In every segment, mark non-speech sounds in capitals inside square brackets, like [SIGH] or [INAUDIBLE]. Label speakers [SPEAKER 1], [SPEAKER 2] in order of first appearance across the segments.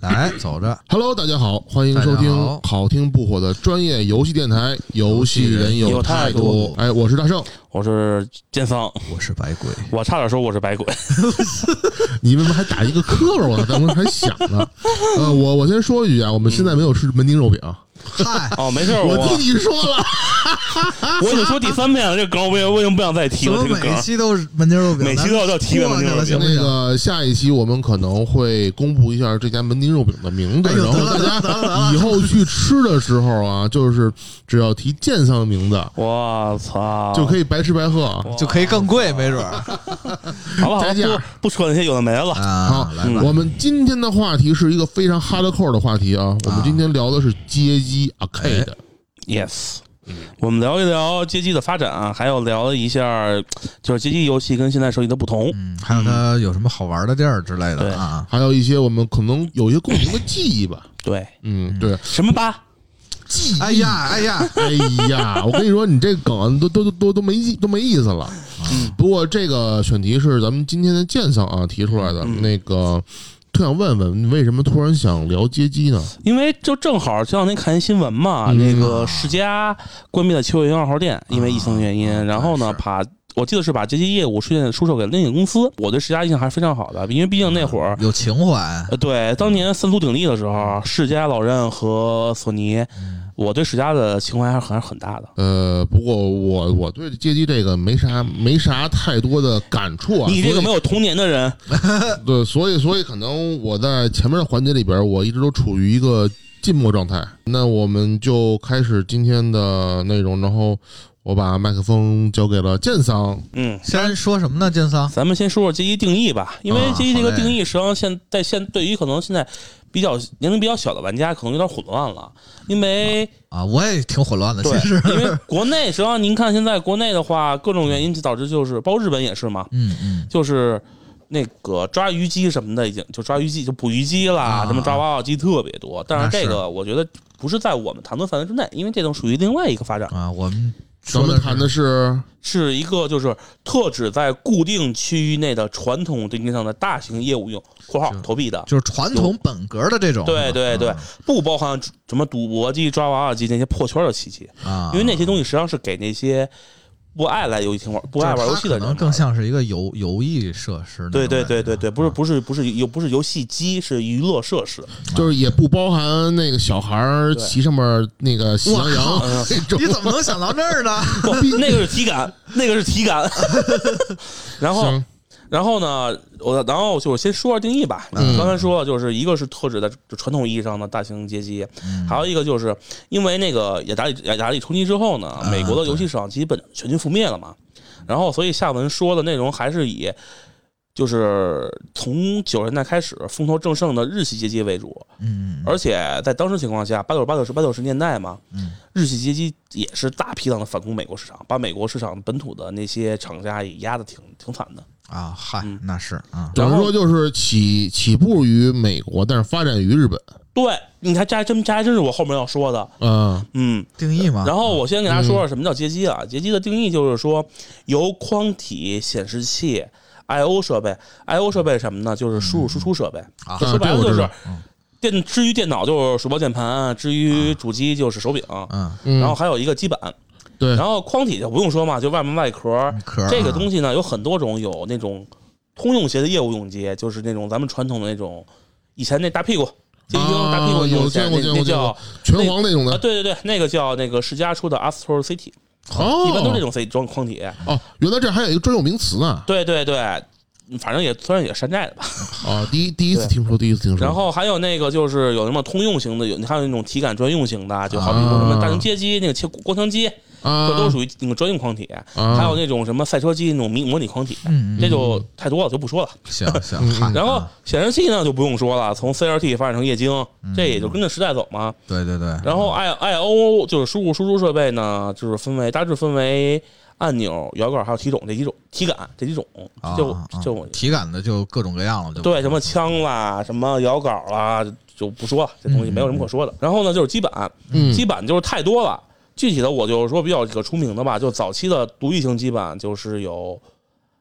[SPEAKER 1] 来走着，
[SPEAKER 2] Hello，大家好，欢迎收
[SPEAKER 1] 大家
[SPEAKER 2] 听
[SPEAKER 1] 好
[SPEAKER 2] 好听不火的专业游戏电台《游戏人
[SPEAKER 3] 有
[SPEAKER 2] 态
[SPEAKER 3] 态度
[SPEAKER 2] 哎，我是大圣，
[SPEAKER 3] 我是剑桑，
[SPEAKER 1] 我是白鬼，
[SPEAKER 3] 我差点说我是白鬼。
[SPEAKER 2] 你为什么还打一个磕巴？我刚才还想
[SPEAKER 1] [LAUGHS]
[SPEAKER 2] 呢。呃，我我先说一句啊，我们现在没有吃门钉肉饼，啊
[SPEAKER 1] 嗨，
[SPEAKER 3] 哦，没
[SPEAKER 1] 嗯
[SPEAKER 3] 事，我
[SPEAKER 2] 我自己说
[SPEAKER 1] [LAUGHS]
[SPEAKER 2] 了，
[SPEAKER 3] 我已经说第三遍了，这梗我也我已经不想再提
[SPEAKER 1] 怎
[SPEAKER 3] 了。
[SPEAKER 1] 么
[SPEAKER 3] 这个
[SPEAKER 1] 每一
[SPEAKER 3] 梗，
[SPEAKER 1] 期都是门钉肉饼？
[SPEAKER 3] 每期都要要提
[SPEAKER 1] 过
[SPEAKER 3] 门钉
[SPEAKER 1] 去了
[SPEAKER 3] 肉
[SPEAKER 1] 行
[SPEAKER 3] 饼。
[SPEAKER 1] 吗？
[SPEAKER 2] 那个下一期我们可能会公布一下这家门钉肉饼的名字，
[SPEAKER 1] 哎呦
[SPEAKER 2] 然后
[SPEAKER 1] 得
[SPEAKER 2] 大
[SPEAKER 1] 了得了得
[SPEAKER 2] 家以后去吃的时候啊，就是只要提剑桑的名字，
[SPEAKER 3] 我操，
[SPEAKER 2] 就可以白吃白喝啊。
[SPEAKER 3] 哇
[SPEAKER 1] 就可以更贵，没准儿
[SPEAKER 3] 好
[SPEAKER 1] 哦
[SPEAKER 3] 了好
[SPEAKER 2] 再见啊
[SPEAKER 3] 了，不不说那些有的没的了。
[SPEAKER 1] 啊
[SPEAKER 2] 好
[SPEAKER 1] 来吧，
[SPEAKER 2] 我们今天的话题是一个非常 hardcore 的话题啊，我们今天聊的是街机啊 arcade。
[SPEAKER 3] Yes，我们聊一聊街机的发展啊，还有聊一下就是街机游戏跟现在手机的不同。
[SPEAKER 1] 嗯，还有它有什么好玩的地儿之类
[SPEAKER 3] 对
[SPEAKER 1] 的啊？
[SPEAKER 2] 还有一些我们可能有一些共同的记忆吧。
[SPEAKER 3] 对，
[SPEAKER 2] 嗯，对。
[SPEAKER 3] 什么吧？
[SPEAKER 2] 记忆
[SPEAKER 1] 哎呀，哎呀，
[SPEAKER 2] 哎呀，我跟你说，你这梗啊都都都都都没意都没意思了。不过这个选题是咱们今天的鉴赏啊提出来的，那个特想问问，你为什么突然想聊街机呢？
[SPEAKER 3] 因为就正好前两天看一新闻嘛，
[SPEAKER 2] 嗯
[SPEAKER 3] 那个世嘉关闭了七九零二号店，因为疫情原因，然后呢
[SPEAKER 1] 啊是
[SPEAKER 3] 把。我记得是把这些业务出现出售给另一个公司，我对世嘉印象还是非常好的，因为毕竟那会儿，
[SPEAKER 1] 有情怀，
[SPEAKER 3] 呃，对，当年三足鼎立的时候，世嘉、老任和索尼，
[SPEAKER 1] 嗯
[SPEAKER 3] 我对世嘉的情怀还是很还是很大的。
[SPEAKER 2] 呃，不过我我对街机这个没啥没啥太多的感触啊。
[SPEAKER 3] 你这
[SPEAKER 2] 所
[SPEAKER 3] 个
[SPEAKER 2] 以
[SPEAKER 3] 没有童年的人，
[SPEAKER 2] 对，所以所以可能我在前面的环节里边，我一直都处于一个静默状态。那我们就开始今天的内容，然后我把麦克风交给了建桑。
[SPEAKER 3] 嗯，
[SPEAKER 1] 先说什么呢？剑桑，
[SPEAKER 3] 咱们先说说街机定义吧，因为
[SPEAKER 1] 啊
[SPEAKER 3] 街机这
[SPEAKER 1] 好
[SPEAKER 3] 个
[SPEAKER 1] 嘞
[SPEAKER 3] 定义，实际上现在现对于可能现在比较年龄比较小的玩家，可能有点混乱了，因为
[SPEAKER 1] 啊，我也挺混乱的，其
[SPEAKER 3] 对
[SPEAKER 1] 实，
[SPEAKER 3] 因为国内实际上您看现在国内的话，各种原因导致就是，包括日本也是嘛，
[SPEAKER 1] 嗯嗯，
[SPEAKER 3] 就是那个抓鱼机什么的，已经就抓鱼机就捕鱼机啦
[SPEAKER 1] 啊，
[SPEAKER 3] 什么抓娃娃机特别多。但是
[SPEAKER 1] 那是
[SPEAKER 3] 这个我觉得不是在我们谈论范围之内，因为这种属于另外一个发展，
[SPEAKER 1] 啊，我们
[SPEAKER 2] 咱
[SPEAKER 1] 说
[SPEAKER 2] 们
[SPEAKER 1] 的
[SPEAKER 2] 谈的是
[SPEAKER 3] 啊是一个就是特指在固定区域内的传统定义上的大型业务用（括号投币的）。
[SPEAKER 1] 就是传统本格的这种，
[SPEAKER 3] 对对对
[SPEAKER 1] 啊，
[SPEAKER 3] 不包含什么赌博机、抓娃娃机那些破圈的奇迹，
[SPEAKER 1] 啊，
[SPEAKER 3] 因为那些东西实际上是给那些不爱来游戏厅玩、不
[SPEAKER 1] 就是
[SPEAKER 3] 爱玩游
[SPEAKER 1] 它
[SPEAKER 3] 戏的
[SPEAKER 1] 可
[SPEAKER 3] 人
[SPEAKER 1] 能
[SPEAKER 3] 玩的。
[SPEAKER 1] 更像是一个游游艺设施那种
[SPEAKER 3] 对
[SPEAKER 1] 感觉，
[SPEAKER 3] 对对对对，不是
[SPEAKER 1] 啊
[SPEAKER 3] 不是不是游不是游戏机，是娱乐设
[SPEAKER 1] [LAUGHS]
[SPEAKER 3] 施。
[SPEAKER 2] 就是也不包含那个小孩儿
[SPEAKER 3] 对
[SPEAKER 2] 骑上面那个喜羊羊 [LAUGHS]
[SPEAKER 3] 哇
[SPEAKER 2] 那种
[SPEAKER 1] 你。怎么能想到这儿呢？
[SPEAKER 3] 不，那个是体感，那个是体感。 [LAUGHS] 然后
[SPEAKER 2] 行，
[SPEAKER 3] 然后呢，我然后就是先说下定义吧。
[SPEAKER 2] 嗯
[SPEAKER 3] 刚才说了，就是一个是特指在传统意义上的大型街机，
[SPEAKER 1] [LAUGHS] 嗯
[SPEAKER 3] 还有一个就是因为那个雅达利雅达利冲击之后
[SPEAKER 1] 啊
[SPEAKER 3] 呢，美国的游戏市场基本全军覆灭了嘛。然后，所以下文说的内容还是以。就是从九十年代开始，风头正盛的日系街机为主，
[SPEAKER 1] 嗯，
[SPEAKER 3] 而且在当时情况下，八九八九十八九十年代嘛，
[SPEAKER 1] 嗯
[SPEAKER 3] 日系街机也是大批量的反攻美国市场，把美国市场本土的那些厂家也压得挺挺惨的。
[SPEAKER 1] 啊，嗨
[SPEAKER 3] 嗯，
[SPEAKER 1] 那是啊，
[SPEAKER 2] 等于
[SPEAKER 3] 然后
[SPEAKER 2] 说就是起起步于美国，但是发展于日本。
[SPEAKER 3] 对，你看这还真这还真是我后面要说的，
[SPEAKER 2] 嗯，
[SPEAKER 3] 嗯。
[SPEAKER 1] 定义嘛，
[SPEAKER 3] 然后我先给大家说说什么叫街机啊？街机的定义就是说，由框体显示器。I O 设备，I O 设备是什么呢？就是输
[SPEAKER 2] 嗯
[SPEAKER 3] 入输出设备。
[SPEAKER 1] 啊
[SPEAKER 3] 就说白
[SPEAKER 2] 这
[SPEAKER 3] 了
[SPEAKER 2] 我
[SPEAKER 3] 就
[SPEAKER 2] 知
[SPEAKER 3] 是
[SPEAKER 2] 道嗯啊
[SPEAKER 3] 电，至于电脑就是鼠标键盘，啊至于主机就是手柄，
[SPEAKER 1] 嗯，
[SPEAKER 2] 嗯
[SPEAKER 3] 然后还有一个基板。
[SPEAKER 2] 对
[SPEAKER 3] 然后框体就不用说嘛，就外面外壳，
[SPEAKER 1] 壳啊
[SPEAKER 3] 这个
[SPEAKER 1] 西
[SPEAKER 3] 东西呢，有很多种，有那种通用鞋的业务用街，就是那种咱们传统的那种，以前那大屁股，金星
[SPEAKER 2] 啊
[SPEAKER 3] 大屁股那
[SPEAKER 2] 有
[SPEAKER 3] 种
[SPEAKER 2] 见
[SPEAKER 3] 鞋，
[SPEAKER 2] 过见过
[SPEAKER 3] 那那
[SPEAKER 2] 见
[SPEAKER 3] 叫
[SPEAKER 2] 过
[SPEAKER 3] 啊，
[SPEAKER 2] 拳皇那种的。
[SPEAKER 3] 对对对，那个叫那个世嘉出的 Astro City，
[SPEAKER 2] 哦，
[SPEAKER 3] 一般都是这种 C 装框体。
[SPEAKER 2] 哦，原来这还有一个专有名词呢。
[SPEAKER 3] 对对对，反正也虽然也山寨的吧。
[SPEAKER 2] 啊，第一第一次听说，第一次听说。
[SPEAKER 3] 然后还有那个就是有什么通用型的，有你还有那种体感专用型的，就好比说什么大型街机那个切光枪机，
[SPEAKER 2] 啊，
[SPEAKER 3] 这都属于那个专用框体。
[SPEAKER 2] 啊
[SPEAKER 3] 还有那种什么赛车机那种迷模拟框体，
[SPEAKER 1] 嗯
[SPEAKER 3] 这就太多了，就不说了。
[SPEAKER 1] 行行，嗨
[SPEAKER 3] 然后
[SPEAKER 1] 啊
[SPEAKER 3] 显示器呢就不用说了，从 CRT 发展成液晶，这也就跟着时代走嘛。
[SPEAKER 1] 对对对，
[SPEAKER 3] 然后 I I O 就是输入输出设备呢，就是分为大致分为按钮、摇杆还有体种这几种体感这几种，
[SPEAKER 1] 啊
[SPEAKER 3] 就
[SPEAKER 1] 啊啊
[SPEAKER 3] 就
[SPEAKER 1] 体感的就各种各样了，就
[SPEAKER 3] 对什么枪啦、什么摇杆啦就不说了，这东西
[SPEAKER 1] 嗯
[SPEAKER 3] 没有什么可说的。然后呢就是基板，
[SPEAKER 2] 嗯
[SPEAKER 3] 基板就是太多了。具体的我就是说比较这个出名的吧，就早期的独立型基板就是有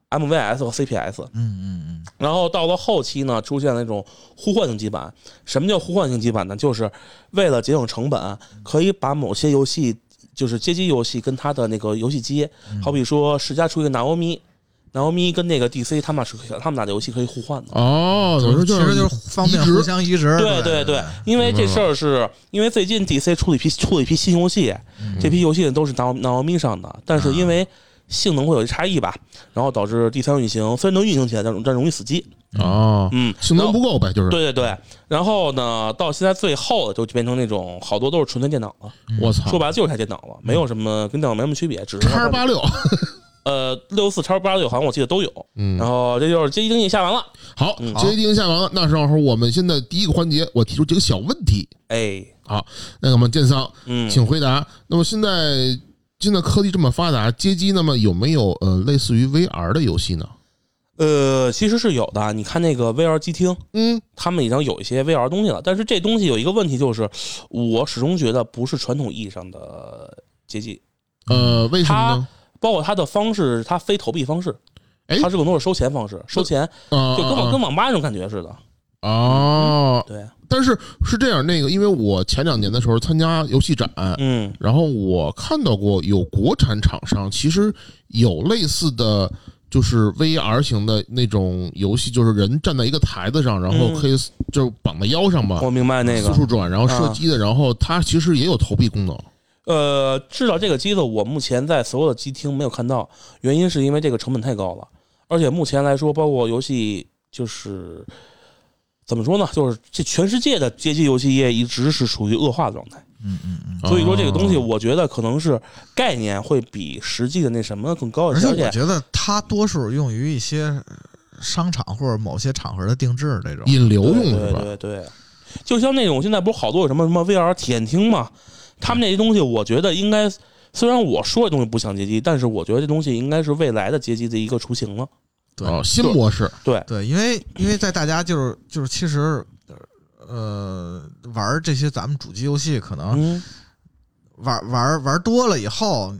[SPEAKER 3] MVS 和 CPS，
[SPEAKER 1] 嗯嗯
[SPEAKER 3] 然后到了后期呢，出现了那种互换型基板。什么叫互换型基板呢？就是为了节省成本，可以把某些游戏，就是街机游戏跟它的那个游戏机，好比说十家出一个南欧咪，南欧咪跟那个 DC 他们俩是可以他们俩的游戏可以互换的。
[SPEAKER 2] 哦，
[SPEAKER 1] 嗯，
[SPEAKER 2] 等于说
[SPEAKER 1] 其
[SPEAKER 2] 就是
[SPEAKER 1] 实就是方便
[SPEAKER 2] 移植
[SPEAKER 1] 互相移植，
[SPEAKER 3] 对
[SPEAKER 1] 对
[SPEAKER 3] 对对，因为这事儿是因为最近 DC 出了一批出了一批新游戏，这批游戏都是南欧南欧咪上的，但是因为性能会有一差异吧，然后导致第三运行虽然能运行起来，但但容易死机。
[SPEAKER 2] 哦，
[SPEAKER 3] 嗯，
[SPEAKER 2] 性
[SPEAKER 3] 然
[SPEAKER 2] 能
[SPEAKER 3] 后
[SPEAKER 2] 不够呗，就是
[SPEAKER 3] 对对对，然后呢，到现在最后就变成那种好多都是纯台电脑了，
[SPEAKER 2] 我
[SPEAKER 3] 说
[SPEAKER 2] 操，
[SPEAKER 3] 白了就是台电脑了，
[SPEAKER 2] 嗯
[SPEAKER 3] 没有什么跟电脑没什么区别，只是
[SPEAKER 2] 叉八六，
[SPEAKER 3] 呃六四叉八六好像我记得都有，
[SPEAKER 2] 嗯
[SPEAKER 3] 然后这就是街机定义下完了，
[SPEAKER 2] 好，
[SPEAKER 3] 嗯
[SPEAKER 2] 决定下完了。那时候我们现在第一个环节，我提出几个小问题。
[SPEAKER 3] 哎，
[SPEAKER 2] 好，那个我们建桑，
[SPEAKER 3] 嗯，
[SPEAKER 2] 请回答。那么现在现在科技这么发达，街机那么有没有呃类似于 VR 的游戏呢？
[SPEAKER 3] 呃，其实是有的，你看那个 VR 机厅，
[SPEAKER 2] 嗯，
[SPEAKER 3] 他们已经有一些 VR 东西了，但是这东西有一个问题就是，我始终觉得不是传统意义上的街机，
[SPEAKER 2] 呃，为什么呢？
[SPEAKER 3] 包括它的方式，它非投币方式，
[SPEAKER 2] 哎
[SPEAKER 3] 它是更多是收钱方式，收钱
[SPEAKER 2] 啊，
[SPEAKER 3] 就跟嗯
[SPEAKER 2] 啊
[SPEAKER 3] 网跟网吧那种感觉似的，
[SPEAKER 2] 啊哦，
[SPEAKER 3] 对，
[SPEAKER 2] 但是是这样，那个因为我前两年的时候参加游戏展，
[SPEAKER 3] 嗯。
[SPEAKER 2] 然后我看到过有国产厂商其实有类似的，就是 VR 型的那种游戏，就是人站在一个台子上，然后
[SPEAKER 3] 嗯
[SPEAKER 2] 可以就绑在腰上吧，
[SPEAKER 3] 我明白那
[SPEAKER 2] 四
[SPEAKER 3] 个，
[SPEAKER 2] 处转，然后射击的，然后它其实也有投币功能。
[SPEAKER 3] 呃，至少这个机子我目前在所有的机厅没有看到，原因是因为这个成本太高了，而且目前来说，包括游戏就是怎么说呢，就是这全世界的街机游戏业一直是属于恶化的状态，
[SPEAKER 1] 嗯嗯嗯。
[SPEAKER 3] 所以说这个东西
[SPEAKER 2] 哦
[SPEAKER 3] 我觉得可能是概念会比实际的那什么更高一
[SPEAKER 1] 而
[SPEAKER 3] 些，
[SPEAKER 1] 且
[SPEAKER 3] 而
[SPEAKER 1] 我
[SPEAKER 3] 且
[SPEAKER 1] 觉得它多数用于一些商场或者某些场合的定制这种。
[SPEAKER 2] 引流
[SPEAKER 3] 对
[SPEAKER 2] 用
[SPEAKER 3] 对
[SPEAKER 2] 是吧？
[SPEAKER 3] 对对，就像那种现在不是好多有什么什么 VR 体验厅嘛，他们那些东西，我觉得应该虽然我说这东西不像街机，但是我觉得这东西应该是未来的街机的一个雏形了。
[SPEAKER 1] 对
[SPEAKER 2] 哦，新模式
[SPEAKER 3] 对，
[SPEAKER 1] 对，因为因为在大家就是就是其实呃玩这些咱们主机游戏，可能
[SPEAKER 3] 嗯，
[SPEAKER 1] 玩玩玩多了以后。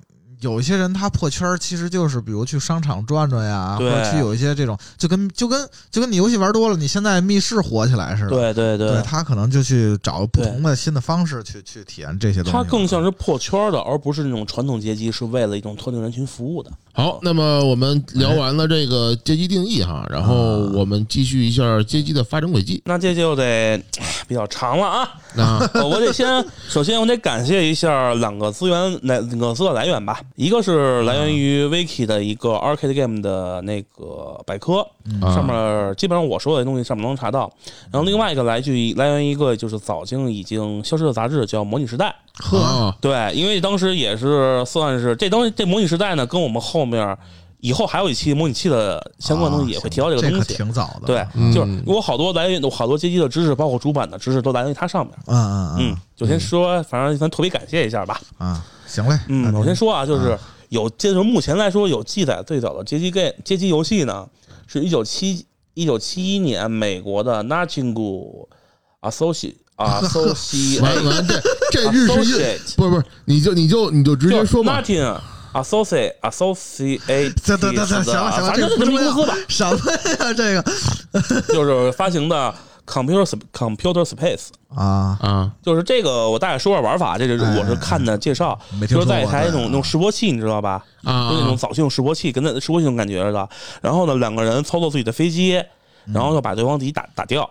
[SPEAKER 1] 有一些人他破圈儿，其实就是比如去商场转转呀，或
[SPEAKER 3] 对
[SPEAKER 1] 者去有一些这种，就跟就跟就跟你游戏玩多了，你现在密室火起来似的，
[SPEAKER 3] 对对
[SPEAKER 1] 对
[SPEAKER 3] 对，
[SPEAKER 1] 他可能就去找不同的新的方式去去体验这些东西。
[SPEAKER 3] 它更像是破圈的，而不是那种传统街机是为了一种特定人群服务的。
[SPEAKER 2] 好，那么我们聊完了这个街机定义哈，然后
[SPEAKER 3] 哎
[SPEAKER 2] 我们继续一下街机的发展轨迹。
[SPEAKER 3] 那这就得比较长了啊。
[SPEAKER 2] 那
[SPEAKER 3] 呃我得先，首先我得感谢一下两个资源来两个资料来源吧，一个是来源于 Wiki 的一个 Arcade Game 的那个百科，
[SPEAKER 2] 啊
[SPEAKER 3] [LAUGHS] 上面基本上我说的东西上面能查到。然后另外一个来自于来源于一个就是早经已经消失的杂志叫《模拟时代》，
[SPEAKER 1] 呵，
[SPEAKER 2] 啊
[SPEAKER 3] 对，因为当时也是算是这东西这《模拟时代》呢，跟我们后面以后还有一期模拟器的相关东西也会提到这个
[SPEAKER 1] 啊这
[SPEAKER 3] 东
[SPEAKER 1] 可
[SPEAKER 3] 西。
[SPEAKER 1] 挺早的。
[SPEAKER 3] 对，
[SPEAKER 2] 嗯
[SPEAKER 3] 就是我好多来源，我好多街机的知识，包括主板的知识，都来源于它上面。
[SPEAKER 1] 嗯
[SPEAKER 3] 嗯
[SPEAKER 1] 嗯，
[SPEAKER 3] 就先说，反正咱特别感谢一下吧。
[SPEAKER 1] 嗯啊，行嘞，
[SPEAKER 3] 嗯，
[SPEAKER 1] 那
[SPEAKER 3] 我
[SPEAKER 1] [LAUGHS]
[SPEAKER 3] 先说啊，就是有，就是目前来说有记载最早的街机 game 街机游戏呢，是一九七一九七一年美国的 n a c h i n g u
[SPEAKER 1] [LAUGHS]
[SPEAKER 3] Associ 啊 Associate
[SPEAKER 2] 完完这这
[SPEAKER 3] 啊
[SPEAKER 2] 日式音
[SPEAKER 3] Associate
[SPEAKER 2] 不是不是，你就你就你就直接说
[SPEAKER 3] n a
[SPEAKER 2] 嘛
[SPEAKER 3] c h i n 啊 Associate
[SPEAKER 1] [LAUGHS]
[SPEAKER 3] Associate
[SPEAKER 1] 这这
[SPEAKER 3] [LAUGHS]
[SPEAKER 1] 这这行了行了，
[SPEAKER 3] 反
[SPEAKER 1] 这个
[SPEAKER 3] 正就
[SPEAKER 1] 不
[SPEAKER 3] 这
[SPEAKER 1] 重
[SPEAKER 3] 么一公司吧
[SPEAKER 1] [LAUGHS] 要，。什么呀这个
[SPEAKER 3] 就是发行的 Computer Sp- Computer Space，
[SPEAKER 1] 啊，
[SPEAKER 2] 啊
[SPEAKER 3] 就是这个我大概说说玩法，这就是
[SPEAKER 1] 哎
[SPEAKER 3] 我是看的介绍，
[SPEAKER 1] 没听说
[SPEAKER 3] 就
[SPEAKER 1] 过
[SPEAKER 3] 是在一台那种
[SPEAKER 1] 对
[SPEAKER 3] 那种示波器，你知道吧？就那
[SPEAKER 2] 啊
[SPEAKER 3] 种早期用示波器，跟那示波器那种感觉似的。然后呢，两个人操作自己的飞机，然后就把对方自己打打掉，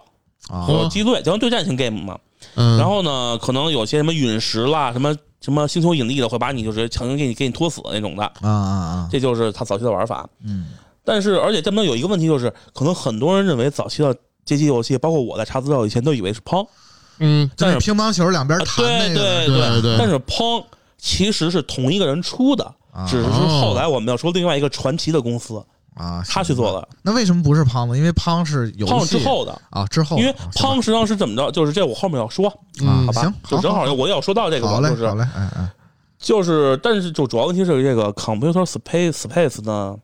[SPEAKER 1] 啊
[SPEAKER 2] 哦
[SPEAKER 3] 有机队，就像对战型 game 嘛。
[SPEAKER 2] 嗯，
[SPEAKER 3] 然后呢，可能有些什么陨石啦，什么什么星球引力的，会把你就是强行给你给你拖死那种的，
[SPEAKER 1] 啊啊啊，
[SPEAKER 3] 这就是它早期的玩法。
[SPEAKER 1] 嗯
[SPEAKER 3] 但是，而且这边有一个问题就是，可能很多人认为早期的街机游戏，包括我在查资料以前都以为是 Pong，
[SPEAKER 2] 嗯
[SPEAKER 1] 就
[SPEAKER 3] 但
[SPEAKER 1] 那
[SPEAKER 3] 是
[SPEAKER 1] 乒乓球两边
[SPEAKER 3] 啊
[SPEAKER 1] 弹那
[SPEAKER 3] 对
[SPEAKER 1] 个
[SPEAKER 3] 对
[SPEAKER 2] 对对
[SPEAKER 3] 但是 Pong 其实是同一个人出的，
[SPEAKER 1] 啊
[SPEAKER 3] 只是说后来我们要说另外一个传奇的公司，
[SPEAKER 1] 啊，
[SPEAKER 3] 他去做
[SPEAKER 1] 了。
[SPEAKER 3] 的
[SPEAKER 1] 那为什么不是胖子？因为胖是游
[SPEAKER 3] Pong
[SPEAKER 1] 戏
[SPEAKER 3] 之后的。
[SPEAKER 1] 啊，之后
[SPEAKER 3] 因为
[SPEAKER 1] 啊行吧
[SPEAKER 3] Pong 实际上是怎么着，就是这我后面要说，
[SPEAKER 2] 嗯
[SPEAKER 3] 好吧？
[SPEAKER 1] 行
[SPEAKER 3] 就正
[SPEAKER 1] 好
[SPEAKER 3] 好我要说到这个
[SPEAKER 1] 好
[SPEAKER 3] 了，
[SPEAKER 1] 嘞
[SPEAKER 3] 就
[SPEAKER 1] 好
[SPEAKER 3] 是
[SPEAKER 1] 嘞，哎哎，
[SPEAKER 3] 就是，但是就主要问题是这个 Computer Space Space 呢，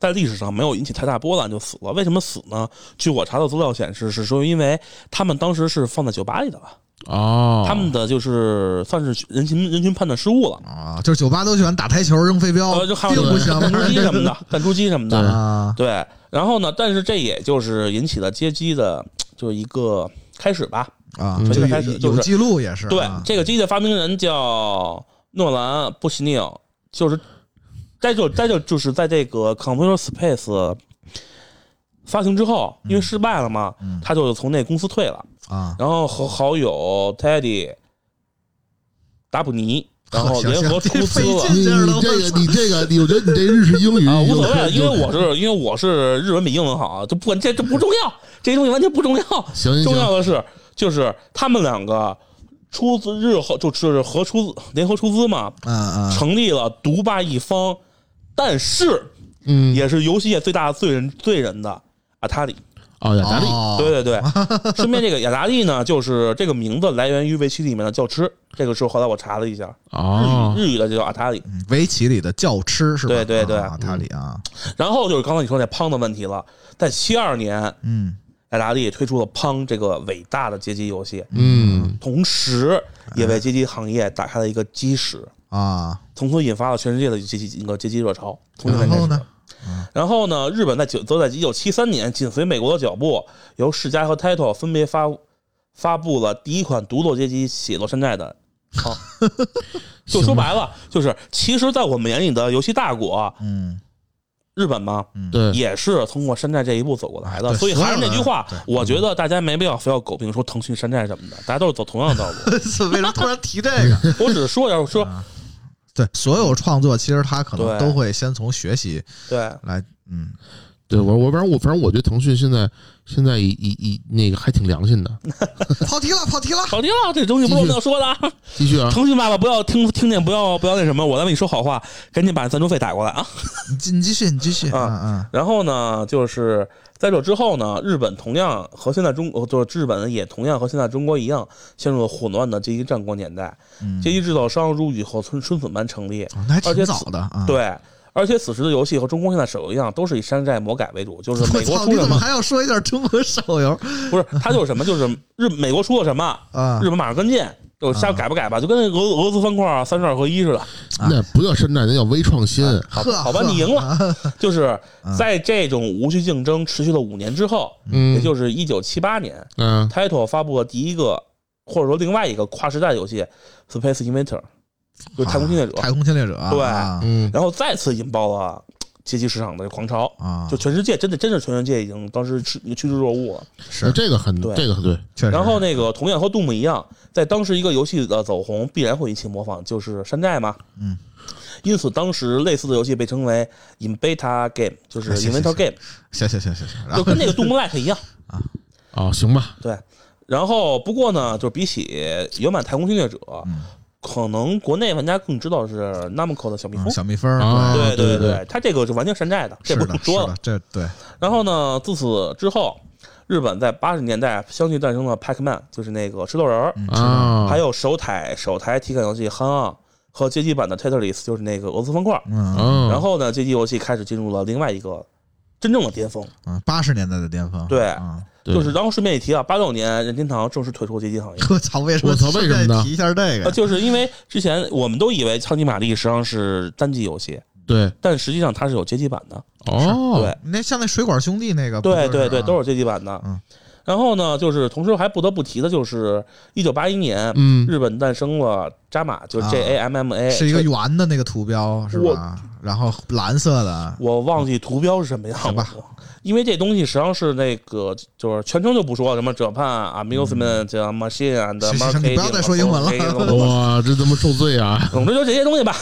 [SPEAKER 3] 在历史上没有引起太大波澜就死了。为什么死呢？据我查到资料显示，是说因为他们当时是放在酒吧里的吧？
[SPEAKER 2] 哦，
[SPEAKER 3] 他们的就是算是人群人群判断失误了，
[SPEAKER 1] 啊，就是酒吧都喜欢打台球、扔飞镖
[SPEAKER 3] 呃，，就还
[SPEAKER 1] 哦并
[SPEAKER 3] 有
[SPEAKER 1] 不啊喜欢
[SPEAKER 3] 弹珠
[SPEAKER 1] 玩
[SPEAKER 3] 机什么的，弹珠机什么
[SPEAKER 1] [LAUGHS]
[SPEAKER 3] 的，
[SPEAKER 1] 啊，
[SPEAKER 3] 对。然后呢，但是这也就是引起了街机的就是一个开始吧，
[SPEAKER 1] 啊，
[SPEAKER 2] 嗯
[SPEAKER 1] 就
[SPEAKER 3] 就
[SPEAKER 1] 有
[SPEAKER 3] 开始就
[SPEAKER 1] 有
[SPEAKER 3] 是
[SPEAKER 1] 记录也是，
[SPEAKER 3] 对
[SPEAKER 1] 啊，
[SPEAKER 3] 这个机的发明人叫诺兰·布希尼尔，就是在就在就就是在这个 Computer Space 发行之后，因为失败了嘛，
[SPEAKER 1] 嗯
[SPEAKER 3] 他就从那公司退了，
[SPEAKER 1] 啊，
[SPEAKER 3] 然后和好友 Teddy 达普尼，然后
[SPEAKER 1] 行
[SPEAKER 3] 联合
[SPEAKER 1] 行
[SPEAKER 3] 出资
[SPEAKER 1] 这
[SPEAKER 3] 了
[SPEAKER 1] 费。
[SPEAKER 2] 你
[SPEAKER 1] 劲
[SPEAKER 2] 你
[SPEAKER 1] 劲
[SPEAKER 2] 这个你这个，
[SPEAKER 1] 儿都
[SPEAKER 2] 你我觉得你这日式英语
[SPEAKER 3] 啊，无所
[SPEAKER 2] 已经
[SPEAKER 3] 谓
[SPEAKER 2] 开，始
[SPEAKER 3] 因为我是因为我是日文比英文好，啊就不管这这不重要，这些东西完全不重要。
[SPEAKER 2] 行行
[SPEAKER 3] 重
[SPEAKER 2] 嗯行，
[SPEAKER 3] 要的是，就是他们两个出资日后就是合出资联合出资嘛，
[SPEAKER 1] 嗯嗯，
[SPEAKER 3] 成立了独霸一方，但是
[SPEAKER 2] 嗯，
[SPEAKER 3] 也是游戏界最大的罪人罪人的阿塔里。
[SPEAKER 2] 哦，雅达利，
[SPEAKER 1] 哦
[SPEAKER 3] 对对对，顺便这个雅达利呢，就是这个名字来源于围棋里面的教吃，这个是后来我查了一下，
[SPEAKER 2] 哦，
[SPEAKER 3] 日语日语的就叫阿塔里。
[SPEAKER 1] 嗯围棋里的教吃是吧？
[SPEAKER 3] 对对对
[SPEAKER 1] 啊塔里啊，
[SPEAKER 3] 然后就是刚才你说那胖的问题了，在七二年，
[SPEAKER 1] 嗯
[SPEAKER 3] 雅达利推出了胖这个伟大的街机游戏，
[SPEAKER 2] 嗯，
[SPEAKER 3] 同时也为街机行业打开了一个基石。
[SPEAKER 1] 啊，
[SPEAKER 3] 从此引发了全世界的街机那个街机热潮。从此
[SPEAKER 1] 然后
[SPEAKER 3] 开
[SPEAKER 1] 呢
[SPEAKER 3] 始？然后呢，日本在九则在一九七三年紧随美国的脚步，由世嘉和 Taito 分别发发布了第一款独立街机《血肉山寨》的。好， [LAUGHS] 就说白了，就是其实，在我们眼里的游戏大国
[SPEAKER 1] 嗯，
[SPEAKER 3] 日本嘛，
[SPEAKER 2] 对，
[SPEAKER 3] 也是通过山寨这一步走过来的。
[SPEAKER 1] 对
[SPEAKER 3] 所以还是那句话
[SPEAKER 1] 所有，啊
[SPEAKER 3] 我觉得大家没必要非要诟病说腾讯山寨什么的，大家都是走同样的
[SPEAKER 1] [LAUGHS]
[SPEAKER 3] 道路。
[SPEAKER 1] [LAUGHS] 为什么突然提这个？啊
[SPEAKER 3] 我只是说一下，我
[SPEAKER 1] 嗯
[SPEAKER 3] [LAUGHS] 说
[SPEAKER 1] 对，所有创作其实他可能
[SPEAKER 3] 对
[SPEAKER 1] 都会先从学习
[SPEAKER 3] 对，
[SPEAKER 1] 来，嗯，
[SPEAKER 2] 对我我反正我反正我觉得腾讯现在现在已已已那个还挺良心的，
[SPEAKER 1] 跑题了，跑题了，
[SPEAKER 3] 好听啊，这东西不是我们要说的啊。
[SPEAKER 2] 继续啊，
[SPEAKER 3] 腾讯爸爸不要听听见，不要不要那什么，我在为你说好话，赶紧把赞助费打过来啊！
[SPEAKER 1] 你继你继续，你继续，
[SPEAKER 3] 啊
[SPEAKER 1] 嗯
[SPEAKER 3] 然后呢，就是在这之后呢，日本同样和现在中国，就是日本也同样和现在中国一样，陷入了混乱的阶级战国年代，
[SPEAKER 1] 嗯
[SPEAKER 3] 阶级制造商如雨后春春笋般成立。
[SPEAKER 1] 嗯，那还
[SPEAKER 3] 而且
[SPEAKER 1] 挺早的啊。，
[SPEAKER 3] 对，而且此时的游戏和中国现在手游一样，都是以山寨魔改为
[SPEAKER 1] [LAUGHS]
[SPEAKER 3] 主，就是
[SPEAKER 1] [LAUGHS] 我
[SPEAKER 3] 美国
[SPEAKER 1] 操，
[SPEAKER 3] 出
[SPEAKER 1] 你
[SPEAKER 3] 什
[SPEAKER 1] 怎么
[SPEAKER 3] 么，
[SPEAKER 1] 还要说一点中国手游
[SPEAKER 3] 不是它就是什么，就是日美国出了什么，
[SPEAKER 1] 啊
[SPEAKER 3] 日？本马上跟进，就下改不改吧，就跟那俄俄罗斯方块三十二合一似的。
[SPEAKER 1] 啊
[SPEAKER 2] 那不叫山寨，那叫微创新，
[SPEAKER 3] 好
[SPEAKER 1] 呵
[SPEAKER 3] 吧，好吧，
[SPEAKER 1] 呵
[SPEAKER 3] 你赢了。就是
[SPEAKER 1] 嗯
[SPEAKER 3] 在这种无序竞争持续了五年之后，也
[SPEAKER 2] 嗯，
[SPEAKER 3] 就是一九七八年
[SPEAKER 2] 嗯，
[SPEAKER 3] ，Title 发布了第一个或者说另外一个跨时代游戏《Space Invader》，就是太空侵略者。
[SPEAKER 1] 太空侵略者啊，
[SPEAKER 3] 对
[SPEAKER 1] 啊
[SPEAKER 2] 嗯，
[SPEAKER 3] 然后再次引爆了阶级市场的狂潮，
[SPEAKER 1] 啊，
[SPEAKER 3] 嗯就全世界真的真是全世界已经当时趋趋之若鹜了。
[SPEAKER 1] 是
[SPEAKER 2] 这个很
[SPEAKER 3] 对
[SPEAKER 2] 这个很对，
[SPEAKER 1] 确实。
[SPEAKER 3] 然后那个同样和 Doom 一样，在当时一个游戏的走红必然会引起模仿，就是山寨嘛。
[SPEAKER 1] 嗯。
[SPEAKER 3] 因此，当时类似的游戏被称为 in beta game，就是
[SPEAKER 1] 行
[SPEAKER 3] in
[SPEAKER 1] 行
[SPEAKER 3] beta
[SPEAKER 1] 行
[SPEAKER 3] game，
[SPEAKER 1] 行行行行行，然
[SPEAKER 3] 就
[SPEAKER 1] 后
[SPEAKER 3] 跟那个 Doom Like 一样。
[SPEAKER 2] 哦，行吧，
[SPEAKER 3] 对，然后不过呢，就是比起原版《太空侵略者》
[SPEAKER 1] 嗯
[SPEAKER 3] 可能国内玩家更知道是 Namco 的小蜜
[SPEAKER 1] 嗯
[SPEAKER 3] 蜂。
[SPEAKER 1] 小蜜蜂儿嗯
[SPEAKER 2] 啊对
[SPEAKER 3] 对对
[SPEAKER 2] 对
[SPEAKER 3] 对，它这个是完全山寨的，这
[SPEAKER 1] 是
[SPEAKER 3] 不
[SPEAKER 1] 的，
[SPEAKER 3] 用说
[SPEAKER 1] 是
[SPEAKER 3] 了
[SPEAKER 1] 的。，这对
[SPEAKER 3] 然后呢，自此之后，日本在八十年代相继诞生了 Pac-Man，就是那个吃豆人儿，
[SPEAKER 1] 嗯是的
[SPEAKER 2] 啊，
[SPEAKER 3] 还有手台手台体感游戏 Han 和街机版的 Tetris，就是那个俄罗斯方块。
[SPEAKER 1] 嗯
[SPEAKER 2] 嗯，
[SPEAKER 3] 然后呢，街机游戏开始进入了另外一个真正的巅峰。
[SPEAKER 1] 嗯，八十年代的巅峰，
[SPEAKER 3] 对
[SPEAKER 1] 啊，
[SPEAKER 2] 对
[SPEAKER 3] 就是，然后顺便一提啊，八六年任天堂正式退出街机行业。
[SPEAKER 1] 我操，为什么
[SPEAKER 2] 我操为什么呢
[SPEAKER 1] 顺便提一下这
[SPEAKER 3] 呃，
[SPEAKER 1] 个？
[SPEAKER 3] 就是因为之前我们都以为《超级玛丽》实际上是单机游戏，
[SPEAKER 2] 对，
[SPEAKER 3] 但实际上它是有街机版的。
[SPEAKER 2] 哦，
[SPEAKER 1] 那像那水管兄弟那个，啊不
[SPEAKER 3] 对
[SPEAKER 1] 就
[SPEAKER 3] 对对，
[SPEAKER 1] 啊
[SPEAKER 3] 都是街机版的。
[SPEAKER 1] 嗯
[SPEAKER 3] 然后呢，就是同时还不得不提的就是，一九八一年、
[SPEAKER 2] 嗯，
[SPEAKER 3] 日本诞生了扎马，就是
[SPEAKER 1] 啊
[SPEAKER 3] J A M M A，
[SPEAKER 1] 是一个圆的那个图标是
[SPEAKER 3] 我
[SPEAKER 1] 吧？然后蓝色的，
[SPEAKER 3] 我忘记图标是什么样
[SPEAKER 1] 行
[SPEAKER 3] 了
[SPEAKER 1] 吧，
[SPEAKER 3] 因为这东西实际上是那个就是全称就不说了，什么 Japan 啊 Amusement Machine and
[SPEAKER 1] 嗯行行行
[SPEAKER 3] Marketing，啊
[SPEAKER 1] 你不要再说英文了 [LAUGHS] 哦
[SPEAKER 2] 哇，这他妈受罪啊！
[SPEAKER 3] 总之就这些东西吧。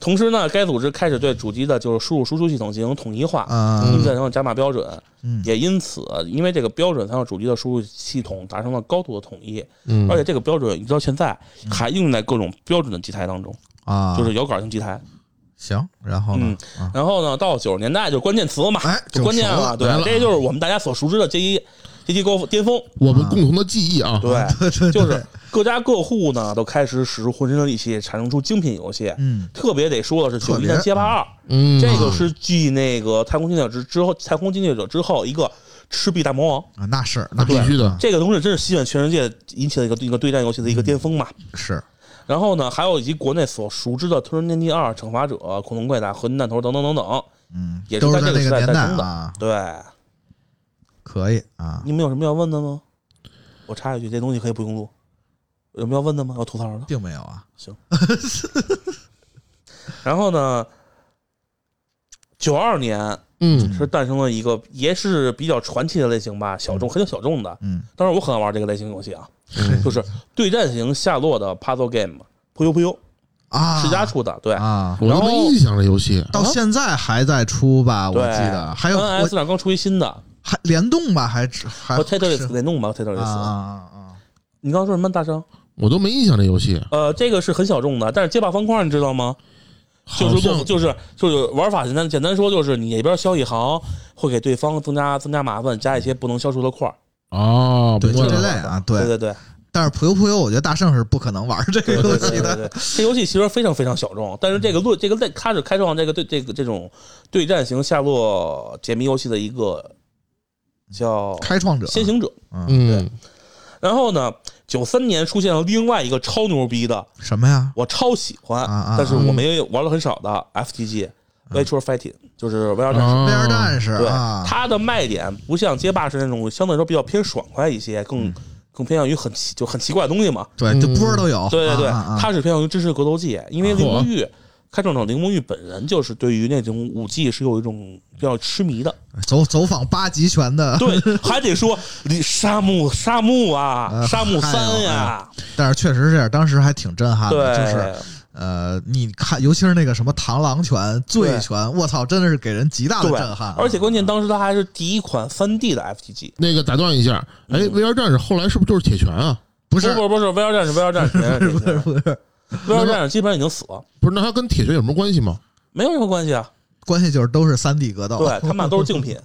[SPEAKER 3] 同时呢，该组织开始对主机的就是输入输出系统进行统一化，
[SPEAKER 1] 嗯
[SPEAKER 3] 并且上加码标准，
[SPEAKER 1] 嗯
[SPEAKER 3] 也因此因为这个标准才让主机的输入系统达成了高度的统一，
[SPEAKER 2] 嗯
[SPEAKER 3] 而且这个标准一直到现在还应用在各种标准的机台当中，
[SPEAKER 1] 嗯啊，
[SPEAKER 3] 就是摇杆型机台。
[SPEAKER 1] 行，然后呢
[SPEAKER 3] 嗯？
[SPEAKER 1] 啊，
[SPEAKER 3] 然后呢，到九十年代就关键词了嘛，
[SPEAKER 1] 哎
[SPEAKER 3] 就关键
[SPEAKER 1] 就熟
[SPEAKER 3] 了，
[SPEAKER 1] 了
[SPEAKER 3] 对
[SPEAKER 2] 来，了
[SPEAKER 3] 这些就是我们大家所熟知的阶级阶级高峰巅峰，
[SPEAKER 2] 我们共同的记忆啊，
[SPEAKER 3] 对，
[SPEAKER 1] [LAUGHS] 对对，
[SPEAKER 3] 就
[SPEAKER 1] 对
[SPEAKER 3] 是各家各户呢都开始使出浑身的力气产生出精品游戏。
[SPEAKER 1] 嗯
[SPEAKER 3] 特别得说的是，
[SPEAKER 1] 特
[SPEAKER 3] 九一
[SPEAKER 1] 别
[SPEAKER 3] 年街霸二，
[SPEAKER 2] 嗯，
[SPEAKER 3] 这个是继那个太空侵略者之之后，太空侵略者之后一个赤壁大魔王，
[SPEAKER 1] 啊，那是
[SPEAKER 2] 那
[SPEAKER 1] 那
[SPEAKER 2] 必须的，
[SPEAKER 3] 这个东西真是席卷全世界，引起了一个一个对战游戏的一个巅峰嘛。
[SPEAKER 1] 是
[SPEAKER 3] 然后呢，还有以及国内所熟知的《吞食天地二》《惩罚者》《恐龙怪打》《核弹头》等等等等。
[SPEAKER 1] 嗯，
[SPEAKER 3] 也是
[SPEAKER 1] 都
[SPEAKER 3] 在
[SPEAKER 1] 是在
[SPEAKER 3] 这个
[SPEAKER 1] 那
[SPEAKER 3] 时
[SPEAKER 1] 个
[SPEAKER 3] 代
[SPEAKER 1] 年代
[SPEAKER 3] 诞生的
[SPEAKER 1] 啊，
[SPEAKER 3] 对，
[SPEAKER 1] 可以啊，
[SPEAKER 3] 你们有什么要问的吗？我插一句，这东西可以不用录。有什么要问的吗？要吐槽的。
[SPEAKER 1] 并没有啊，
[SPEAKER 3] 然后呢，九二年
[SPEAKER 2] 嗯，
[SPEAKER 3] 是诞生了一个也是比较传奇的类型吧，小众很有小众的。 [LAUGHS]
[SPEAKER 1] 嗯，
[SPEAKER 3] 当然，我很爱玩这个类型游戏啊，
[SPEAKER 2] 嗯
[SPEAKER 3] 就是对战型下落的 puzzle game，噗悠噗悠，
[SPEAKER 1] 啊，
[SPEAKER 3] 世嘉出的，对
[SPEAKER 1] 啊，
[SPEAKER 2] 我都
[SPEAKER 3] 然后
[SPEAKER 2] 没印象这游戏，
[SPEAKER 1] 到现在还在出吧？我
[SPEAKER 3] 对，
[SPEAKER 1] 记得还有哎我
[SPEAKER 3] NS 上刚出一新的，
[SPEAKER 1] 还联动吧？还只还
[SPEAKER 3] 我 t i t l e
[SPEAKER 1] 是
[SPEAKER 3] s 得弄吧 t i t l e
[SPEAKER 1] 啊
[SPEAKER 3] s
[SPEAKER 1] 啊啊啊！
[SPEAKER 3] 你刚刚说什么大张？
[SPEAKER 2] 我都没印象这游戏，
[SPEAKER 3] 呃，这个是很小众的，但是街霸方块你知道吗？就
[SPEAKER 2] 好
[SPEAKER 3] 是
[SPEAKER 2] 像
[SPEAKER 3] 不就是就是玩法简单简单说就是你那边消一行会给对方增加增加麻烦，加一些不能消除的块儿。
[SPEAKER 2] 哦，
[SPEAKER 1] 对，
[SPEAKER 2] 明
[SPEAKER 1] 就
[SPEAKER 2] 白了，
[SPEAKER 1] 这类啊，
[SPEAKER 3] 对
[SPEAKER 1] 对。
[SPEAKER 3] 对对
[SPEAKER 1] 但是普悠普悠，我觉得大圣是不可能玩这个
[SPEAKER 3] 对
[SPEAKER 1] 游
[SPEAKER 3] 对
[SPEAKER 1] 戏
[SPEAKER 3] 对对
[SPEAKER 1] 的。
[SPEAKER 3] 对，这游戏其实非常非常小众，但是这个论这个类它是开创这个对这个这种对战型下落解谜游戏的一个叫
[SPEAKER 1] 开创者，
[SPEAKER 3] 先行者。
[SPEAKER 2] 嗯，
[SPEAKER 3] 然后呢，九三年出现了另外一个超牛逼的，
[SPEAKER 1] 什么呀？
[SPEAKER 3] 我超喜欢，
[SPEAKER 1] 啊啊
[SPEAKER 3] 但是我没有玩了很少的 FTG Virtual Fighting，就是 VR 战士。
[SPEAKER 1] 威尔
[SPEAKER 2] 哦，
[SPEAKER 1] 战士
[SPEAKER 3] 对，
[SPEAKER 1] 嗯啊，
[SPEAKER 3] 它的卖点不像街霸是那种相对来说比较偏爽快一些，
[SPEAKER 1] 嗯
[SPEAKER 3] 更更偏向于很奇就很奇怪的东西嘛。
[SPEAKER 1] 对，就波儿都有。
[SPEAKER 3] 对对对
[SPEAKER 1] 哦啊啊，啊
[SPEAKER 3] 它是偏向于真实格斗技，因为铃木
[SPEAKER 2] 嚯
[SPEAKER 3] 玉开创者铃木玉本人就是对于那种武技是有一种比较痴
[SPEAKER 1] [LAUGHS]
[SPEAKER 3] 迷的。
[SPEAKER 1] 走走访八极拳
[SPEAKER 3] [LAUGHS]
[SPEAKER 1] 的，
[SPEAKER 3] 对，还得说你沙漠沙漠啊，
[SPEAKER 1] 呃
[SPEAKER 3] 沙漠
[SPEAKER 1] 还
[SPEAKER 3] 三
[SPEAKER 1] 有
[SPEAKER 3] 呀，
[SPEAKER 1] 但是确实是，当时还挺震撼的，就是
[SPEAKER 3] 对
[SPEAKER 1] 呃，你看，尤其是那个什么螳螂拳、醉拳，我操，真的是给人极大的
[SPEAKER 3] 对
[SPEAKER 1] 震撼啊。，
[SPEAKER 3] 而且关键当时它还是第一款三 D 的 FTG。
[SPEAKER 2] 那个打断一下，哎，VR 战士后来是不是就是铁拳啊？
[SPEAKER 1] 不
[SPEAKER 3] 嗯不
[SPEAKER 1] 是
[SPEAKER 3] 不是不是 VR 战士 VR 战士
[SPEAKER 2] [LAUGHS]
[SPEAKER 1] 不是不是，
[SPEAKER 3] VR 战士基本上已经死了，
[SPEAKER 2] 不是，那它跟铁拳有什么关系吗？
[SPEAKER 3] 没有任何关系啊。
[SPEAKER 1] 关系就是都是三 D 格斗。
[SPEAKER 3] 对他
[SPEAKER 1] [LAUGHS]
[SPEAKER 3] 们俩都是
[SPEAKER 2] [LAUGHS]
[SPEAKER 3] 竞品，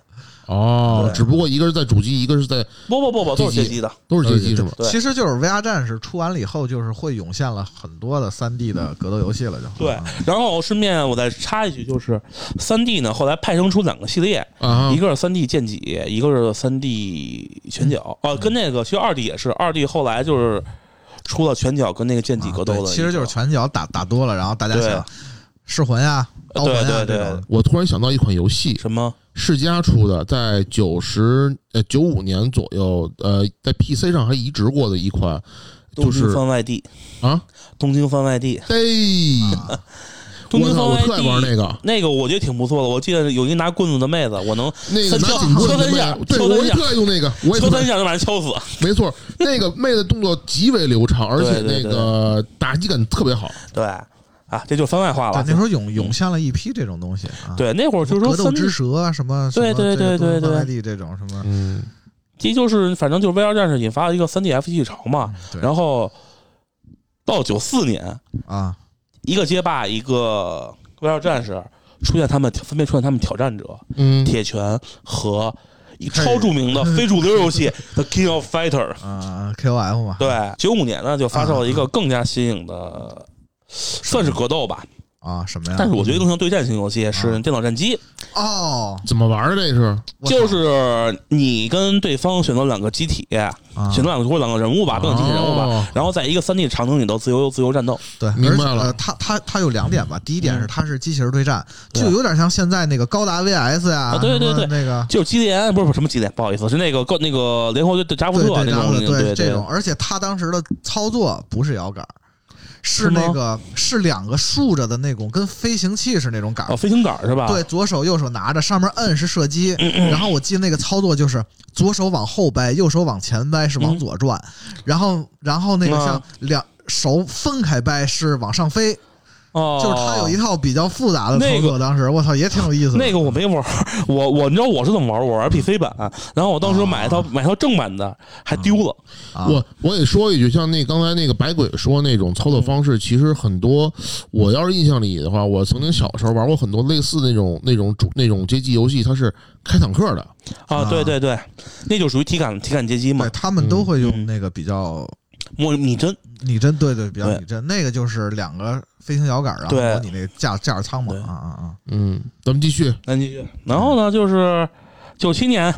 [SPEAKER 2] 哦，
[SPEAKER 3] 对
[SPEAKER 2] 只不过一个是在主机，一个是在
[SPEAKER 3] 不不不不，都是街机的。
[SPEAKER 2] 都是街机是吗？
[SPEAKER 3] 对
[SPEAKER 1] 其实就是 VR 战士出完了以后，就是会涌现了很多的三 D 的格斗游戏了，就啊
[SPEAKER 3] 对，然后顺便我再插一句，就是三 D 呢，后来派生出两个系列，
[SPEAKER 2] 啊
[SPEAKER 3] 一，个是三 D 剑戟，一个是三 D 拳脚。
[SPEAKER 2] 嗯
[SPEAKER 3] 啊，跟那个其实二 D 也是，二 D 后来就是出了拳脚跟那个剑戟格斗
[SPEAKER 1] 啊
[SPEAKER 3] 的一
[SPEAKER 1] 对
[SPEAKER 3] 个，
[SPEAKER 1] 其实就是拳脚打打多了，然后大家
[SPEAKER 3] 对
[SPEAKER 1] 想噬魂呀、刀魂呀
[SPEAKER 3] 对对
[SPEAKER 1] 这
[SPEAKER 3] 对
[SPEAKER 1] 种
[SPEAKER 2] 我突然想到一款游戏，
[SPEAKER 3] 什么
[SPEAKER 2] 世嘉出的，在九十呃九五年左右，呃，在 PC 上还移植过的一款，
[SPEAKER 3] 东
[SPEAKER 2] 就
[SPEAKER 3] 京
[SPEAKER 2] 是
[SPEAKER 3] 番外地，
[SPEAKER 2] 啊，
[SPEAKER 3] 东京番外地，
[SPEAKER 2] 嘿，
[SPEAKER 1] 啊
[SPEAKER 3] 东
[SPEAKER 2] 我
[SPEAKER 3] 京
[SPEAKER 2] 操，
[SPEAKER 3] 番
[SPEAKER 2] 我
[SPEAKER 3] 外
[SPEAKER 2] 特爱玩
[SPEAKER 3] 地。
[SPEAKER 2] 那个，
[SPEAKER 3] 那个我觉得挺不错的，我记得有一拿棍子的妹子，我能
[SPEAKER 2] 那个
[SPEAKER 3] 三
[SPEAKER 2] 拿
[SPEAKER 3] 敲
[SPEAKER 2] 警棍
[SPEAKER 3] 敲
[SPEAKER 2] 的
[SPEAKER 3] 三
[SPEAKER 2] 妹
[SPEAKER 3] 下
[SPEAKER 2] 子，对
[SPEAKER 3] 敲三
[SPEAKER 2] 我也
[SPEAKER 3] 下
[SPEAKER 2] 特爱用那个，我也
[SPEAKER 3] 敲
[SPEAKER 2] 特爱
[SPEAKER 3] 三下就把人敲死。
[SPEAKER 2] 没
[SPEAKER 3] [LAUGHS]
[SPEAKER 2] 错，那个妹的动作极为流畅，而且
[SPEAKER 3] 对对
[SPEAKER 2] 那个打击感特别好。
[SPEAKER 3] 对啊，这就是番外话
[SPEAKER 1] 对
[SPEAKER 3] 了
[SPEAKER 1] 那。时候涌涌现了一批这种东西啊。
[SPEAKER 3] 对，那会儿就是说
[SPEAKER 1] 格斗
[SPEAKER 3] 三 D
[SPEAKER 1] 之蛇啊什么，
[SPEAKER 3] 对对对对啊对
[SPEAKER 1] 外地这种什么，
[SPEAKER 2] 嗯，
[SPEAKER 3] 这就是反正就是 VR 战士引发了一个 3DF 技潮嘛。
[SPEAKER 1] 嗯对
[SPEAKER 3] 然后到九四年，
[SPEAKER 1] 啊，
[SPEAKER 3] 一个街霸，一个 VR 战士出现他们分别出现他们挑战者、
[SPEAKER 2] 嗯，
[SPEAKER 3] 铁拳和一超著名的非主流游戏 The King of Fighter。
[SPEAKER 1] 啊 KOF 嘛，
[SPEAKER 3] 对，九五年呢就发售了一个更加新颖的，算是格斗吧，
[SPEAKER 1] 啊什么呀？
[SPEAKER 3] 但是我觉得更像对战型游戏，是电脑战机。
[SPEAKER 1] 哦，
[SPEAKER 2] 怎么玩儿啊这是？
[SPEAKER 1] 嗯我操
[SPEAKER 3] 就是你跟对方选择两个机体，
[SPEAKER 1] 啊
[SPEAKER 3] 选择两个或者两个人物吧，不两个机体人物吧，
[SPEAKER 2] 哦
[SPEAKER 3] 然后在一个三 D 场景里头自由自由战斗。
[SPEAKER 1] 对，
[SPEAKER 2] 明
[SPEAKER 1] 而且
[SPEAKER 2] 白了
[SPEAKER 1] 呃它它它有两点吧，第一点是
[SPEAKER 3] 嗯
[SPEAKER 1] 它是机器人对战，
[SPEAKER 3] 对
[SPEAKER 1] 就有点像现在那个高达 VS 呀，
[SPEAKER 3] 啊对对
[SPEAKER 1] 什么
[SPEAKER 3] 对
[SPEAKER 1] 那个
[SPEAKER 3] 就是基连，不是不是什么基连，不好意思，是那个那个联合队对扎福特
[SPEAKER 1] 对
[SPEAKER 3] 那种，
[SPEAKER 1] 对
[SPEAKER 3] 对
[SPEAKER 1] 这种，而且它当时的操作不是摇杆儿，是
[SPEAKER 3] 吗
[SPEAKER 1] 那个是两个竖着的那种，跟飞行器是那种杆儿
[SPEAKER 3] 哦，。飞行杆儿是吧？
[SPEAKER 1] 对，左手右手拿着，上面摁是射
[SPEAKER 3] [CLEARS THROAT]
[SPEAKER 1] 击，然后我记得那个操作就是左手往后掰，右手往前掰是往
[SPEAKER 3] 嗯
[SPEAKER 1] 左转，然后然后那个
[SPEAKER 3] 嗯
[SPEAKER 1] 像两手分开掰是往上飞，
[SPEAKER 3] 哦，
[SPEAKER 1] 就是它有一套比较复杂的
[SPEAKER 3] 那
[SPEAKER 1] 操作，当时我操也挺有意思的。
[SPEAKER 3] 那个我没玩儿，我我你知道我是怎么玩儿？我玩儿 PC 版，然后我
[SPEAKER 1] 哦
[SPEAKER 3] 当时买一套、买一套正版的，还丢了。
[SPEAKER 1] 啊
[SPEAKER 2] 我我也说一句，像那刚才那个白鬼说那种操作方式，其实很多，我要是印象里的话，我曾经小时候玩过很多类似那种那种主那种街机游戏，它是开坦克的，
[SPEAKER 1] 嗯
[SPEAKER 3] 啊，对对对，那就属于体感体感街机嘛
[SPEAKER 1] 对，他们都会用
[SPEAKER 3] 嗯
[SPEAKER 1] 那个比较
[SPEAKER 3] 模拟真。
[SPEAKER 1] 拟真，对对，比较
[SPEAKER 3] 对
[SPEAKER 1] 拟真，那个就是两个飞行摇杆，然后
[SPEAKER 3] 对
[SPEAKER 1] 模拟那个驾驾驶舱嘛
[SPEAKER 3] 对，
[SPEAKER 1] 啊啊啊，
[SPEAKER 2] 嗯，咱们继续，
[SPEAKER 3] 那继续。然后呢，就是九七年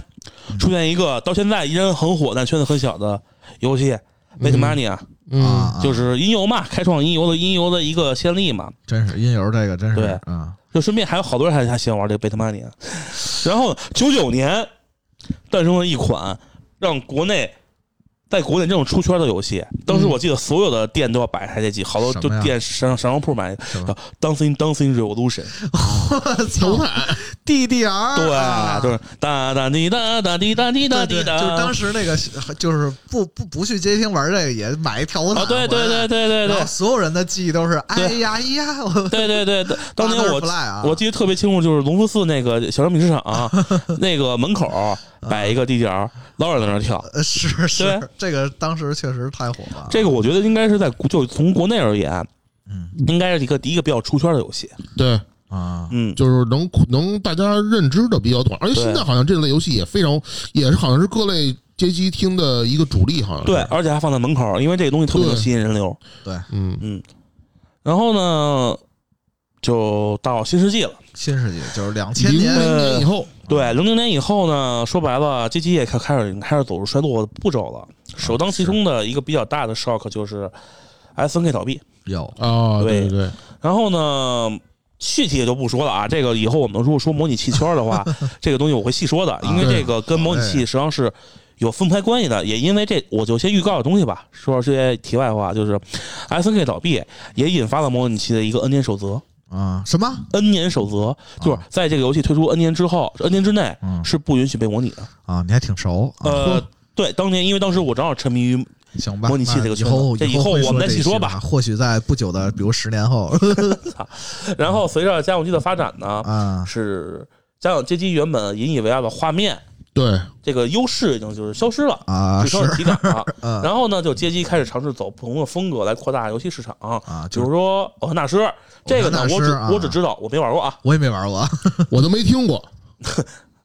[SPEAKER 1] 嗯
[SPEAKER 3] 出现一个到现在依然很火但圈子很小的游戏《Beatmania》，
[SPEAKER 2] 嗯，
[SPEAKER 1] 啊，
[SPEAKER 3] 就是音游嘛，开创音游的音游的一个先例嘛。
[SPEAKER 1] 真是音游这个真是
[SPEAKER 3] 对 [LAUGHS]
[SPEAKER 1] 啊，
[SPEAKER 3] 就身边还有好多人还还喜欢玩这个 Beatmania。然啊后九九年诞生了一款让国内在国内这种出圈的游戏，当时我记得所有的店都要摆上这几，好多就
[SPEAKER 1] 什么呀
[SPEAKER 3] 店上上药铺买
[SPEAKER 1] 什么
[SPEAKER 3] 叫 Dancing Dancing Revolution，
[SPEAKER 1] 我
[SPEAKER 2] 调
[SPEAKER 1] 操
[SPEAKER 2] 侃，
[SPEAKER 1] ，DDR，啊
[SPEAKER 3] 对，就是哒哒滴哒哒滴哒滴哒
[SPEAKER 1] 对对，
[SPEAKER 3] 滴哒，
[SPEAKER 1] 就是当时那个就是不不不去街厅玩这个，也买一跳舞毯
[SPEAKER 3] 啊，
[SPEAKER 1] 回来，
[SPEAKER 3] 对对对对对
[SPEAKER 1] 然后
[SPEAKER 3] 对。
[SPEAKER 1] 所有人的记忆都是哎
[SPEAKER 3] 对
[SPEAKER 1] 呀哎呀，我
[SPEAKER 3] 对对对对，当年我
[SPEAKER 1] Butterfly 啊
[SPEAKER 3] 我记得特别清楚，就是隆福寺那个小商品市场、啊那个门口摆一个地点儿，老有人在那儿跳。
[SPEAKER 1] 呃是
[SPEAKER 3] 对
[SPEAKER 1] 是，这个当时确实太火了，
[SPEAKER 3] 这个我觉得应该是在就从国内而言，
[SPEAKER 1] 嗯
[SPEAKER 3] 应该是一个第一个比较出圈的游戏。
[SPEAKER 2] 对，
[SPEAKER 1] 啊，
[SPEAKER 3] 嗯，
[SPEAKER 2] 就是能能大家认知的比较广，而且
[SPEAKER 3] 对
[SPEAKER 2] 现在好像这类游戏也非常，也是好像是各类街机厅的一个主力，好像是
[SPEAKER 3] 嗯对，，而且还放在门口，因为这个东西特别能
[SPEAKER 2] 对
[SPEAKER 3] 吸引人流。
[SPEAKER 2] 嗯，
[SPEAKER 3] 然后呢，就到新世纪了。
[SPEAKER 1] 新世纪就是两千
[SPEAKER 2] 零零
[SPEAKER 1] 年，
[SPEAKER 2] 年以后，
[SPEAKER 3] 对，零零年以后呢，说白了，街机也开开始开始走入衰落的步骤了。首当其冲的一个比较大的 shock 就是 S N K 倒闭。
[SPEAKER 1] 有
[SPEAKER 2] 啊，
[SPEAKER 3] 呃对
[SPEAKER 2] 对对，
[SPEAKER 3] 然后呢，具体也就不说了啊，这个以后我们说说模拟器圈的
[SPEAKER 1] [LAUGHS]
[SPEAKER 3] 话，这个东西我会细说
[SPEAKER 1] 啊
[SPEAKER 3] 的，因为这个跟模拟器实际上是有分开关系的。也因为这，我就先预告的东西吧，说这些题外话，就是 S N K 倒闭也引发了模拟器的一个 N 年守则。
[SPEAKER 1] 啊什么
[SPEAKER 3] N 年守则就是在这个游戏推出 N 年之后，N 年之内
[SPEAKER 1] 啊嗯
[SPEAKER 3] 是不允许被模拟的。
[SPEAKER 1] 啊？你还挺熟啊？
[SPEAKER 3] 呃，对，当年因为当时我正好沉迷于
[SPEAKER 1] 行吧，
[SPEAKER 3] 模拟器
[SPEAKER 1] 那
[SPEAKER 3] 这个
[SPEAKER 1] 以
[SPEAKER 3] 圈子
[SPEAKER 1] 后
[SPEAKER 3] 这以后
[SPEAKER 1] 会
[SPEAKER 3] 我们再
[SPEAKER 1] 这
[SPEAKER 3] 细
[SPEAKER 1] 一
[SPEAKER 3] 说
[SPEAKER 1] 期
[SPEAKER 3] 吧
[SPEAKER 1] 吧，或许在不久的，比如十年后
[SPEAKER 3] 然后随着家用机的发展呢，
[SPEAKER 1] 啊，
[SPEAKER 3] 是家用街机原本引以为傲的画面，
[SPEAKER 2] 对，
[SPEAKER 3] 这个优势已经就是消失了，
[SPEAKER 1] 啊
[SPEAKER 3] 只剩
[SPEAKER 1] 是
[SPEAKER 3] 体感了。
[SPEAKER 1] [LAUGHS] 嗯
[SPEAKER 3] 然后呢，就街机开始尝试走不同的风格来扩大游戏市场
[SPEAKER 1] 啊
[SPEAKER 3] 比
[SPEAKER 1] 就是
[SPEAKER 3] 如说《偶像大师》，这个呢，
[SPEAKER 1] 偶像大
[SPEAKER 3] 我只
[SPEAKER 1] 师啊
[SPEAKER 3] 我只知道，我没玩过啊。
[SPEAKER 1] 我也没玩过，
[SPEAKER 2] 我都没听
[SPEAKER 3] [LAUGHS]
[SPEAKER 2] 过，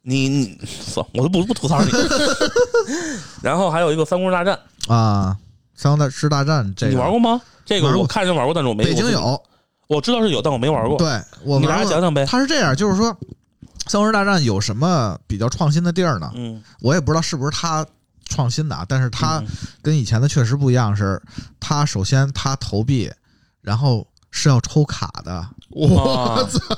[SPEAKER 3] 你你，算我都不不吐槽
[SPEAKER 1] [LAUGHS]
[SPEAKER 3] 你。然后还有一个《三国大战
[SPEAKER 1] 啊，三国大师大战这》，个
[SPEAKER 3] 你玩过吗？这
[SPEAKER 1] 玩
[SPEAKER 3] 个
[SPEAKER 1] 过
[SPEAKER 3] 我看人玩过，但是我没
[SPEAKER 1] 北京，有，
[SPEAKER 3] 我我知道是有，但我没玩过。
[SPEAKER 1] 对我
[SPEAKER 3] 你给大
[SPEAKER 1] 玩过。
[SPEAKER 3] 家
[SPEAKER 1] 啊
[SPEAKER 3] 讲讲呗。
[SPEAKER 1] 它是这样，就是说，三国大战有什么比较创新的地儿呢？
[SPEAKER 3] 嗯，
[SPEAKER 1] 我也不知道是不是它创新的啊，但是它
[SPEAKER 3] 嗯
[SPEAKER 1] 跟以前的确实不一样，是它首先它投币，然后是要抽卡的，
[SPEAKER 2] 我操，
[SPEAKER 1] 哦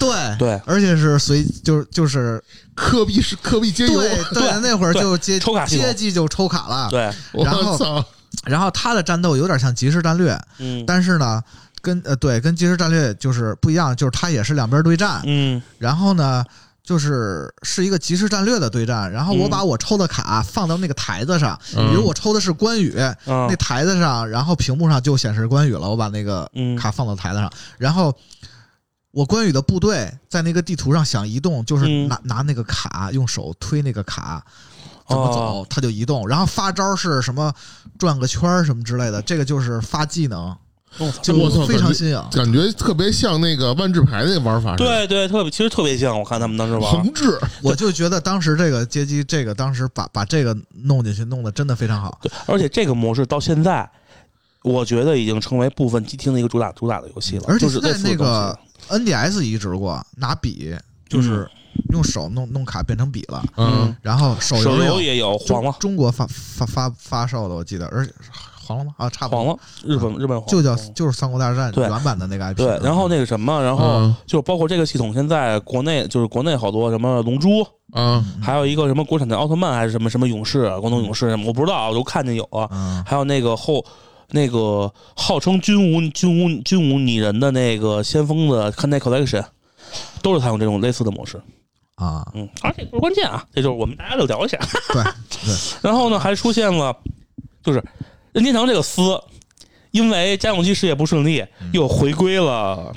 [SPEAKER 1] 对
[SPEAKER 3] 对
[SPEAKER 1] 而且是随就是就是
[SPEAKER 2] 科比是科比街游，
[SPEAKER 1] 对
[SPEAKER 3] 对
[SPEAKER 1] 那会儿就接
[SPEAKER 3] 抽卡系统
[SPEAKER 1] 接机就抽卡了，
[SPEAKER 3] 对，
[SPEAKER 2] 我
[SPEAKER 1] 然后
[SPEAKER 2] 操，
[SPEAKER 1] 然后它的战斗有点像即时战略，
[SPEAKER 3] 嗯
[SPEAKER 1] 但是呢。跟呃对，跟即时战略就是不一样，就是它也是两边对战，
[SPEAKER 3] 嗯
[SPEAKER 1] 然后呢，就是是一个即时战略的对战。然后我
[SPEAKER 3] 嗯
[SPEAKER 1] 把我抽的卡放到那个台子上，
[SPEAKER 2] 嗯
[SPEAKER 1] 比如我抽的是关羽，
[SPEAKER 3] 啊
[SPEAKER 1] 那台子上，然后屏幕上就显示关羽了。我把那个
[SPEAKER 3] 嗯
[SPEAKER 1] 卡放到台子上，然后我关羽的部队在那个地图上想移动，就是
[SPEAKER 3] 嗯
[SPEAKER 1] 拿、拿那个卡用手推那个卡。怎么
[SPEAKER 2] 哦
[SPEAKER 1] 走，它就移动。然后发招是什么，转个圈儿什么之类的，这个就是发技能，
[SPEAKER 3] 我操
[SPEAKER 1] 就
[SPEAKER 2] 我操
[SPEAKER 1] 非常新颖。
[SPEAKER 2] 感觉特别像那个万智牌那玩法似的，
[SPEAKER 3] 对对，特别其实特别像，我看他们当时玩。
[SPEAKER 2] 横置，
[SPEAKER 1] 我就觉得当时这个街机，这个当时把把这个弄进去，弄得真的非常好。
[SPEAKER 3] 对，而且这个模式到现在，我觉得已经成为部分机厅的一个主打主打的游戏了。
[SPEAKER 1] 而且
[SPEAKER 3] 就是
[SPEAKER 1] 现在
[SPEAKER 3] 类似的
[SPEAKER 1] 那个
[SPEAKER 3] 东
[SPEAKER 1] NDS 移植过，拿笔就是用手弄弄卡变成笔了，
[SPEAKER 2] 嗯，
[SPEAKER 1] 然后手
[SPEAKER 3] 西
[SPEAKER 1] 游
[SPEAKER 3] 手游
[SPEAKER 1] 有
[SPEAKER 3] 也有
[SPEAKER 1] 中
[SPEAKER 3] 黄了，
[SPEAKER 1] 中国发发发发售的，我记得，而且黄了吗？啊，差不
[SPEAKER 3] 黄
[SPEAKER 1] 多，
[SPEAKER 3] 了，日本日本黄了
[SPEAKER 1] 就叫
[SPEAKER 3] 黄了
[SPEAKER 1] 就是《三国大战》
[SPEAKER 3] 对
[SPEAKER 1] 原版的那个 IP。
[SPEAKER 3] 对，然后那个什么，然后
[SPEAKER 2] 嗯
[SPEAKER 3] 就包括这个系统，现在国内就是国内好多什么龙珠，
[SPEAKER 2] 啊，
[SPEAKER 1] 嗯
[SPEAKER 3] 还有一个什么国产的奥特曼还是什么什么勇士、光头勇士什么，我不知道啊，我都看见有啊。
[SPEAKER 1] 嗯，
[SPEAKER 3] 还有那个后那个号称军无军无军无拟人的那个先锋的 c o n n e Collection，都是采用这种类似的模式。
[SPEAKER 1] 啊，
[SPEAKER 3] 嗯，而且不是关键啊，这就是我们大家就聊一下。
[SPEAKER 1] 对对，
[SPEAKER 3] [LAUGHS] 然后呢，还出现了就是任天堂这个司，因为家用机事业不顺利，
[SPEAKER 1] 嗯
[SPEAKER 3] 又回归了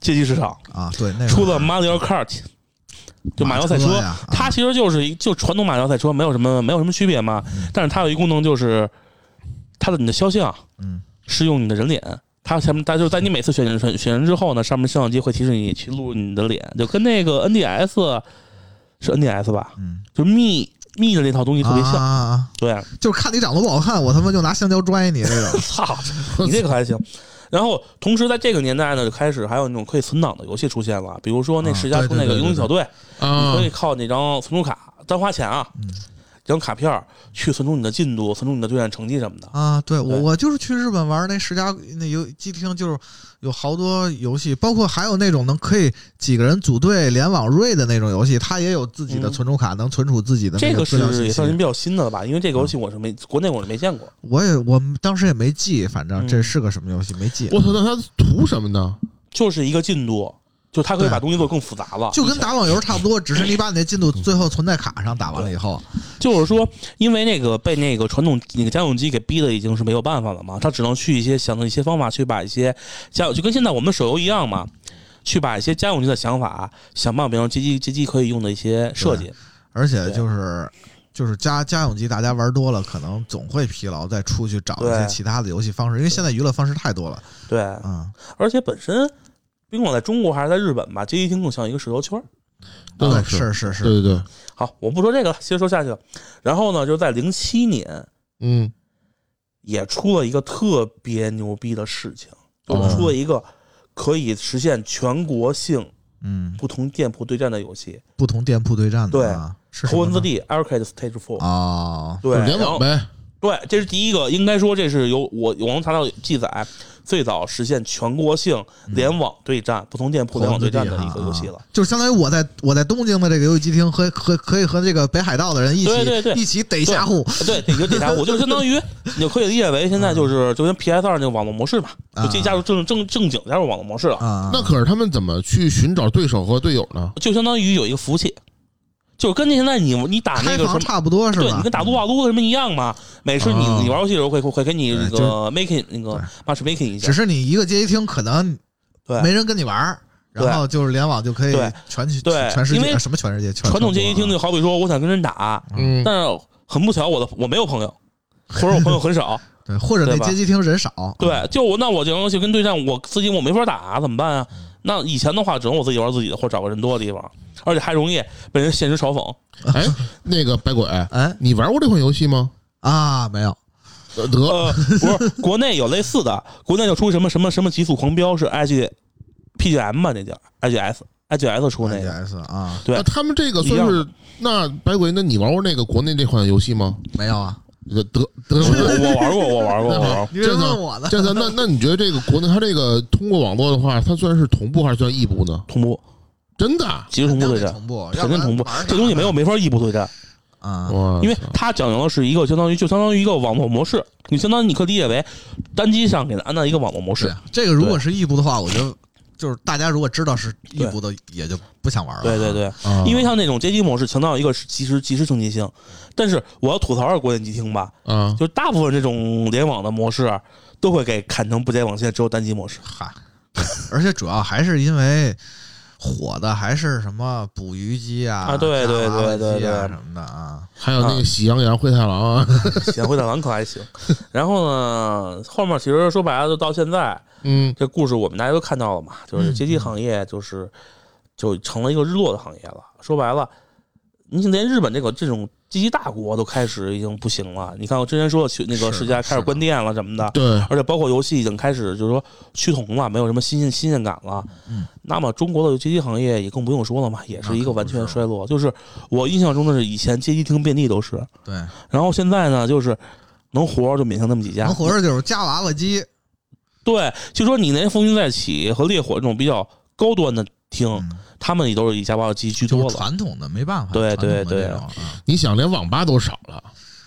[SPEAKER 3] 街机市场，
[SPEAKER 1] 啊对，那个
[SPEAKER 3] 出了 Mario Kart，就马
[SPEAKER 1] 马
[SPEAKER 3] 摇赛
[SPEAKER 1] 车
[SPEAKER 3] 车
[SPEAKER 1] 呀。
[SPEAKER 3] 它其实就是一就传统马摇赛车，没有什么没有什么区别嘛。但是它有一功能就是它的你的肖像
[SPEAKER 1] 嗯
[SPEAKER 3] 是用你的人脸。它前面，它就是在你每次选人选选人之后呢，上面摄像机会提示你去录你的脸，就跟那个 NDS 是 NDS 吧，
[SPEAKER 1] 嗯，
[SPEAKER 3] 就密密的那套东西特别像。
[SPEAKER 1] 啊啊啊 [LAUGHS]
[SPEAKER 3] 对，
[SPEAKER 1] 就是看你长得不好看，我他妈就拿香蕉拽你那种
[SPEAKER 3] 操，你这个还行。然后，同时在这个年代呢，就开始还有那种可以存档的游戏出现了，比如说那
[SPEAKER 1] 啊
[SPEAKER 3] 世嘉出那
[SPEAKER 1] 对对
[SPEAKER 3] 个《
[SPEAKER 1] 对嗯
[SPEAKER 3] 英雄小队》，你
[SPEAKER 2] 啊
[SPEAKER 3] 可以靠那张存储卡咱花钱啊，张卡片儿去存储你的进度，存储你的对战成绩什么的。
[SPEAKER 1] 啊，对我
[SPEAKER 3] 对
[SPEAKER 1] 我就是去日本玩那十家那游机厅，就是有好多游戏，包括还有那种能可以几个人组队联网瑞的那种游戏，它也有自己的
[SPEAKER 3] 嗯
[SPEAKER 1] 存储卡，能存储自己的那
[SPEAKER 3] 这个
[SPEAKER 1] 资料
[SPEAKER 3] 是
[SPEAKER 1] 信
[SPEAKER 3] 也算是
[SPEAKER 1] 息。嗯
[SPEAKER 3] 比较新的了吧？因为这个游戏我是没国内我是没见过。
[SPEAKER 1] 我也我们当时也没记，反正
[SPEAKER 3] 嗯
[SPEAKER 1] 这是个什么游戏没记，
[SPEAKER 2] 我操，那他图什么呢？
[SPEAKER 3] 就是一个进度，就它可以
[SPEAKER 1] 对
[SPEAKER 3] 把东西做得更复杂了。
[SPEAKER 1] 就跟打网游差不多，只是你把你的进度最后存在卡上打完了以后，
[SPEAKER 3] 就是说，因为那个被那个传统那个家用机给逼的已经是没有办法了嘛，他只能去一些想的一些方法去把一些家用就跟现在我们手游一样嘛，去把一些家用机的想法想办法变成街机街机可以用的一些设计。
[SPEAKER 1] 而且就是。就是家家用机，大家玩多了，可能总会疲劳，再出去找一些
[SPEAKER 3] 对
[SPEAKER 1] 其他的游戏方式，因为现在娱乐方式太多了。
[SPEAKER 3] 对，
[SPEAKER 1] 嗯，
[SPEAKER 3] 而且本身甭管在中国还是在日本吧，街机厅更像一个社交圈儿。
[SPEAKER 2] 那
[SPEAKER 1] 对，
[SPEAKER 2] 倒
[SPEAKER 1] 呃啊是是是，
[SPEAKER 2] 对对对，
[SPEAKER 3] 好，我不说这个了，接着说下去。然后呢，就在零七年
[SPEAKER 2] 嗯，
[SPEAKER 3] 也出了一个特别牛逼的事情，就
[SPEAKER 1] 哦
[SPEAKER 3] 出了一个可以实现全国性
[SPEAKER 1] 嗯，
[SPEAKER 3] 不同店铺对战的游戏，
[SPEAKER 1] 不同店铺对战的，
[SPEAKER 3] 对
[SPEAKER 1] 啊，是
[SPEAKER 3] 《
[SPEAKER 1] 什
[SPEAKER 3] 头
[SPEAKER 1] 么
[SPEAKER 3] 文
[SPEAKER 1] 呢
[SPEAKER 3] 字 D Arcade Stage Four》
[SPEAKER 1] 哦，
[SPEAKER 3] 对，
[SPEAKER 2] 就是联
[SPEAKER 3] 然
[SPEAKER 2] 网
[SPEAKER 3] 后
[SPEAKER 2] 呗。
[SPEAKER 3] 对，这是第一个，应该说这是由我我能查到记载最早实现全国性联网对战、不同店铺联网对战的一个游戏了
[SPEAKER 1] 啊。，就相当于我在我在东京的这个游戏机厅和和可以和这个北海道的人一起
[SPEAKER 3] 对对对
[SPEAKER 1] 一起逮瞎户
[SPEAKER 3] 对，这个这啥，我就相当于你就可以理解为现在就是就跟 PS 二那个网络模式嘛，就这加入正正正经加入网络模式了，
[SPEAKER 1] 啊，
[SPEAKER 2] 那可是他们怎么去寻找对手和队友呢？
[SPEAKER 3] 就相当于有一个服务器，就跟现在你你打那
[SPEAKER 1] 开
[SPEAKER 3] 个什
[SPEAKER 1] 房
[SPEAKER 3] 么。
[SPEAKER 1] 差不多是
[SPEAKER 3] 对你
[SPEAKER 1] 吧
[SPEAKER 3] 跟？打撸啊撸的什么一样嘛？每次你
[SPEAKER 1] 哦
[SPEAKER 3] 你玩游戏的时候会会会给你那
[SPEAKER 1] 对就
[SPEAKER 3] 个 making 那个 match making 一下
[SPEAKER 1] 只，是你一个街机厅可能
[SPEAKER 3] 对
[SPEAKER 1] 没人跟你玩儿，
[SPEAKER 3] 对
[SPEAKER 1] 然后就是联网就可以
[SPEAKER 3] 对
[SPEAKER 1] 全去
[SPEAKER 3] 对
[SPEAKER 1] 全世
[SPEAKER 3] 因
[SPEAKER 1] 界啊
[SPEAKER 3] 为
[SPEAKER 1] 什么全世界全啊
[SPEAKER 3] 传统街机厅
[SPEAKER 1] 全
[SPEAKER 3] 就好比说，我想跟人打，
[SPEAKER 2] 嗯，
[SPEAKER 3] 但是很不巧，我的我没有朋友，或者我朋友很少，
[SPEAKER 1] 国啊对，或者那
[SPEAKER 3] 对吧
[SPEAKER 1] 街机厅人少，
[SPEAKER 3] 对，就我那我就去跟对战，我自己我没法打，怎么办
[SPEAKER 1] 嗯
[SPEAKER 3] 啊？那以前的话，只能我自己玩自己的，或者找个人多的地方，而且还容易被人现实嘲讽。
[SPEAKER 2] 哎，那个百鬼，
[SPEAKER 1] 哎
[SPEAKER 2] 你玩过这款游戏吗？
[SPEAKER 1] 啊没有
[SPEAKER 2] 呃得，
[SPEAKER 3] 呃，不是，国内有类似的，国内就出什么什么什么极速狂飙是 I G P G M 吧，那叫 I G S I G S 出那个，
[SPEAKER 1] S 啊
[SPEAKER 3] 对
[SPEAKER 2] 那他们这个算
[SPEAKER 3] 一
[SPEAKER 2] 是那百鬼？那你玩过那个国内这款游戏吗？
[SPEAKER 1] 没有啊，
[SPEAKER 2] 得得得， [LAUGHS]
[SPEAKER 3] 我我玩过，我玩过，我
[SPEAKER 1] [LAUGHS]
[SPEAKER 3] 玩过。
[SPEAKER 1] 你为什
[SPEAKER 2] 真
[SPEAKER 1] 么
[SPEAKER 2] 的
[SPEAKER 1] 问我呢？
[SPEAKER 2] 这咱那那你觉得这个国内它这个通过网络的话，它算是同步还是算异步呢？
[SPEAKER 3] 同步，
[SPEAKER 2] 真的啊
[SPEAKER 3] 极速同步对战，
[SPEAKER 1] 同步，要不
[SPEAKER 3] 肯定
[SPEAKER 1] 然
[SPEAKER 3] 同步
[SPEAKER 1] 玩儿。
[SPEAKER 3] 这东西没有
[SPEAKER 1] 啥
[SPEAKER 3] 没法异步对战，
[SPEAKER 1] 啊
[SPEAKER 2] 哇！
[SPEAKER 3] 因为它讲究的是一个相当于就相当于一个网络模式，你相当于你可以理解为单机上给它安到一个网络模
[SPEAKER 1] 是
[SPEAKER 3] 式。
[SPEAKER 1] 啊，这个如果是异步的话，我觉得就是大家如果知道是异步的，也就不想玩了。
[SPEAKER 3] 对对对，
[SPEAKER 1] 嗯
[SPEAKER 2] 啊
[SPEAKER 3] 因为像那种街机模式强调一个是及时及时升级性，但是我要吐槽一下国内机厅吧，
[SPEAKER 1] 嗯
[SPEAKER 2] 啊，
[SPEAKER 3] 就大部分这种联网的模式都会给砍成不接网线，只有单机
[SPEAKER 1] [LAUGHS]
[SPEAKER 3] 模式。
[SPEAKER 1] 嗨，而且主要还是因为火的还是什么捕鱼机啊、
[SPEAKER 3] 啊对对
[SPEAKER 1] 炸娃娃
[SPEAKER 3] 对对
[SPEAKER 1] 机啊
[SPEAKER 3] 对
[SPEAKER 1] 什么的啊，
[SPEAKER 2] 还有那个喜羊羊、灰太狼啊，
[SPEAKER 3] 显灰太狼可还行，然后呢，后面其实说白了，就到现在
[SPEAKER 2] 嗯，
[SPEAKER 3] 这故事我们大家都看到了嘛，就是街机行业就是就成了一个日落的行业了。说白了，你连日本这个这种街机大国都开始已经不行了。你看我之前说的去那
[SPEAKER 1] 是的
[SPEAKER 3] 个世家开
[SPEAKER 1] 是
[SPEAKER 3] 始
[SPEAKER 1] 的
[SPEAKER 3] 关店了什么的，
[SPEAKER 2] 对，
[SPEAKER 3] 而且包括游戏已经开始就是说趋同了，没有什么新鲜新鲜感了。
[SPEAKER 1] 嗯，
[SPEAKER 3] 那么中国的街机行业也更不用说了嘛，也是一个完全衰落。就是我印象中的是以前街机厅遍地都是，
[SPEAKER 1] 对，
[SPEAKER 3] 然后现在呢就是能活着就勉强那么几家，
[SPEAKER 1] 能活着就是夹娃娃机，
[SPEAKER 3] 对，就说你连《风云再起》和《烈火》这种比较高端的厅，
[SPEAKER 1] 嗯
[SPEAKER 3] 他们也都是以家暴机居
[SPEAKER 1] 就
[SPEAKER 3] 多
[SPEAKER 1] 是
[SPEAKER 3] 了。
[SPEAKER 1] 传统的没办法，
[SPEAKER 3] 对
[SPEAKER 1] 传统的
[SPEAKER 3] 对
[SPEAKER 1] 这
[SPEAKER 3] 对
[SPEAKER 1] 种啊
[SPEAKER 2] 你想连网吧都少了，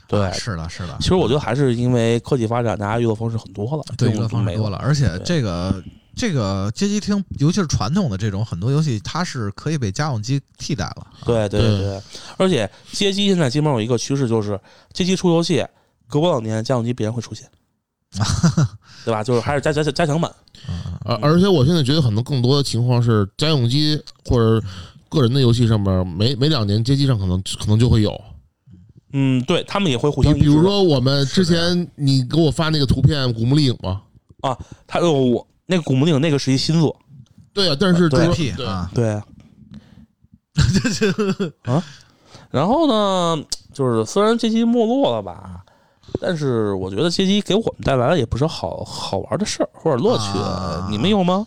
[SPEAKER 3] 对
[SPEAKER 1] 啊，是的，是的
[SPEAKER 3] 其。实我觉得还是因为科技发展，大家娱乐方式很多了，
[SPEAKER 1] 对
[SPEAKER 3] 这
[SPEAKER 1] 娱乐
[SPEAKER 3] 种就
[SPEAKER 1] 方
[SPEAKER 3] 没
[SPEAKER 1] 式多
[SPEAKER 3] 了。
[SPEAKER 1] 了，而且
[SPEAKER 3] 对
[SPEAKER 1] 这个这个街机厅，尤其是传统的这种很多游戏，它是可以被家用机替代了。
[SPEAKER 3] 对对
[SPEAKER 2] 对
[SPEAKER 3] 对，而且街机现在基本上有一个趋势，就是街机出游戏，隔不两年家用机必然会出现，对吧？就是还是加加加强版。
[SPEAKER 1] 嗯，
[SPEAKER 3] 啊
[SPEAKER 2] 而而且我现在觉得很多更多的情况是家用机或者个人的游戏上面，每每两年街机上可能可能就会有。
[SPEAKER 3] 嗯，对他们也会互
[SPEAKER 2] 比
[SPEAKER 3] 相
[SPEAKER 2] 比如
[SPEAKER 3] 移植
[SPEAKER 2] 说我们之前你给我发那个图片《古墓丽影》嘛，
[SPEAKER 3] 他呃我那个古墓丽影那个是一新作，
[SPEAKER 2] 对啊，但是就是
[SPEAKER 1] IP
[SPEAKER 2] 对
[SPEAKER 1] 啊，
[SPEAKER 3] 对， [LAUGHS] 啊，然后呢，就是虽然街机没落了吧，但是我觉得街机给我们带来了也不少好好玩的事儿或者乐趣。
[SPEAKER 1] 啊
[SPEAKER 3] 你们有吗？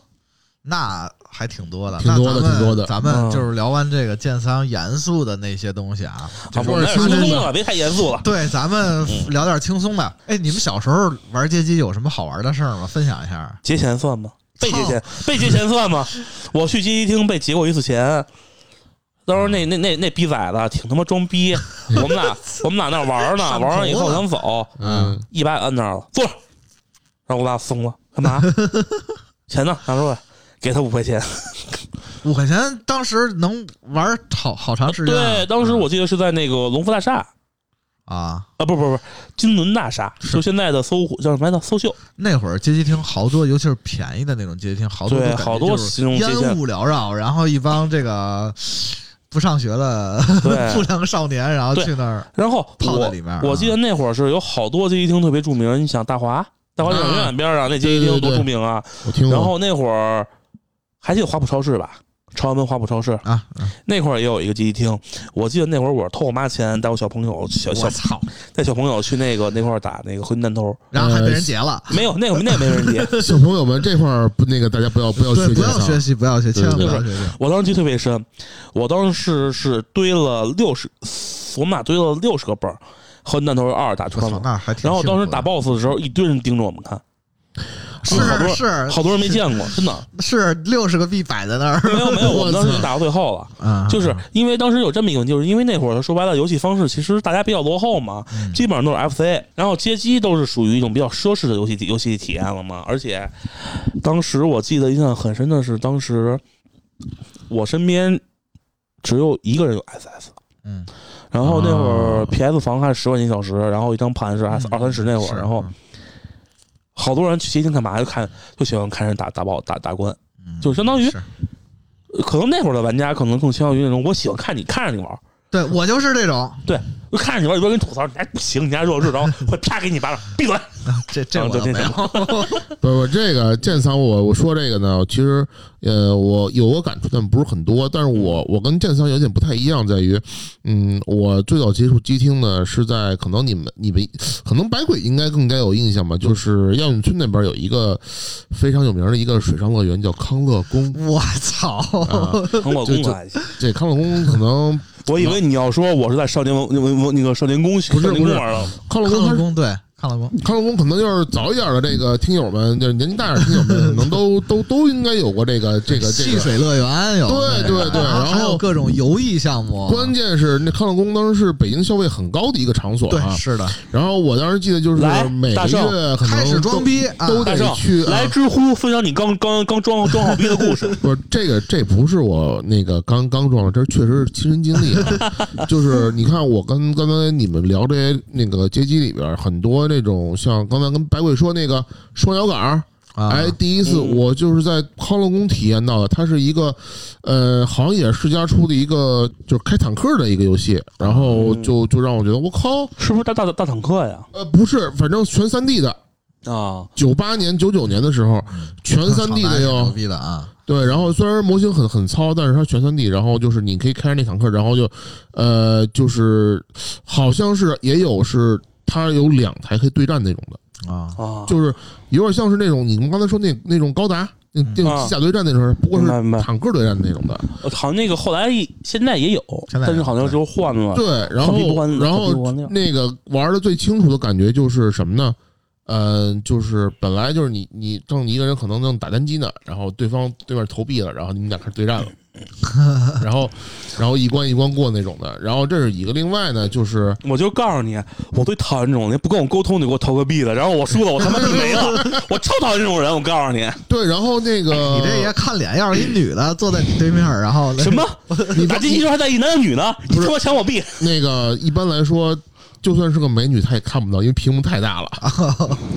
[SPEAKER 1] 那还挺多的，
[SPEAKER 2] 挺多的
[SPEAKER 1] 那咱们
[SPEAKER 2] 挺多的
[SPEAKER 1] 咱们
[SPEAKER 3] 嗯
[SPEAKER 1] 就是聊完这个剑三严肃的那些东西啊，
[SPEAKER 3] 啊，
[SPEAKER 1] 就
[SPEAKER 3] 嗯
[SPEAKER 1] 是
[SPEAKER 3] 我们
[SPEAKER 2] 是
[SPEAKER 3] 也说
[SPEAKER 2] 轻
[SPEAKER 3] 多
[SPEAKER 2] 松
[SPEAKER 3] 了，别太严肃了。
[SPEAKER 1] 对，咱们聊点轻松的。哎，你们小时候玩街机有什么好玩的事儿吗？分享一下。
[SPEAKER 3] 劫钱算吗？被劫钱，被劫钱算 [LAUGHS] 吗？我去街机厅被劫过一次钱，当时那那那那逼崽子挺他妈装 [LAUGHS] 逼，我们俩我们俩那玩儿呢，
[SPEAKER 1] 上头
[SPEAKER 3] 玩完以后
[SPEAKER 1] 了
[SPEAKER 3] 想走，
[SPEAKER 2] 嗯，
[SPEAKER 3] 一把摁那儿了，坐着，然后我爸怂了，干 [LAUGHS] 嘛？钱呢？拿出来，给他五块钱。
[SPEAKER 1] 五块钱当时能玩好好长时间啊。
[SPEAKER 3] 对，当时我记得是在那个龙福大厦
[SPEAKER 1] 啊，
[SPEAKER 3] 啊，不不不，金轮大厦，就现在的搜狐叫什么来着？搜秀。
[SPEAKER 1] 那会儿街机厅好多，尤其是便宜的那种街机厅，好多
[SPEAKER 3] 对
[SPEAKER 1] 都感觉
[SPEAKER 3] 好多
[SPEAKER 1] 就是
[SPEAKER 3] 这种街机
[SPEAKER 1] 烟雾缭绕，然后一帮这个不上学的 [LAUGHS] 不
[SPEAKER 3] [LAUGHS] 对，
[SPEAKER 1] 良少年，然后
[SPEAKER 3] 对
[SPEAKER 1] 去那儿
[SPEAKER 3] 然后
[SPEAKER 1] 泡在
[SPEAKER 3] 我
[SPEAKER 1] 里面啊。
[SPEAKER 3] 我记得那会儿是有好多街机厅特别著名，你想大华大华电影
[SPEAKER 1] 啊
[SPEAKER 3] 院边上那街机厅多著名啊！
[SPEAKER 2] 我
[SPEAKER 1] 哎
[SPEAKER 2] 听
[SPEAKER 3] 然
[SPEAKER 2] 过。
[SPEAKER 3] 后那会儿还记得华普超市吧？朝阳门华普超市
[SPEAKER 1] 啊，
[SPEAKER 3] 那块儿也有一个街机厅，我记得那会儿我是偷我妈钱，带我小朋友小小
[SPEAKER 1] 我操，
[SPEAKER 3] 带小朋友去那个那块儿打那个回弹头，
[SPEAKER 1] 然后还被人劫了。
[SPEAKER 3] 没有那会儿那没人接。
[SPEAKER 2] 小朋友们这块儿不那个大家不要不要
[SPEAKER 1] 对，
[SPEAKER 2] 学
[SPEAKER 1] 不要学
[SPEAKER 2] 习
[SPEAKER 1] 习，不要学，
[SPEAKER 2] 对
[SPEAKER 1] 千万不
[SPEAKER 2] 对
[SPEAKER 1] 要学习。
[SPEAKER 3] 我当时记得特别深，我当时是堆了六十，我们俩堆了六十个泵儿，和弹头二打
[SPEAKER 1] 我
[SPEAKER 3] 穿
[SPEAKER 1] 操
[SPEAKER 3] 了，。
[SPEAKER 1] 那还挺
[SPEAKER 3] 然后当时
[SPEAKER 1] 幸福的
[SPEAKER 3] 打 BOSS 的时候，一堆人盯着我们看，好多
[SPEAKER 1] 是是
[SPEAKER 3] 好多人没见过，真的
[SPEAKER 1] 是六十个币摆在那儿，
[SPEAKER 3] 没有
[SPEAKER 1] [LAUGHS]
[SPEAKER 3] 没有，我们当时打到最后了。
[SPEAKER 1] 啊，
[SPEAKER 3] 就是因为当时有这么一个问题，就是因为那会儿说白了，游戏方式其实大家比较落后嘛，
[SPEAKER 1] 嗯
[SPEAKER 3] 基本上都是 FC，然后街机都是属于一种比较奢侈的游戏游戏体验了嘛。而且当时我记得印象很深的是，当时我身边只有一个人有 SS，
[SPEAKER 1] 嗯，
[SPEAKER 3] 然后那会
[SPEAKER 2] 啊
[SPEAKER 3] 儿 PS 房还是十块钱一小时，然后一张盘是二二三十那会
[SPEAKER 1] 是嗯
[SPEAKER 3] 儿，然后好多人去街机厅干嘛？就看就喜欢看人打打 BOSS 打打关，
[SPEAKER 1] 嗯
[SPEAKER 3] 就相当于
[SPEAKER 1] 是
[SPEAKER 3] 可能那会儿的玩家可能更倾向于那种我喜欢看你看着你玩儿。对
[SPEAKER 1] 对我就是这种，
[SPEAKER 3] 就看着你玩，一边跟你吐槽，你还不行，你还弱智，然后会啪给你一巴掌，闭 [LAUGHS] 嘴。
[SPEAKER 1] 这这
[SPEAKER 3] 啊
[SPEAKER 1] 我
[SPEAKER 3] 对
[SPEAKER 1] 倒没有，
[SPEAKER 2] 不不，这个剑三我我说这个呢，其实呃我有过感触，但不是很多。但是我
[SPEAKER 3] 嗯
[SPEAKER 2] 我跟剑三有点不太一样，在于嗯，我最早接触机厅呢是在可能你们你们可能百鬼应该更加有印象吧，
[SPEAKER 3] 嗯
[SPEAKER 2] 就是亚运村那边有一个非常有名的一个水上乐园叫康乐宫。
[SPEAKER 1] 我操，
[SPEAKER 3] [LAUGHS]
[SPEAKER 2] 啊，
[SPEAKER 3] 成我
[SPEAKER 2] 公
[SPEAKER 3] 了
[SPEAKER 2] 了，这康乐宫可能
[SPEAKER 3] 我以为你要说我是在少年文文文那个少年宫
[SPEAKER 2] 不是
[SPEAKER 3] 少年
[SPEAKER 2] 不
[SPEAKER 3] 宫
[SPEAKER 2] 是
[SPEAKER 3] 玩的，
[SPEAKER 2] 康乐
[SPEAKER 1] 看
[SPEAKER 2] 宫它
[SPEAKER 1] 了
[SPEAKER 2] 是
[SPEAKER 1] 宫对看了宫，
[SPEAKER 2] 康乐宫可能就是早一点的这个听友们，就是年纪大点的听友们，可能都都都应该有过这个呃这个这
[SPEAKER 1] 戏
[SPEAKER 2] 个。
[SPEAKER 1] 水乐园有
[SPEAKER 2] 对
[SPEAKER 1] 那个
[SPEAKER 2] 对对
[SPEAKER 1] 然
[SPEAKER 2] 然
[SPEAKER 1] 还有
[SPEAKER 2] 后
[SPEAKER 1] 各种游艺项目，啊
[SPEAKER 2] 关键是那康乐宫当时是北京消费很高的一个场所啊
[SPEAKER 1] 对，是的，
[SPEAKER 2] 然后我当时记得就是
[SPEAKER 3] 来
[SPEAKER 2] 每个
[SPEAKER 3] 大
[SPEAKER 2] 月
[SPEAKER 3] 圣
[SPEAKER 2] 可能
[SPEAKER 1] 开始装逼啊，
[SPEAKER 2] 都
[SPEAKER 3] 大
[SPEAKER 2] 得
[SPEAKER 3] 圣
[SPEAKER 2] 去啊
[SPEAKER 3] 来知乎分享你刚刚刚装装好逼的故事。
[SPEAKER 2] 不是这个，这不是我那个刚刚撞的，这确实是亲身经历、啊。 [LAUGHS] 就是你看，我跟刚才你们聊这些那个街机里边儿，很多那种像刚才跟白鬼说那个双摇杆儿，
[SPEAKER 1] 啊
[SPEAKER 2] 哎，第一次
[SPEAKER 3] 嗯
[SPEAKER 2] 我就是在康乐宫体验到的，它是一个，呃，好像也是世嘉出的一个就是开坦克的一个游戏，然后
[SPEAKER 3] 嗯
[SPEAKER 2] 就就让我觉得我靠，
[SPEAKER 3] [LAUGHS] 是不是大大大坦克呀？
[SPEAKER 2] 呃，不是，反正全三 D 的，
[SPEAKER 3] 啊，
[SPEAKER 2] 九八年九九年的时候，
[SPEAKER 3] 嗯
[SPEAKER 1] 嗯
[SPEAKER 2] 全三 D
[SPEAKER 3] [LAUGHS]
[SPEAKER 2] 的
[SPEAKER 1] 牛
[SPEAKER 2] 哟，
[SPEAKER 1] 逼的啊，
[SPEAKER 2] 对，然后虽然模型很很糙，但是它全三 D，然后就是你可以开着那坦克，然后就，呃，就是好像是也有是它有两台可以对战那种的。
[SPEAKER 1] 啊，
[SPEAKER 3] 啊，
[SPEAKER 2] 就是有点像是那种你们刚才说那那种高达那
[SPEAKER 1] 嗯
[SPEAKER 2] 那
[SPEAKER 1] 啊
[SPEAKER 2] 种机甲对战那种，不过是
[SPEAKER 3] 明白明白啊
[SPEAKER 2] 坦克对战那种的。
[SPEAKER 3] 好像那个后来现在也有，
[SPEAKER 1] 现在
[SPEAKER 3] 但是好像是换了。
[SPEAKER 2] 对，然
[SPEAKER 3] 可比不完
[SPEAKER 2] 后然
[SPEAKER 3] 可比不
[SPEAKER 2] 后
[SPEAKER 3] 完量
[SPEAKER 2] 那个玩的最清楚的感觉就是什么呢？嗯、就是本来就是你你正一个人可能正打单机呢，然后对方对面投币了，然后你们俩开始对战
[SPEAKER 1] [LAUGHS]
[SPEAKER 2] 了，然后然后一关一关过那种的。然后这是一个，另外呢就是
[SPEAKER 3] 我就告诉你，我最讨厌这种，你不跟我沟通就给我投个币的，然后我输了我他妈地没
[SPEAKER 2] [LAUGHS]
[SPEAKER 3] 了，我超讨厌这种人。我告诉你，
[SPEAKER 2] 对，然后那个
[SPEAKER 1] 哎你这也看脸，要是一女的坐在你对面，然后
[SPEAKER 3] 什么？打街机时候还在意男的女呢？你他妈抢我币！
[SPEAKER 2] 那个一般来说，就算是个美女，她也看不到，因为屏幕太大了。
[SPEAKER 3] [LAUGHS]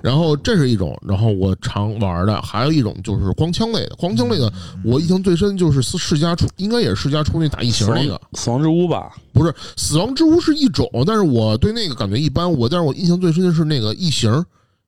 [SPEAKER 2] 然后这是一种，然后我常玩的，还有一种就是光枪类的。光枪类的，我印象最深就是世世嘉出，应该也是世嘉出那打异形那个，
[SPEAKER 3] 死亡之屋吧？
[SPEAKER 2] 不是死亡之屋是一种，但是我对那个感觉一般。我但是我印象最深的是那个异形，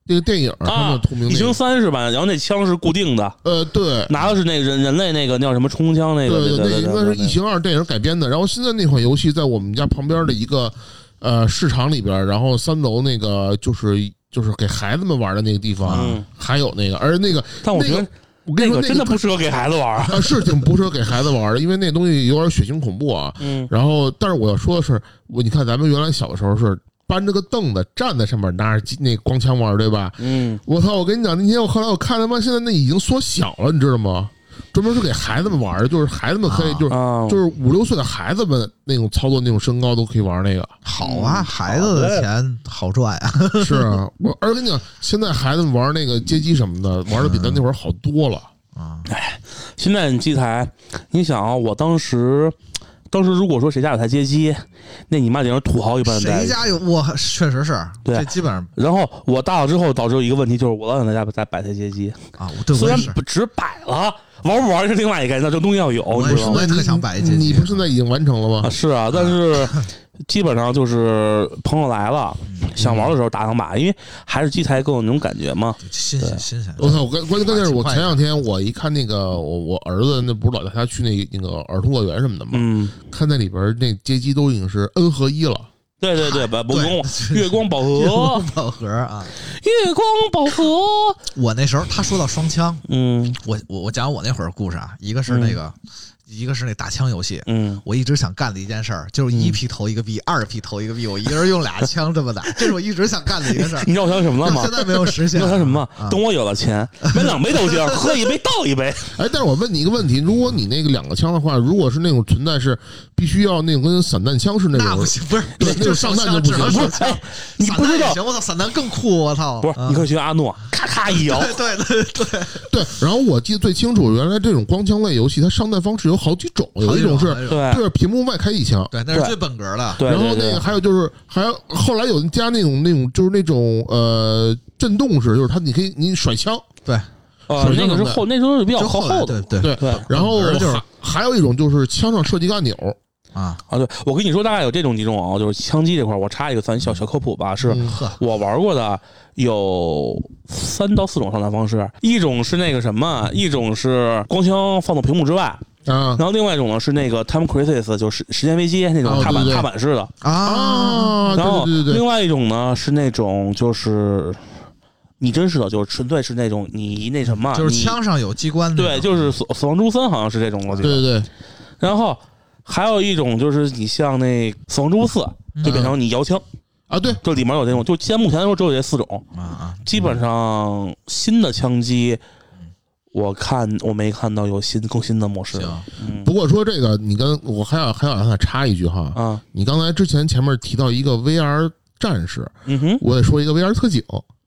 [SPEAKER 2] 那个电影他
[SPEAKER 3] 啊
[SPEAKER 2] 们同名、，
[SPEAKER 3] 异
[SPEAKER 2] 那
[SPEAKER 3] 形
[SPEAKER 2] 个。
[SPEAKER 3] 三是吧？然后那枪是固定的，
[SPEAKER 2] 呃，对，
[SPEAKER 3] 拿的是那个人人类那个那叫什么冲锋枪那个，
[SPEAKER 2] 对
[SPEAKER 3] 那
[SPEAKER 2] 那应该是《异。形二》电影改编的。然后现在那款游戏在我们家旁边的一个呃市场里边，然后三楼那个就是就是给孩子们玩的那个地方，
[SPEAKER 3] 嗯
[SPEAKER 2] 还有那个，而那个
[SPEAKER 3] 但我觉得
[SPEAKER 2] 我跟
[SPEAKER 3] 那
[SPEAKER 2] 你说，那
[SPEAKER 3] 个真的不适合给孩子玩儿。
[SPEAKER 2] 啊，是挺不适合给孩子玩的，因为那东西有点血腥恐怖啊。
[SPEAKER 3] 嗯，
[SPEAKER 2] 然后，但是我要说的是，我你看咱们原来小的时候是搬着个凳子站在上面，拿着机那光枪玩，对吧？
[SPEAKER 3] 嗯，
[SPEAKER 2] 我操！我跟你讲，那天我后来我看他妈现在那已经缩小了，你知道吗？专门是给孩子们玩的，就是孩子们可以
[SPEAKER 1] 啊
[SPEAKER 2] 就是、
[SPEAKER 3] 啊，
[SPEAKER 2] 就是五六岁的孩子们那种操作那种身高都可以玩那个。
[SPEAKER 1] 好啊，孩子的钱好赚呀、
[SPEAKER 2] 是啊，我而且跟你讲，现在孩子们玩那个街机什么的，玩的比咱那会儿好多了。
[SPEAKER 1] 啊！
[SPEAKER 3] 现在你机台，你想啊，我当时，当时如果说谁家有台街机，那你妈简直土豪一般的待
[SPEAKER 1] 谁
[SPEAKER 3] 遇。
[SPEAKER 1] 家有我确实是，
[SPEAKER 3] 呃对
[SPEAKER 1] 这基本上
[SPEAKER 3] 然后我大了之后，导致有一个问题，就是我老想在家再摆台街机，
[SPEAKER 1] 啊，我对我
[SPEAKER 3] 虽
[SPEAKER 1] 也
[SPEAKER 3] 然
[SPEAKER 1] 是，
[SPEAKER 3] 不只摆了，玩不玩是另外一个概念，但这东西要有，
[SPEAKER 1] 我
[SPEAKER 3] 你
[SPEAKER 1] 也
[SPEAKER 3] 知
[SPEAKER 1] 是
[SPEAKER 3] 道吗？
[SPEAKER 1] 我也特想摆一街机
[SPEAKER 2] 你不是现在已经完成了吗
[SPEAKER 3] 啊，？是啊，但是基本上就是朋友来了，想玩的时候打两把，因为还是机台更有那种感觉嘛。
[SPEAKER 1] 新鲜新鲜。
[SPEAKER 2] 我操！我关关键关键是我
[SPEAKER 1] 快
[SPEAKER 2] 前两天我一看那个我我儿子那不是老带他去那那个儿童乐园什么的嘛，
[SPEAKER 3] 嗯，
[SPEAKER 2] 看那里边那街机都已经是 N 合一了。
[SPEAKER 3] 对对对，不不用
[SPEAKER 1] 对
[SPEAKER 3] 月光宝
[SPEAKER 1] [LAUGHS]
[SPEAKER 3] 盒，
[SPEAKER 1] 宝盒啊！
[SPEAKER 3] 月光宝盒，
[SPEAKER 1] 我那时候他说到双枪，
[SPEAKER 3] 嗯
[SPEAKER 1] 我我我讲我那会儿故事啊，一个是那个，一个是那打枪游戏。
[SPEAKER 3] 嗯，
[SPEAKER 1] 我一直想干的一件事儿，就是一批投一个币，二批投一个币，我一人用俩枪这么打，这是我一直想干的一个事
[SPEAKER 3] [LAUGHS]
[SPEAKER 1] 儿
[SPEAKER 3] 你，知道我想什么了
[SPEAKER 1] 但
[SPEAKER 3] 吗
[SPEAKER 1] 现？在没有实
[SPEAKER 3] 你
[SPEAKER 1] 现
[SPEAKER 3] 知道。他什么
[SPEAKER 1] 啊
[SPEAKER 3] 吗？等我有了钱，买两杯豆浆，喝一杯倒一杯。
[SPEAKER 2] 哎，但是我问你一个问题：如果你那个两个枪的话，如果是那种存在是必须要那种跟散弹枪是那
[SPEAKER 1] 那
[SPEAKER 2] 种
[SPEAKER 1] 不，行，不是，
[SPEAKER 2] 对
[SPEAKER 1] 就
[SPEAKER 2] 上
[SPEAKER 1] 上
[SPEAKER 2] 弹
[SPEAKER 1] 枪
[SPEAKER 2] 就
[SPEAKER 1] 只
[SPEAKER 2] 不
[SPEAKER 1] 能
[SPEAKER 2] 行
[SPEAKER 1] 手
[SPEAKER 3] 不是
[SPEAKER 1] 枪
[SPEAKER 3] 哎，你
[SPEAKER 1] 散
[SPEAKER 3] 不
[SPEAKER 1] 弹
[SPEAKER 3] 知
[SPEAKER 1] 也
[SPEAKER 3] 道
[SPEAKER 1] 行，我操，散弹更酷，我操！
[SPEAKER 3] 不是，
[SPEAKER 1] 啊
[SPEAKER 3] 你可以学阿诺，咔咔一摇。
[SPEAKER 1] 对对对对，
[SPEAKER 2] 对。然后我记得最清楚，原来这种光枪类游戏它上弹方式有好几种，有一种是
[SPEAKER 1] 好几
[SPEAKER 3] 对
[SPEAKER 2] 对着屏幕外开一枪，
[SPEAKER 1] 对，那是最本格的。
[SPEAKER 3] 哎对
[SPEAKER 2] 然后
[SPEAKER 3] 对
[SPEAKER 2] 那
[SPEAKER 3] 对
[SPEAKER 2] 个，还有就是，还有后来有加那种那种就是那种呃震动式，就是它你可以你甩枪，
[SPEAKER 1] 对，
[SPEAKER 3] 呃，那个是后，那时候是比较
[SPEAKER 1] 就
[SPEAKER 3] 靠
[SPEAKER 1] 来
[SPEAKER 3] 后的。
[SPEAKER 1] 对对
[SPEAKER 2] 对。
[SPEAKER 3] 对
[SPEAKER 2] 然后
[SPEAKER 1] 反正就是
[SPEAKER 2] 还还有一种就是枪上设计个按钮，
[SPEAKER 1] 啊，
[SPEAKER 3] 啊，对，我跟你说，大概有这种几种啊，就是枪击这块儿，我插一个算小小科普吧，是
[SPEAKER 2] 嗯啊
[SPEAKER 1] 呵，
[SPEAKER 3] 我玩过的有三到四种上弹方式，一种是那个什么，一种是光枪放到屏幕之外，
[SPEAKER 2] 啊
[SPEAKER 3] 然后另外一种呢是那个 Time Crisis，就是时间危机那
[SPEAKER 2] 哦
[SPEAKER 3] 种踏
[SPEAKER 2] 对对
[SPEAKER 3] 板、
[SPEAKER 2] 对
[SPEAKER 3] 踏板式的，
[SPEAKER 1] 啊，
[SPEAKER 2] 啊，
[SPEAKER 3] 然后
[SPEAKER 2] 对对对对
[SPEAKER 3] 另外一种呢是那种就是你真是的，就是纯粹是那种你那什么，
[SPEAKER 1] 啊就是
[SPEAKER 3] 你
[SPEAKER 1] 枪上有机关的那
[SPEAKER 3] 对，
[SPEAKER 1] 种，
[SPEAKER 3] 就是死死亡周三好像是这种，我记
[SPEAKER 2] 对
[SPEAKER 3] 得，
[SPEAKER 2] 对对，
[SPEAKER 3] 然后。还有一种就是你像那《死亡周四》，
[SPEAKER 1] 嗯
[SPEAKER 3] 就变成你摇枪，
[SPEAKER 2] 啊对，
[SPEAKER 3] 就里面有这种，就现在目前来说只有这四种，
[SPEAKER 1] 啊啊，
[SPEAKER 3] 基本上新的枪击，我看我没看到有新更新的模式
[SPEAKER 1] 行，啊
[SPEAKER 3] 嗯
[SPEAKER 2] 不过说这个，你跟我还要还要想插一句哈，
[SPEAKER 3] 啊，
[SPEAKER 2] 你刚才之前前面提到一个 VR 战士，
[SPEAKER 3] 嗯哼，
[SPEAKER 2] 我得说一个 VR 特警，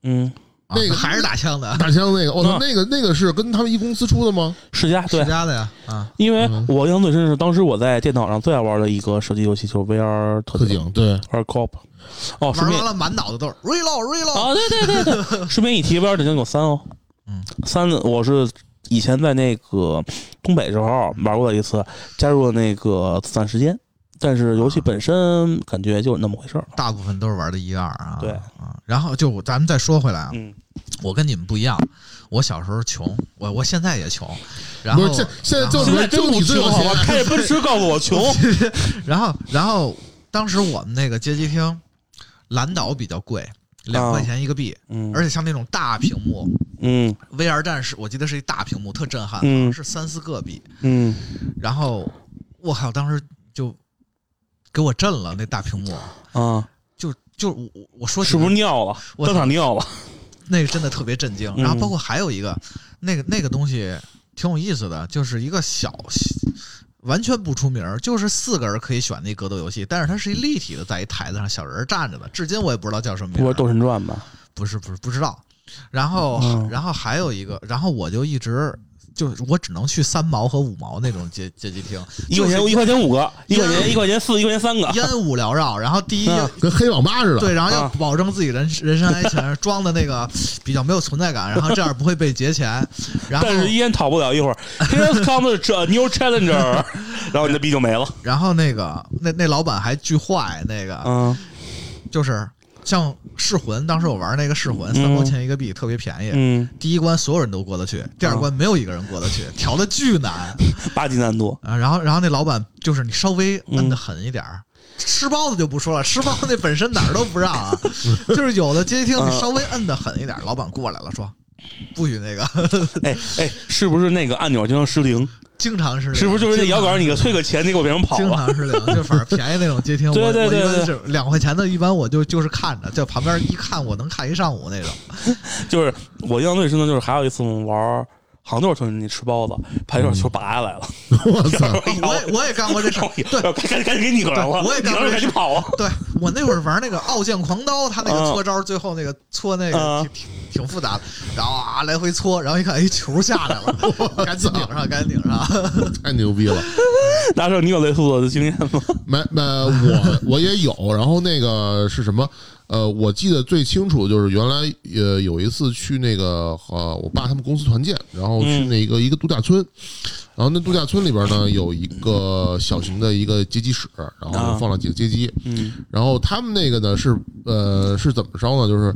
[SPEAKER 3] 嗯，
[SPEAKER 1] 啊
[SPEAKER 2] 那个
[SPEAKER 1] 还是打枪的，
[SPEAKER 2] 大枪那个，我操，
[SPEAKER 3] 嗯
[SPEAKER 2] 那个那个是跟他们一公司出的吗？
[SPEAKER 3] 世嘉
[SPEAKER 1] 世
[SPEAKER 3] 对，
[SPEAKER 1] 家的呀，啊，
[SPEAKER 3] 因为我印象最深是当时我在电脑上最爱玩的一个手机游戏就是 VR
[SPEAKER 2] 特
[SPEAKER 3] 特警
[SPEAKER 2] 警，对，
[SPEAKER 3] VR Cop，哦，顺
[SPEAKER 1] 玩
[SPEAKER 3] 便
[SPEAKER 1] 完了满脑子都是 reload reload，
[SPEAKER 3] 哦，对对对对，顺便一提 VR 特警有三哦，
[SPEAKER 1] 嗯，
[SPEAKER 3] 三我是。以前在那个东北时候玩过一次，加入了那个子弹时间，但是游戏本身感觉就那么回事儿。
[SPEAKER 1] 大部分都是玩的一二啊，
[SPEAKER 3] 对
[SPEAKER 1] 啊，然后就咱们再说回来啊，
[SPEAKER 3] 嗯，
[SPEAKER 1] 我跟你们不一样，我小时候穷，我我现在也穷，然
[SPEAKER 2] 不
[SPEAKER 1] 后
[SPEAKER 2] 是现现在就
[SPEAKER 1] 然
[SPEAKER 3] 现在
[SPEAKER 2] 是
[SPEAKER 3] 真
[SPEAKER 2] 就
[SPEAKER 3] 不
[SPEAKER 2] 你最
[SPEAKER 3] 穷
[SPEAKER 2] 有
[SPEAKER 3] 好吧？
[SPEAKER 2] 钱，
[SPEAKER 3] 开着奔驰告诉我穷，
[SPEAKER 1] 然后然后当时我们那个街机厅蓝岛比较贵，
[SPEAKER 3] 啊
[SPEAKER 1] 两块钱一个币，
[SPEAKER 3] 嗯
[SPEAKER 1] 而且像那种大屏幕
[SPEAKER 3] 嗯
[SPEAKER 1] VR 战士，我记得是一大屏幕，特震撼，好
[SPEAKER 3] 嗯
[SPEAKER 1] 像是三四个币，
[SPEAKER 3] 嗯，
[SPEAKER 1] 然后我靠，当时就给我震了那大屏幕，
[SPEAKER 3] 啊，
[SPEAKER 1] 就就我我我说起
[SPEAKER 3] 是不
[SPEAKER 1] 来
[SPEAKER 3] 是尿了？
[SPEAKER 1] 我
[SPEAKER 3] 当场尿了？
[SPEAKER 1] 那个真的特别震惊。
[SPEAKER 3] 嗯
[SPEAKER 1] 然后包括还有一个，那个那个东西挺有意思的，就是一个小。完全不出名儿，就是四个人可以选的一格斗游戏，但是它是一立体的，在一台子上小人儿站着的，至今我也不知道叫什么名
[SPEAKER 3] 不
[SPEAKER 1] 儿
[SPEAKER 3] 是《斗神传》吧？
[SPEAKER 1] 不是不是不知道。然后、
[SPEAKER 3] 嗯
[SPEAKER 1] 然后还有一个，然后我就一直就是我只能去三毛和五毛那种街街机厅，
[SPEAKER 3] 一块
[SPEAKER 1] 就是
[SPEAKER 3] 钱一块钱五个，一块
[SPEAKER 1] 就是
[SPEAKER 3] 钱一啊块钱四，一块钱三个。
[SPEAKER 1] 烟雾缭绕，然后第一、
[SPEAKER 3] 嗯
[SPEAKER 2] 跟黑网吧似的。
[SPEAKER 1] 对，然后要
[SPEAKER 3] 啊
[SPEAKER 1] 保证自己人人身安全，装的那
[SPEAKER 3] [LAUGHS]
[SPEAKER 1] 个比较没有存在感，然后这样不会被劫钱。然后
[SPEAKER 3] 但是依然逃不了一会儿。Here comes the new [LAUGHS] challenger，然后你的币就没了。
[SPEAKER 1] 然后那个那那老板还巨坏，那个、
[SPEAKER 3] 嗯
[SPEAKER 1] 就是像噬魂，当时我玩那个噬魂，三毛钱一个币，特别便宜。
[SPEAKER 3] 嗯，
[SPEAKER 1] 第一关所有人都过得去，第二关没有一个人过得去，调的巨难
[SPEAKER 3] 八级难度。
[SPEAKER 1] 啊！然后，然后那老板就是你稍微摁的
[SPEAKER 3] 嗯
[SPEAKER 1] 狠一点儿，吃包子就不说了，吃包子 [LAUGHS] 那本身哪儿都不让啊，就是有的街机厅你
[SPEAKER 3] 啊
[SPEAKER 1] 稍微摁的狠一点儿，老板过来了说：“不许那个，
[SPEAKER 3] 哎哎，是不是那个按钮经常失灵？
[SPEAKER 1] 经常是
[SPEAKER 3] 是不是就是那摇杆？你给退个钱，你给我别人跑
[SPEAKER 1] 经
[SPEAKER 3] 了？
[SPEAKER 1] 常是零，就反正便宜那种接听，我
[SPEAKER 3] 对对对
[SPEAKER 1] 我一般
[SPEAKER 3] 对
[SPEAKER 1] 是两块钱的，一般我就就是看着，就旁边一看，我能看一上午那种。
[SPEAKER 3] 就是我印象最深的就是还有一次我们玩儿，杭州春节吃包子，把一块球拔下来了，
[SPEAKER 2] 我
[SPEAKER 3] [LAUGHS]
[SPEAKER 2] 操！
[SPEAKER 1] 嗯
[SPEAKER 3] 哎
[SPEAKER 1] 我也我也干过这事儿，对
[SPEAKER 3] 赶赶赶紧给你个人了，
[SPEAKER 1] 对我也
[SPEAKER 3] 你
[SPEAKER 1] 干过
[SPEAKER 3] 儿
[SPEAKER 1] 这
[SPEAKER 3] 赶紧跑啊！
[SPEAKER 1] [LAUGHS] 对，我那会儿玩那个《傲剑狂刀》，他那个
[SPEAKER 3] 嗯
[SPEAKER 1] 搓招，最后那个搓那个
[SPEAKER 3] 嗯
[SPEAKER 1] 挺挺挺复杂的，然后啊来回搓，然后一看，哎，球下来
[SPEAKER 3] [LAUGHS]
[SPEAKER 1] 了，赶紧顶上，赶紧顶上。 [LAUGHS]
[SPEAKER 2] 太牛逼了！ [LAUGHS]
[SPEAKER 3] 大圣，你有类似的经验吗？
[SPEAKER 2] 没没，我我也有。然后那个是什么？呃，我记得最清楚就是原来呃有一次去那个呃我爸他们公司团建，然后去
[SPEAKER 3] 嗯
[SPEAKER 2] 那个一个度假村，然后那度假村里边呢有一个小型的一个街机室，然后放了几个街机，
[SPEAKER 3] 啊嗯
[SPEAKER 2] 然后他们那个呢是呃是怎么烧呢？就是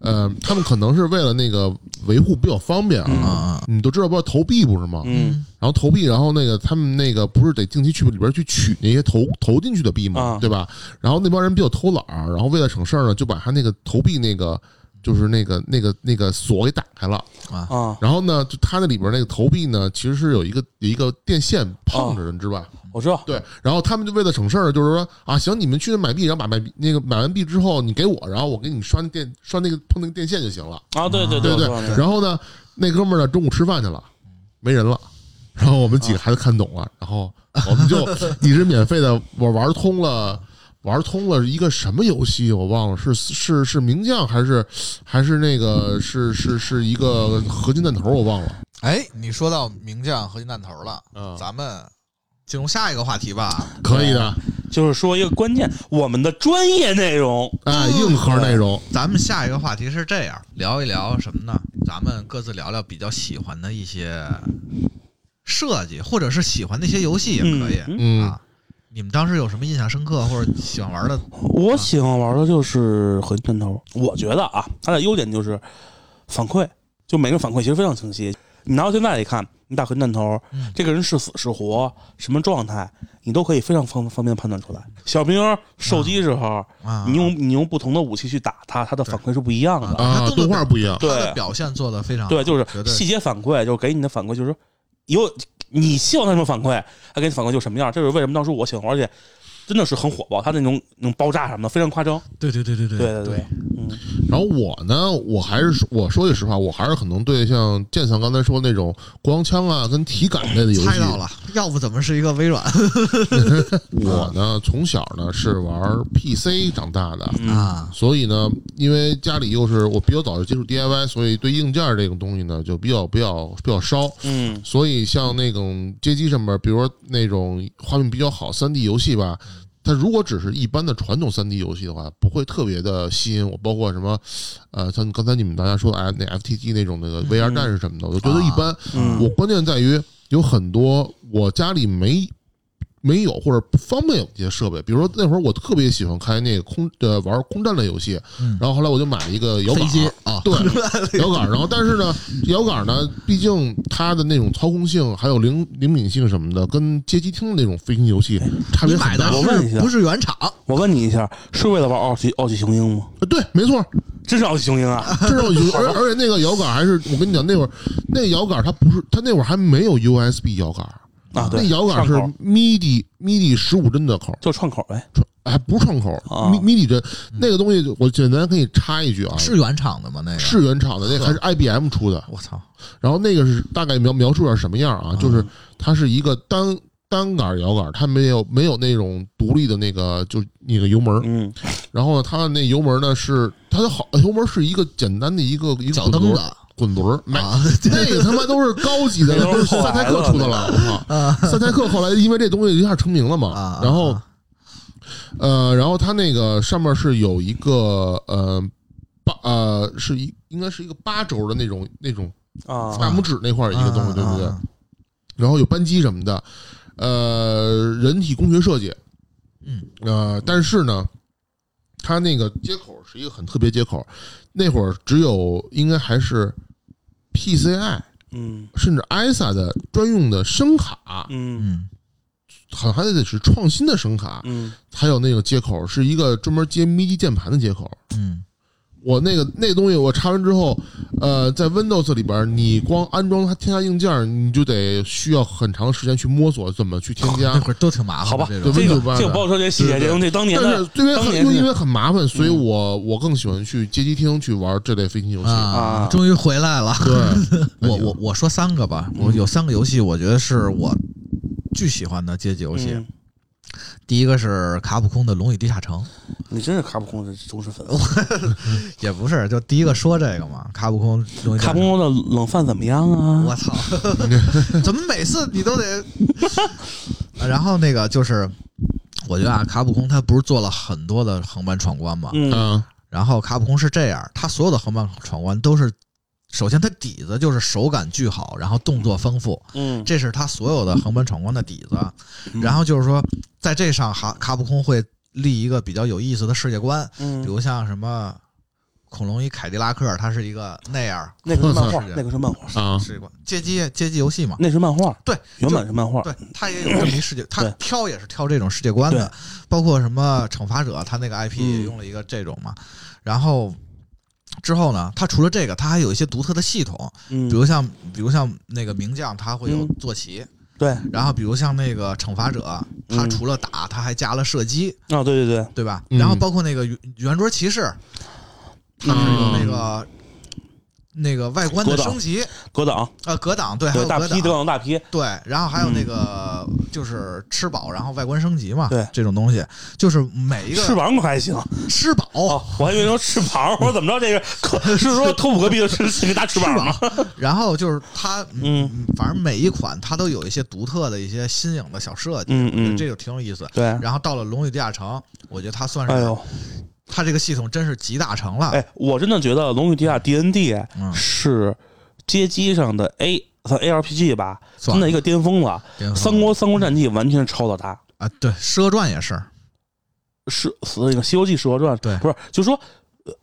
[SPEAKER 2] 呃他们可能是为了那个维护比较方便啊，
[SPEAKER 1] 啊，
[SPEAKER 2] 你都知道不要投币不是吗？
[SPEAKER 3] 嗯
[SPEAKER 2] 然后投币，然后那个他们那个不是得定期去里边去取那些投投进去的币嘛，
[SPEAKER 3] 啊
[SPEAKER 2] 对吧？然后那帮人比较偷懒儿，然后为了省事儿呢，就把他那个投币那个就是那个那个那个锁给打开了。
[SPEAKER 3] 啊，
[SPEAKER 2] 然后呢，就他那里边那个投币呢，其实是有一个有一个电线
[SPEAKER 3] 啊
[SPEAKER 2] 碰着的，你知道吧？
[SPEAKER 3] 我知道，
[SPEAKER 2] 对。然后他们就为了省事儿，就是说啊，行，你们去那买币，然后把买币那个买完币之后，你给我，然后我给你拴电拴那个碰那个电线就行了。
[SPEAKER 3] 啊，对对
[SPEAKER 2] 对
[SPEAKER 3] 对
[SPEAKER 2] 对
[SPEAKER 3] 我知道那个
[SPEAKER 2] 然后呢，那哥们儿呢中午吃饭去了，没人了。然后我们几个孩子看懂了，然后我们就一直免费的玩玩通了，玩通了一个什么游戏我忘了，是是是名将还是还是那个是是是一个合金弹头我忘了。
[SPEAKER 1] 哎，你说到名将合金弹头了，
[SPEAKER 2] 嗯
[SPEAKER 1] 咱们进入下一个话题吧。
[SPEAKER 2] 可以的，
[SPEAKER 3] 就是说一个关键，我们的专业内容，
[SPEAKER 2] 哎，硬核内容，
[SPEAKER 1] 咱们下一个话题是这样，聊一聊什么呢？咱们各自聊聊比较喜欢的一些设计，或者是喜欢的一些游戏也可以、
[SPEAKER 3] 嗯
[SPEAKER 2] 嗯，
[SPEAKER 1] 啊。你们当时有什么印象深刻或者喜欢玩的？
[SPEAKER 3] 我喜欢玩的就是合金弹头。我觉得啊，它的优点就是反馈，就每个人反馈其实非常清晰。你拿到现在一看，你打合金弹头，
[SPEAKER 1] 嗯
[SPEAKER 3] 这个人是死是活，什么状态，你都可以非常方方便地判断出来。小兵儿受击时候，
[SPEAKER 1] 啊，
[SPEAKER 3] 你用你用不同的武器去打他，他的反馈是不一样的。
[SPEAKER 1] 他
[SPEAKER 2] 啊，
[SPEAKER 1] 动作
[SPEAKER 2] 动画不一样，
[SPEAKER 1] 他的
[SPEAKER 3] 对
[SPEAKER 1] 表现做得非常好
[SPEAKER 3] 对，就
[SPEAKER 1] 绝
[SPEAKER 3] 是
[SPEAKER 1] 对
[SPEAKER 3] 细节反馈，就是给你的反馈，就是说有你希望他什么反馈，他给你反馈就什么样。这就是为什么当初我喜欢玩，而且真的是很火爆，他那种那种爆炸什么的非常夸张。
[SPEAKER 1] 对对对对对
[SPEAKER 3] 对对对，嗯。
[SPEAKER 2] 然后我呢，我还是
[SPEAKER 1] 嗯
[SPEAKER 2] 我说句实话，我还是可能对像剑桑刚才说那种光枪啊跟体感类的游戏，
[SPEAKER 1] 猜到了，要不怎么是一个微软
[SPEAKER 2] 我
[SPEAKER 1] 嗯
[SPEAKER 2] 呢，从小呢是玩 PC 长大的，
[SPEAKER 3] 嗯
[SPEAKER 1] 啊？
[SPEAKER 2] 所以呢，因为家里又是我比较早就接触 DIY，所以对硬件这种东西呢就比较比较比较烧。
[SPEAKER 3] 嗯
[SPEAKER 2] 所以像那种街机上面，比如说那种画面比较好 3D 游戏吧，它如果只是一般的传统 3D 游戏的话，不会特别的吸引我。包括什么，呃，像刚才你们大家说的哎，那 FTG 那种那个 VR 战士什么的，我就觉得一般。
[SPEAKER 3] 嗯
[SPEAKER 2] 我关键在于有很多我家里没没有或者不方便有这些设备，比如说那会儿我特别喜欢开那个空呃玩空战类游戏，
[SPEAKER 1] 嗯
[SPEAKER 2] 然后后来我就买了一个摇杆
[SPEAKER 1] 飞机啊
[SPEAKER 2] 对 [LAUGHS] 摇杆儿，然后但是呢摇杆儿呢，毕竟它的那种操控性还有灵灵敏性什么的，跟街机厅的那种飞行游戏差
[SPEAKER 1] 你
[SPEAKER 2] 别
[SPEAKER 1] 买
[SPEAKER 2] 很
[SPEAKER 1] 的
[SPEAKER 2] 大。
[SPEAKER 3] 我问一
[SPEAKER 1] 是
[SPEAKER 3] 下
[SPEAKER 1] 不是原厂？
[SPEAKER 3] 我问你一下，是为了玩奥奇奥奇雄鹰吗？
[SPEAKER 2] 呃对，没错，
[SPEAKER 3] 真是奥奇雄鹰啊！
[SPEAKER 2] 这种有，而而且那个摇杆还是我跟你讲，那会儿那摇杆它不是，它那会儿还没有 USB 摇杆，
[SPEAKER 3] 啊，
[SPEAKER 2] 那
[SPEAKER 3] 对，
[SPEAKER 2] 摇杆是
[SPEAKER 3] 串口
[SPEAKER 2] MIDI MIDI 十五帧的口，
[SPEAKER 3] 就串口呗。
[SPEAKER 2] 还不是创口
[SPEAKER 3] 啊
[SPEAKER 2] ，Mi MIDI 针那个东西，我简单可以插一句啊，
[SPEAKER 1] 是原厂的吗？那个
[SPEAKER 2] 是原厂的，那个还是 IBM 出的。
[SPEAKER 1] 我操，
[SPEAKER 2] 然后那个是大概描描述点什么样啊？就是它是一个单单杆摇杆，它没有没有那种独立的那个就那个油门。
[SPEAKER 3] 嗯
[SPEAKER 2] 然后呢，它的那油门呢是它的好油门是一个简单的一个一个
[SPEAKER 1] 脚
[SPEAKER 2] 滚
[SPEAKER 1] 蹬
[SPEAKER 2] 轮
[SPEAKER 1] 子
[SPEAKER 2] 儿哎滚轮儿，没
[SPEAKER 1] 啊，
[SPEAKER 2] 那个他妈都是高级的，
[SPEAKER 3] 那都是后
[SPEAKER 2] 三台
[SPEAKER 3] 来
[SPEAKER 2] 克
[SPEAKER 3] 了
[SPEAKER 2] 出的了，我操！三台克后来因为这东西一下成名了嘛
[SPEAKER 1] 啊，
[SPEAKER 2] [LAUGHS] 然后，呃，然后它那个上面是有一个呃八呃是一应该是一个八轴的那种那种
[SPEAKER 3] 啊，
[SPEAKER 2] 大拇指那块儿一个东西，对不对？
[SPEAKER 1] 啊
[SPEAKER 2] 然后有扳机什么的，呃，人体工学设计，
[SPEAKER 1] 嗯，
[SPEAKER 2] 呃，但是呢，它那个接口是一个很特别接口，那会儿只有应该还是 PCI
[SPEAKER 3] 嗯
[SPEAKER 2] 甚至 ISA 的专用的声卡，
[SPEAKER 3] 嗯
[SPEAKER 1] 嗯
[SPEAKER 2] 好像还得是创新的声卡，
[SPEAKER 3] 嗯
[SPEAKER 2] 还有那个接口是一个专门接 MIDI 键盘的接口。
[SPEAKER 1] 嗯
[SPEAKER 2] 我那个那个东西我插完之后，呃，在 Windows 里边，你光安装它添加硬件，你就得需要很长时间去摸索怎么去添
[SPEAKER 1] 那
[SPEAKER 2] 加。
[SPEAKER 1] 会儿都挺麻
[SPEAKER 3] 好
[SPEAKER 1] 烦的，
[SPEAKER 3] 吧，
[SPEAKER 1] 这
[SPEAKER 3] 个
[SPEAKER 2] 对
[SPEAKER 1] 种
[SPEAKER 3] 这个
[SPEAKER 2] Windows 版的
[SPEAKER 3] 不好说这细节，
[SPEAKER 2] 对对
[SPEAKER 3] 这东西当年
[SPEAKER 2] 但
[SPEAKER 3] 的嗯
[SPEAKER 2] 是因为
[SPEAKER 3] 当
[SPEAKER 2] 很
[SPEAKER 3] 年
[SPEAKER 2] 又
[SPEAKER 3] 是
[SPEAKER 2] 因为很麻烦，所以我我更喜欢去街机厅去玩这类飞行游戏。
[SPEAKER 1] 啊
[SPEAKER 3] 啊，
[SPEAKER 1] 终于回来了。
[SPEAKER 2] 对，
[SPEAKER 1] 我我我说三个吧，我有三个游戏，我觉得是我巨喜欢的街机游戏。
[SPEAKER 3] 嗯
[SPEAKER 1] 第一个是卡普空的《龙与地下城
[SPEAKER 3] 你真是卡普空的忠实粉丝。》，
[SPEAKER 1] 也不是，就第一个说这个嘛，卡普空龙与地下
[SPEAKER 3] 卡普
[SPEAKER 1] 城。
[SPEAKER 3] 空的冷饭怎么样啊？
[SPEAKER 1] 我
[SPEAKER 3] [LAUGHS]
[SPEAKER 1] 操！怎么每次你都得？ [LAUGHS] 啊然后那个就是，我觉得啊，卡普空他不是做了很多的横版闯关嘛，
[SPEAKER 3] 嗯
[SPEAKER 2] 嗯
[SPEAKER 1] 然后卡普空是这样，他所有的横版闯关都是，首先它底子就是手感巨好，然后动作丰富，
[SPEAKER 3] 嗯，
[SPEAKER 1] 这是他所有的横版闯关的底子。
[SPEAKER 3] 嗯
[SPEAKER 1] 然后就是说，在这上哈卡普空会立一个比较有意思的世界观，比
[SPEAKER 3] 嗯，
[SPEAKER 1] 如像什么恐龙与凯迪拉克，它是一个那样
[SPEAKER 3] 那个是漫画
[SPEAKER 1] 是，
[SPEAKER 3] 那个是漫画，
[SPEAKER 2] 啊，
[SPEAKER 1] 世界观，街机街机游戏嘛。
[SPEAKER 3] 那是漫画，
[SPEAKER 1] 对，
[SPEAKER 3] 嗯原版是漫画。
[SPEAKER 1] 对，它也有这么一世界，它
[SPEAKER 3] 对
[SPEAKER 1] 挑也是挑这种世界观的
[SPEAKER 3] 对，
[SPEAKER 1] 包括什么惩罚者，它那个 IP
[SPEAKER 3] 嗯
[SPEAKER 1] 也用了一个这种嘛。然后之后呢，它除了这个，它还有一些独特的系统，
[SPEAKER 3] 嗯
[SPEAKER 1] 比，如像比如像那个名将，它会有
[SPEAKER 3] 嗯
[SPEAKER 1] 坐骑，
[SPEAKER 3] 对啊，
[SPEAKER 1] 然后比如像那个惩罚者，它
[SPEAKER 3] 嗯
[SPEAKER 1] 除了打，它还加了射击，
[SPEAKER 3] 啊对对对，
[SPEAKER 1] 对吧？
[SPEAKER 2] 嗯
[SPEAKER 1] 然后包括那个圆圆桌骑士，它是有那个。那个外观的
[SPEAKER 3] 嗯格挡
[SPEAKER 1] 升级，
[SPEAKER 3] 格挡，
[SPEAKER 1] 呃，格挡对，还
[SPEAKER 3] 对
[SPEAKER 1] 有
[SPEAKER 3] 大
[SPEAKER 1] 格挡
[SPEAKER 3] 批格，挡大批，
[SPEAKER 1] 对，然后还有那个、就是吃饱，然后外观升级嘛，
[SPEAKER 3] 嗯对
[SPEAKER 1] 这种东西，就是每一个
[SPEAKER 3] 翅膀我还行，
[SPEAKER 1] 吃饱、
[SPEAKER 3] 哦，我还以为说翅 [LAUGHS] 膀，我说怎么着这个可是说偷捕隔壁的是是一个大翅膀啊吗？
[SPEAKER 1] 然后就是它，
[SPEAKER 3] [LAUGHS] 嗯，
[SPEAKER 1] 反正每一款它都有一些独特的一些新颖的小设计，
[SPEAKER 3] 嗯
[SPEAKER 1] 我觉得
[SPEAKER 3] 嗯
[SPEAKER 1] 这啊就挺有意思。
[SPEAKER 3] 对，
[SPEAKER 1] 然后到了《龙与地下城》，我觉得它算是、
[SPEAKER 3] 哎呦，
[SPEAKER 1] 它这个系统真是集大成了，
[SPEAKER 3] 哎，我真的觉得《龙与地下》DND
[SPEAKER 1] 嗯
[SPEAKER 3] 是街机上的 A 和 ARPG 吧，
[SPEAKER 1] 算嗯
[SPEAKER 3] 真的一个巅峰了。
[SPEAKER 1] 巅峰
[SPEAKER 3] 三国三国战记完全超了它，
[SPEAKER 1] 啊，对，《赊传》也是，
[SPEAKER 3] 哦是死那个《西游记》《射传》
[SPEAKER 1] 对
[SPEAKER 3] 不是，就说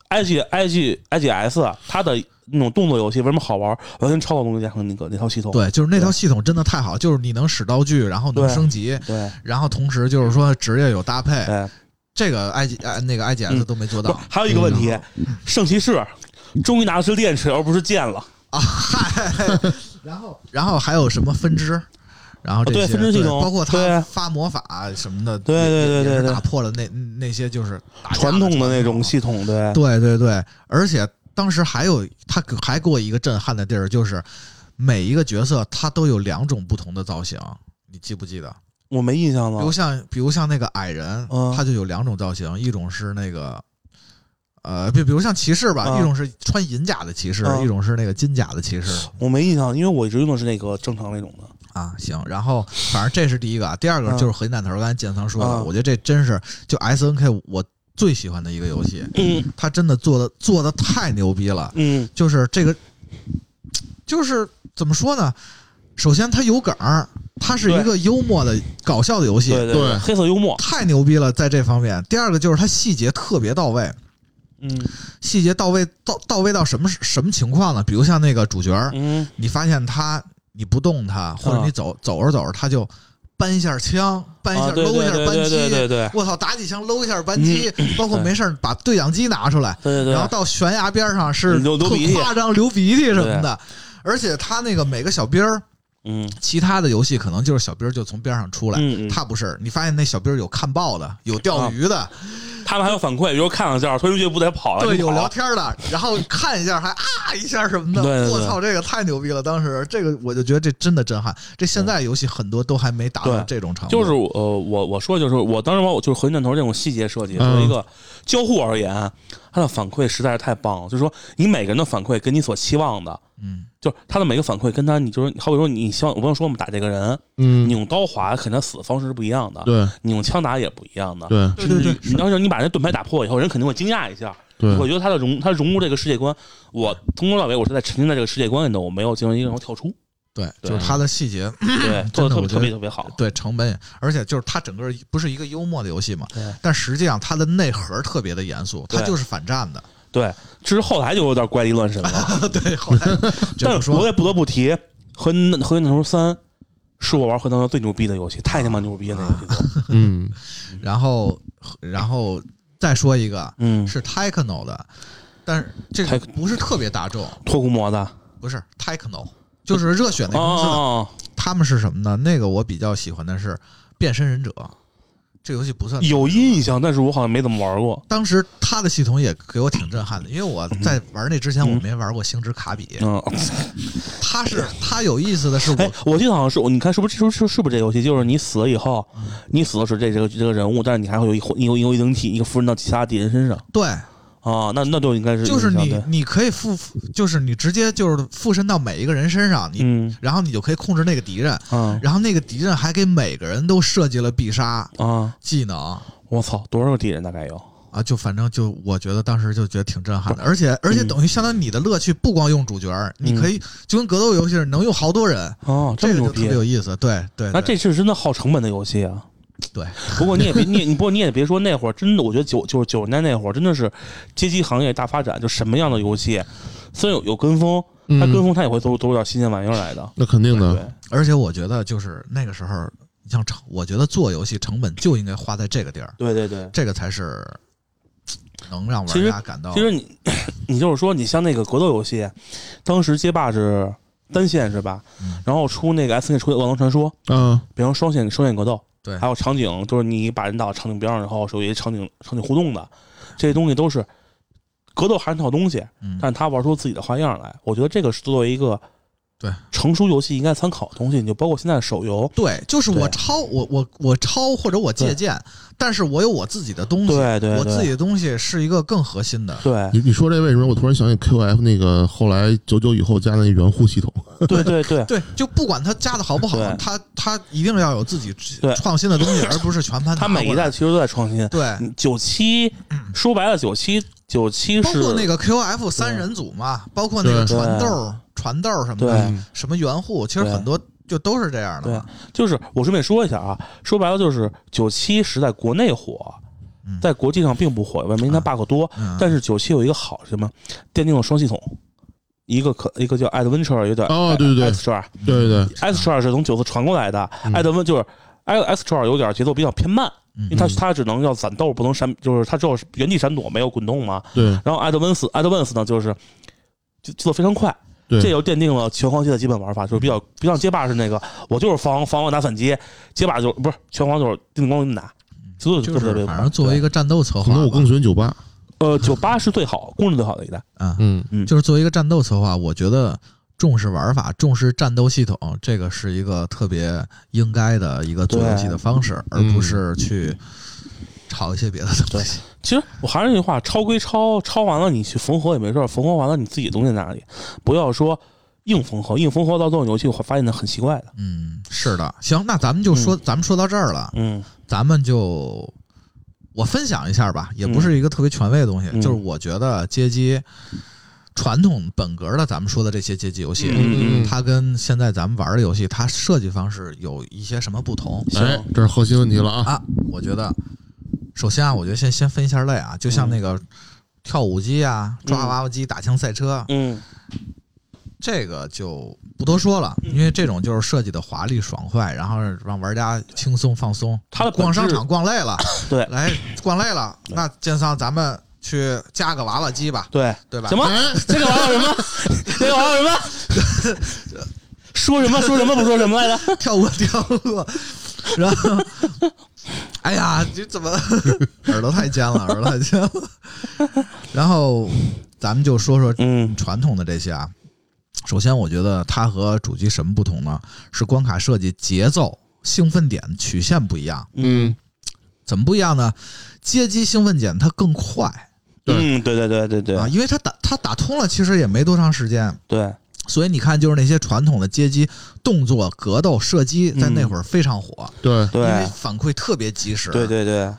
[SPEAKER 3] 呃 IG IG IGS 啊它的那种动作游戏为什么好玩，完全超了《龙与地下》城》那个那套系统。
[SPEAKER 1] 对，就是那套系统真的太好，就是你能使道具，然后能
[SPEAKER 3] 对
[SPEAKER 1] 升级，
[SPEAKER 3] 对，
[SPEAKER 1] 然后同时就是说职业有搭配，
[SPEAKER 3] 哎，
[SPEAKER 1] 这个 I G 啊那个 I G S
[SPEAKER 3] 嗯
[SPEAKER 1] 都没做
[SPEAKER 3] 不
[SPEAKER 1] 到，
[SPEAKER 3] 还有一个问题，
[SPEAKER 1] 嗯
[SPEAKER 3] 圣骑士终于拿的是电池而不是剑了。
[SPEAKER 1] 啊，嗨， [LAUGHS] 然后然后还有什么分支？然后这些、
[SPEAKER 3] 哦对分支系统
[SPEAKER 1] 包括他
[SPEAKER 3] 对啊
[SPEAKER 1] 发魔法什么的，
[SPEAKER 3] 对
[SPEAKER 1] 也
[SPEAKER 3] 对对
[SPEAKER 1] 也也是
[SPEAKER 3] 对对
[SPEAKER 1] 打破了那那些就是打架
[SPEAKER 3] 传统的
[SPEAKER 1] 传
[SPEAKER 3] 那种系统，对，
[SPEAKER 1] 啊对对对，而且当时还有他给还给我一个震撼的地儿，就是每一个角色他都有两种不同的造型，你记不记得？
[SPEAKER 3] 我没印象
[SPEAKER 1] 比如
[SPEAKER 3] 了。
[SPEAKER 1] 像比如像那个矮人，
[SPEAKER 3] 嗯
[SPEAKER 1] 他就有两种造型，一种是那个。呃，比比如像骑士吧，
[SPEAKER 3] 嗯
[SPEAKER 1] 一种是穿银甲的骑士，
[SPEAKER 3] 嗯
[SPEAKER 1] 一种是那个金甲的骑士。
[SPEAKER 3] 我没印象，因为我一直用的是那个正常那种的。
[SPEAKER 1] 啊，行，然后反正这是第一个，啊，第二个
[SPEAKER 3] 嗯
[SPEAKER 1] 就是合金弹头，刚才建仓说的，
[SPEAKER 3] 嗯
[SPEAKER 1] 我觉得这真是就 S N K 我最喜欢的一个游戏，
[SPEAKER 3] 嗯
[SPEAKER 1] 它真的做的做的太牛逼了，
[SPEAKER 3] 嗯
[SPEAKER 1] 就是这个，就是怎么说呢？首先它有梗儿，它是一个幽默的搞笑的游戏，
[SPEAKER 3] 对
[SPEAKER 2] 对
[SPEAKER 3] 黑色幽默，
[SPEAKER 1] 太牛逼了，在这方面。第二个就是它细节特别到位，
[SPEAKER 3] 嗯
[SPEAKER 1] 细节到位到到位到什么什么情况呢？比如像那个主角，
[SPEAKER 3] 嗯，
[SPEAKER 1] 你发现他你不动他，或者
[SPEAKER 3] 啊
[SPEAKER 1] 你走、走着走着他就搬一下枪，搬一下、
[SPEAKER 3] 啊，对
[SPEAKER 1] 哎搂一
[SPEAKER 3] 对
[SPEAKER 1] 下
[SPEAKER 3] 对
[SPEAKER 1] 扳
[SPEAKER 3] 对对
[SPEAKER 1] 机，
[SPEAKER 3] 对对
[SPEAKER 1] 我操，打几枪搂一下扳机，包括没事儿把对讲机拿出来，
[SPEAKER 3] 对对
[SPEAKER 1] 然后
[SPEAKER 3] 对，
[SPEAKER 1] 到悬崖边上是
[SPEAKER 3] 流流
[SPEAKER 1] 特
[SPEAKER 3] 鼻涕
[SPEAKER 1] 夸张流鼻涕什么的，而且他那个每个小兵儿，
[SPEAKER 3] 嗯
[SPEAKER 1] 其他的游戏可能就是小兵儿就从边上出来。
[SPEAKER 3] 嗯嗯，啊
[SPEAKER 1] 他不是，你发现那小兵儿有看报的，有钓鱼的，
[SPEAKER 3] 他们还有反馈，比如看两下，突然就不得跑了，
[SPEAKER 1] 对，
[SPEAKER 3] 就啊
[SPEAKER 1] 有
[SPEAKER 3] 跑了
[SPEAKER 1] 聊天的，然后看一下还啊一下什么的，
[SPEAKER 3] 对对对
[SPEAKER 1] 我操，这个太牛逼了！当时这个我就觉得这真的震撼，这现在游戏很多都还没达到
[SPEAKER 3] 对
[SPEAKER 1] 这种程度，
[SPEAKER 3] 就是我呃，我我说就是我当时把我就是合金弹头这种细节设计作
[SPEAKER 2] 嗯
[SPEAKER 3] 为一个交互而言，它的反馈实在是太棒了。就是说，你每个人的反馈跟你所期望的，
[SPEAKER 1] 嗯，
[SPEAKER 3] 就是他的每个反馈跟他，你就是好比说你希望，我不用说我们打这个人，你
[SPEAKER 2] 嗯，
[SPEAKER 3] 用刀划肯定死的方式是不一样的，
[SPEAKER 2] 对
[SPEAKER 3] 你用枪打也不一样的。
[SPEAKER 2] 对
[SPEAKER 1] 对对对，
[SPEAKER 3] 你要是你把那盾牌打破以后，人肯定会惊讶一下。我
[SPEAKER 2] 对
[SPEAKER 3] 觉得他的融他融入这个世界观，我从头到尾我是在沉浸在这个世界观里的，我没有进行一个跳出。
[SPEAKER 1] [LAUGHS] 对，
[SPEAKER 3] 对
[SPEAKER 1] 就是它的细节，
[SPEAKER 3] 对，做
[SPEAKER 1] 真的
[SPEAKER 3] 的特
[SPEAKER 1] 我觉
[SPEAKER 3] 别特
[SPEAKER 1] 得
[SPEAKER 3] 别特别好。
[SPEAKER 1] 对成本也，而且就是它整个不是一个幽默的游戏嘛
[SPEAKER 3] 对，
[SPEAKER 1] 但实际上它的内核特别的严肃，它
[SPEAKER 3] 对
[SPEAKER 1] 就是反战的。
[SPEAKER 3] 对，之后来就有点怪力乱神
[SPEAKER 1] [LAUGHS]
[SPEAKER 3] 了。
[SPEAKER 1] 对，后来
[SPEAKER 3] [LAUGHS]
[SPEAKER 1] 这么
[SPEAKER 3] 但是我
[SPEAKER 1] 说，
[SPEAKER 3] 也不得不提《和那和那头三》，是我玩《和那头最牛逼的游戏，太
[SPEAKER 1] 啊
[SPEAKER 3] 他妈牛逼了！那
[SPEAKER 1] [LAUGHS]
[SPEAKER 3] 游戏做，
[SPEAKER 2] 嗯
[SPEAKER 1] 然后然后再说一个
[SPEAKER 3] 嗯，
[SPEAKER 1] 是 Techno 的，但是这个
[SPEAKER 3] Tech-
[SPEAKER 1] 不是特别大众，
[SPEAKER 3] 脱裤摩的
[SPEAKER 1] 不是 techno，就是热血那公司的。
[SPEAKER 3] 哦，
[SPEAKER 1] 他们是什么呢？那个我比较喜欢的是《变身忍者》，这游戏不算
[SPEAKER 3] 有印象，但是我好像没怎么
[SPEAKER 1] [LAUGHS]
[SPEAKER 3] 玩过。
[SPEAKER 1] 当时它的系统也给我挺震撼的，因为我在玩那之前我没玩过星之卡比。
[SPEAKER 3] 嗯，
[SPEAKER 1] 它是它有意思的是
[SPEAKER 3] 哎
[SPEAKER 1] 我，
[SPEAKER 3] 我记得好像是我，你看是不是是是是不是这游戏？就是你死了以后，你死的是这这个这个人物，但是你还会有一你有你有一灵体，你附身到其他敌人身上
[SPEAKER 1] 对，
[SPEAKER 3] 啊，那那就应该是
[SPEAKER 1] 就是
[SPEAKER 3] 印象
[SPEAKER 1] 你
[SPEAKER 3] 对
[SPEAKER 1] 你可以附，就是你直接就是附身到每一个人身上，你
[SPEAKER 3] 嗯
[SPEAKER 1] 然后你就可以控制那个敌人，
[SPEAKER 3] 啊
[SPEAKER 1] 然后那个敌人还给每个人都设计了必杀
[SPEAKER 3] 啊！
[SPEAKER 1] 技能。
[SPEAKER 3] 我操，多少个敌人大概有？
[SPEAKER 1] 啊，就反正就我觉得当时就觉得挺震撼的，而且而且
[SPEAKER 3] 嗯
[SPEAKER 1] 等于相当于你的乐趣不光用主角儿，你可以就跟格斗游戏似的能用好多人，
[SPEAKER 3] 哦，这
[SPEAKER 1] 这
[SPEAKER 3] 么
[SPEAKER 1] 个
[SPEAKER 3] 牛
[SPEAKER 1] 就特
[SPEAKER 3] 逼
[SPEAKER 1] 别！有意思。对对，
[SPEAKER 3] 那
[SPEAKER 1] 对
[SPEAKER 3] 这是真的耗成本的游戏啊。
[SPEAKER 1] 对，
[SPEAKER 3] [LAUGHS] 不过你也别你也你不过你也别说那会儿真的，我觉得九就是九十年代那会儿真的是街机行业大发展，就什么样的游戏，虽然有有跟风，
[SPEAKER 2] 嗯
[SPEAKER 3] 他跟风他也会都都有点新鲜玩意儿来的。
[SPEAKER 2] 那肯定
[SPEAKER 3] 对
[SPEAKER 2] 的，，
[SPEAKER 1] 而且我觉得就是那个时候，你像成，我觉得做游戏成本就应该花在这个地儿，
[SPEAKER 3] 对对对。
[SPEAKER 1] 这个才是能让
[SPEAKER 3] 其
[SPEAKER 1] 玩
[SPEAKER 3] 实
[SPEAKER 1] 家感到
[SPEAKER 3] 其实你 [COUGHS] 你就是说，你像那个格斗游戏，当时街霸是单线是吧？
[SPEAKER 1] 嗯
[SPEAKER 3] 然后出那个 S N 出《恶龙传说》，
[SPEAKER 2] 嗯，
[SPEAKER 3] 变成双线双线格斗，
[SPEAKER 1] 对
[SPEAKER 3] 还有场景，就是你把人打到场景边上，然后是有一些场景场景互动的，这些东西都是格斗还是那套东西，
[SPEAKER 1] 嗯
[SPEAKER 3] 但是他玩出自己的花样来。我觉得这个是作为一个
[SPEAKER 1] 对
[SPEAKER 3] 成熟游戏应该参考的东西，你就包括现在的手游，
[SPEAKER 1] 对，就是我
[SPEAKER 3] 对
[SPEAKER 1] 抄我我我抄或者我借
[SPEAKER 3] 对
[SPEAKER 1] 鉴，但是我有我自己的东西，
[SPEAKER 3] 对对
[SPEAKER 1] 我自己
[SPEAKER 3] 对
[SPEAKER 1] 的东西是一个更核心的。
[SPEAKER 3] 对
[SPEAKER 2] 你你说这为什么？我突然想起 QF 那个后来九九以后加那圆弧系统，
[SPEAKER 1] [LAUGHS]
[SPEAKER 3] 对对对，
[SPEAKER 1] 对，就不管他加的好不好
[SPEAKER 3] 对，
[SPEAKER 1] 他他一定要有自己
[SPEAKER 3] 对
[SPEAKER 1] 创新的东西，
[SPEAKER 3] [LAUGHS]
[SPEAKER 1] 而不是全盘
[SPEAKER 3] 他
[SPEAKER 1] 拿过
[SPEAKER 3] 每一
[SPEAKER 1] 来
[SPEAKER 3] 代其嗯实都在创新。
[SPEAKER 1] 对，
[SPEAKER 3] 九七说白了，九七九七
[SPEAKER 1] 嗯包
[SPEAKER 3] 是
[SPEAKER 1] 括那个 QF 三人组嘛，包括那个
[SPEAKER 2] 对
[SPEAKER 1] 传豆儿、传豆儿什么的
[SPEAKER 3] 对，
[SPEAKER 1] 什么圆户，其实
[SPEAKER 3] 对
[SPEAKER 1] 很多就都是这样的
[SPEAKER 3] 对
[SPEAKER 1] 嘛。，
[SPEAKER 3] 就是我顺便说一下啊，说白了就是九七是在国内火
[SPEAKER 1] 嗯，
[SPEAKER 3] 在国际上并不火，因为没它 bug 多。
[SPEAKER 1] 嗯，
[SPEAKER 3] 但是九七有一个好是什么，奠定了双系统，一个可一个叫 Adventure，有点
[SPEAKER 2] 哦对对对
[SPEAKER 3] Extra
[SPEAKER 1] 嗯
[SPEAKER 2] 对对
[SPEAKER 3] Extra 是从九四传过来的
[SPEAKER 2] 嗯
[SPEAKER 3] ，Adven 就是 Extra 有点节奏比较偏慢，因为它
[SPEAKER 2] 嗯
[SPEAKER 3] 它只能要攒豆，不能闪，就是它只有原地闪躲，没有滚动嘛。
[SPEAKER 2] 对
[SPEAKER 3] 然后 Advance Advance 呢，就是就节奏非常快，
[SPEAKER 2] 对，
[SPEAKER 3] 这就奠定了拳皇系的基本玩法，就是比较不像街霸是那个我就是防防我打反击，街霸就不是拳皇就是定光打，节
[SPEAKER 1] 嗯
[SPEAKER 3] 奏
[SPEAKER 1] 就
[SPEAKER 3] 特别
[SPEAKER 1] 是
[SPEAKER 3] 快
[SPEAKER 1] 反正作为一
[SPEAKER 3] 对
[SPEAKER 1] 个战斗策
[SPEAKER 2] 可
[SPEAKER 1] 划
[SPEAKER 2] 能我更
[SPEAKER 1] 吧，
[SPEAKER 2] 喜欢九八，
[SPEAKER 3] 呃九八是最好，功能最好的一代，
[SPEAKER 1] 啊，
[SPEAKER 2] 嗯，
[SPEAKER 1] 就是作为一个战斗策划，我觉得。重视玩法，重视战斗系统，这个是一个特别应该的一个做游戏的方式，而
[SPEAKER 2] 嗯
[SPEAKER 1] 不是去炒一些别的东西。
[SPEAKER 3] 其实我还是那句话，抄归抄，抄完了你去缝合也没事儿，缝合完了你自己东西在哪里，不要说硬缝合，硬缝合到这种游戏我发现的很奇怪的，
[SPEAKER 1] 嗯，是的。行，那咱们就说，咱们说到这儿了。
[SPEAKER 3] 嗯
[SPEAKER 1] 咱们就我分享一下吧，也不是一个特别权威的东西，
[SPEAKER 3] 嗯
[SPEAKER 1] 就是我觉得街机传统本格的咱们说的这些街机游戏，
[SPEAKER 3] 嗯
[SPEAKER 2] 嗯嗯
[SPEAKER 1] 它跟现在咱们玩的游戏，它设计方式有一些什么不同
[SPEAKER 3] 行
[SPEAKER 2] 哎，这是核心问题了啊！
[SPEAKER 1] 啊？我觉得，首先啊，我觉得先先分一下类啊，就
[SPEAKER 3] 嗯
[SPEAKER 1] 像那个跳舞机啊、抓娃娃机、打枪赛车，啊
[SPEAKER 3] 嗯
[SPEAKER 1] 这个就不多说了，
[SPEAKER 3] 嗯
[SPEAKER 1] 因为这种就是设计的华丽爽快，然后让玩家轻松放松。
[SPEAKER 3] 它的本质
[SPEAKER 1] 逛商场逛累了，
[SPEAKER 3] 对
[SPEAKER 1] 来逛累了，那建桑咱们去加个娃娃机吧，
[SPEAKER 3] 对
[SPEAKER 1] 对吧？
[SPEAKER 3] 什么
[SPEAKER 2] 哎，
[SPEAKER 3] 这个玩意儿什么这个玩意儿什么说什么说什么不说什么来着？
[SPEAKER 1] 跳舞跳舞，然后，哎呀，这
[SPEAKER 3] [LAUGHS]
[SPEAKER 1] 怎么耳朵太尖了，耳朵太尖了。然后咱们就说说
[SPEAKER 3] 嗯
[SPEAKER 1] 传统的这些啊，首先我觉得它和主机什么不同呢？是关卡设计、节奏、兴奋点、曲线不一样。
[SPEAKER 2] 嗯，
[SPEAKER 1] 怎么不一样呢？街机兴奋点它更快
[SPEAKER 2] 对
[SPEAKER 3] 嗯，对对对对对
[SPEAKER 1] 啊，因为它打它打通了，其实也没多长时间。
[SPEAKER 3] 对，
[SPEAKER 1] 所以你看，就是那些传统的街机动作、格斗、射击，在那会儿非常火，
[SPEAKER 2] 对，
[SPEAKER 1] 因为
[SPEAKER 3] 嗯对
[SPEAKER 1] 反馈特别及时。
[SPEAKER 3] 对，对对，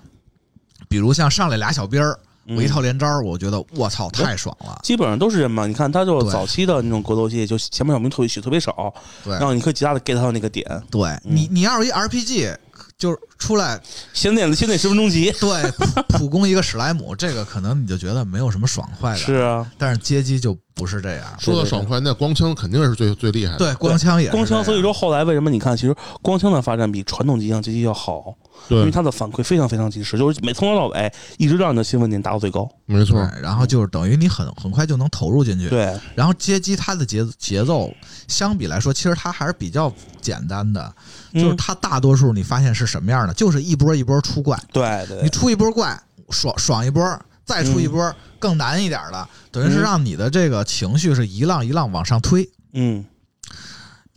[SPEAKER 1] 比如像上来俩小兵儿，
[SPEAKER 3] 嗯
[SPEAKER 1] 我一套连招儿，我觉得我操太爽了。
[SPEAKER 3] 基本上都是这么。你看，他就
[SPEAKER 1] 对
[SPEAKER 3] 早期的那种格斗戏，就前面小兵特别血特别少，
[SPEAKER 1] 对
[SPEAKER 3] 然后你可以极大的 get 到那个点。
[SPEAKER 1] 对你，你要是一 RPG，就是出来
[SPEAKER 3] 先练先练十分钟级。
[SPEAKER 1] 对普普攻一个史莱
[SPEAKER 3] [LAUGHS]
[SPEAKER 1] 姆，这个可能你就觉得没有什么爽快的，
[SPEAKER 3] 是啊，
[SPEAKER 1] 但是街机就不是这样。
[SPEAKER 2] 说到爽快，那光枪肯定是最最厉害的。
[SPEAKER 1] 对，光枪也是
[SPEAKER 3] 光枪，
[SPEAKER 1] 这
[SPEAKER 3] 所
[SPEAKER 1] 样
[SPEAKER 3] 以说后来为什么你看，其实光枪的发展比传统机枪街机要好，因为
[SPEAKER 2] 对，
[SPEAKER 3] 它的反馈非常非常及时，就是每从头到尾一直让你的兴奋点达到最高。
[SPEAKER 2] 没错，
[SPEAKER 1] 对，然后就是等于你很很快就能投入进去。
[SPEAKER 3] 对，
[SPEAKER 1] 然后街机它的节节奏相比来说，其实它还是比较简单的，就是
[SPEAKER 3] 嗯
[SPEAKER 1] 它大多数你发现是什么样的，就是一波一波出怪，
[SPEAKER 3] 对
[SPEAKER 1] 你
[SPEAKER 3] 对
[SPEAKER 1] 出一波怪，爽爽一波，再出一波更难一点的，等于是
[SPEAKER 3] 嗯
[SPEAKER 1] 让你的这个情绪是一浪一浪往上推。
[SPEAKER 3] 嗯，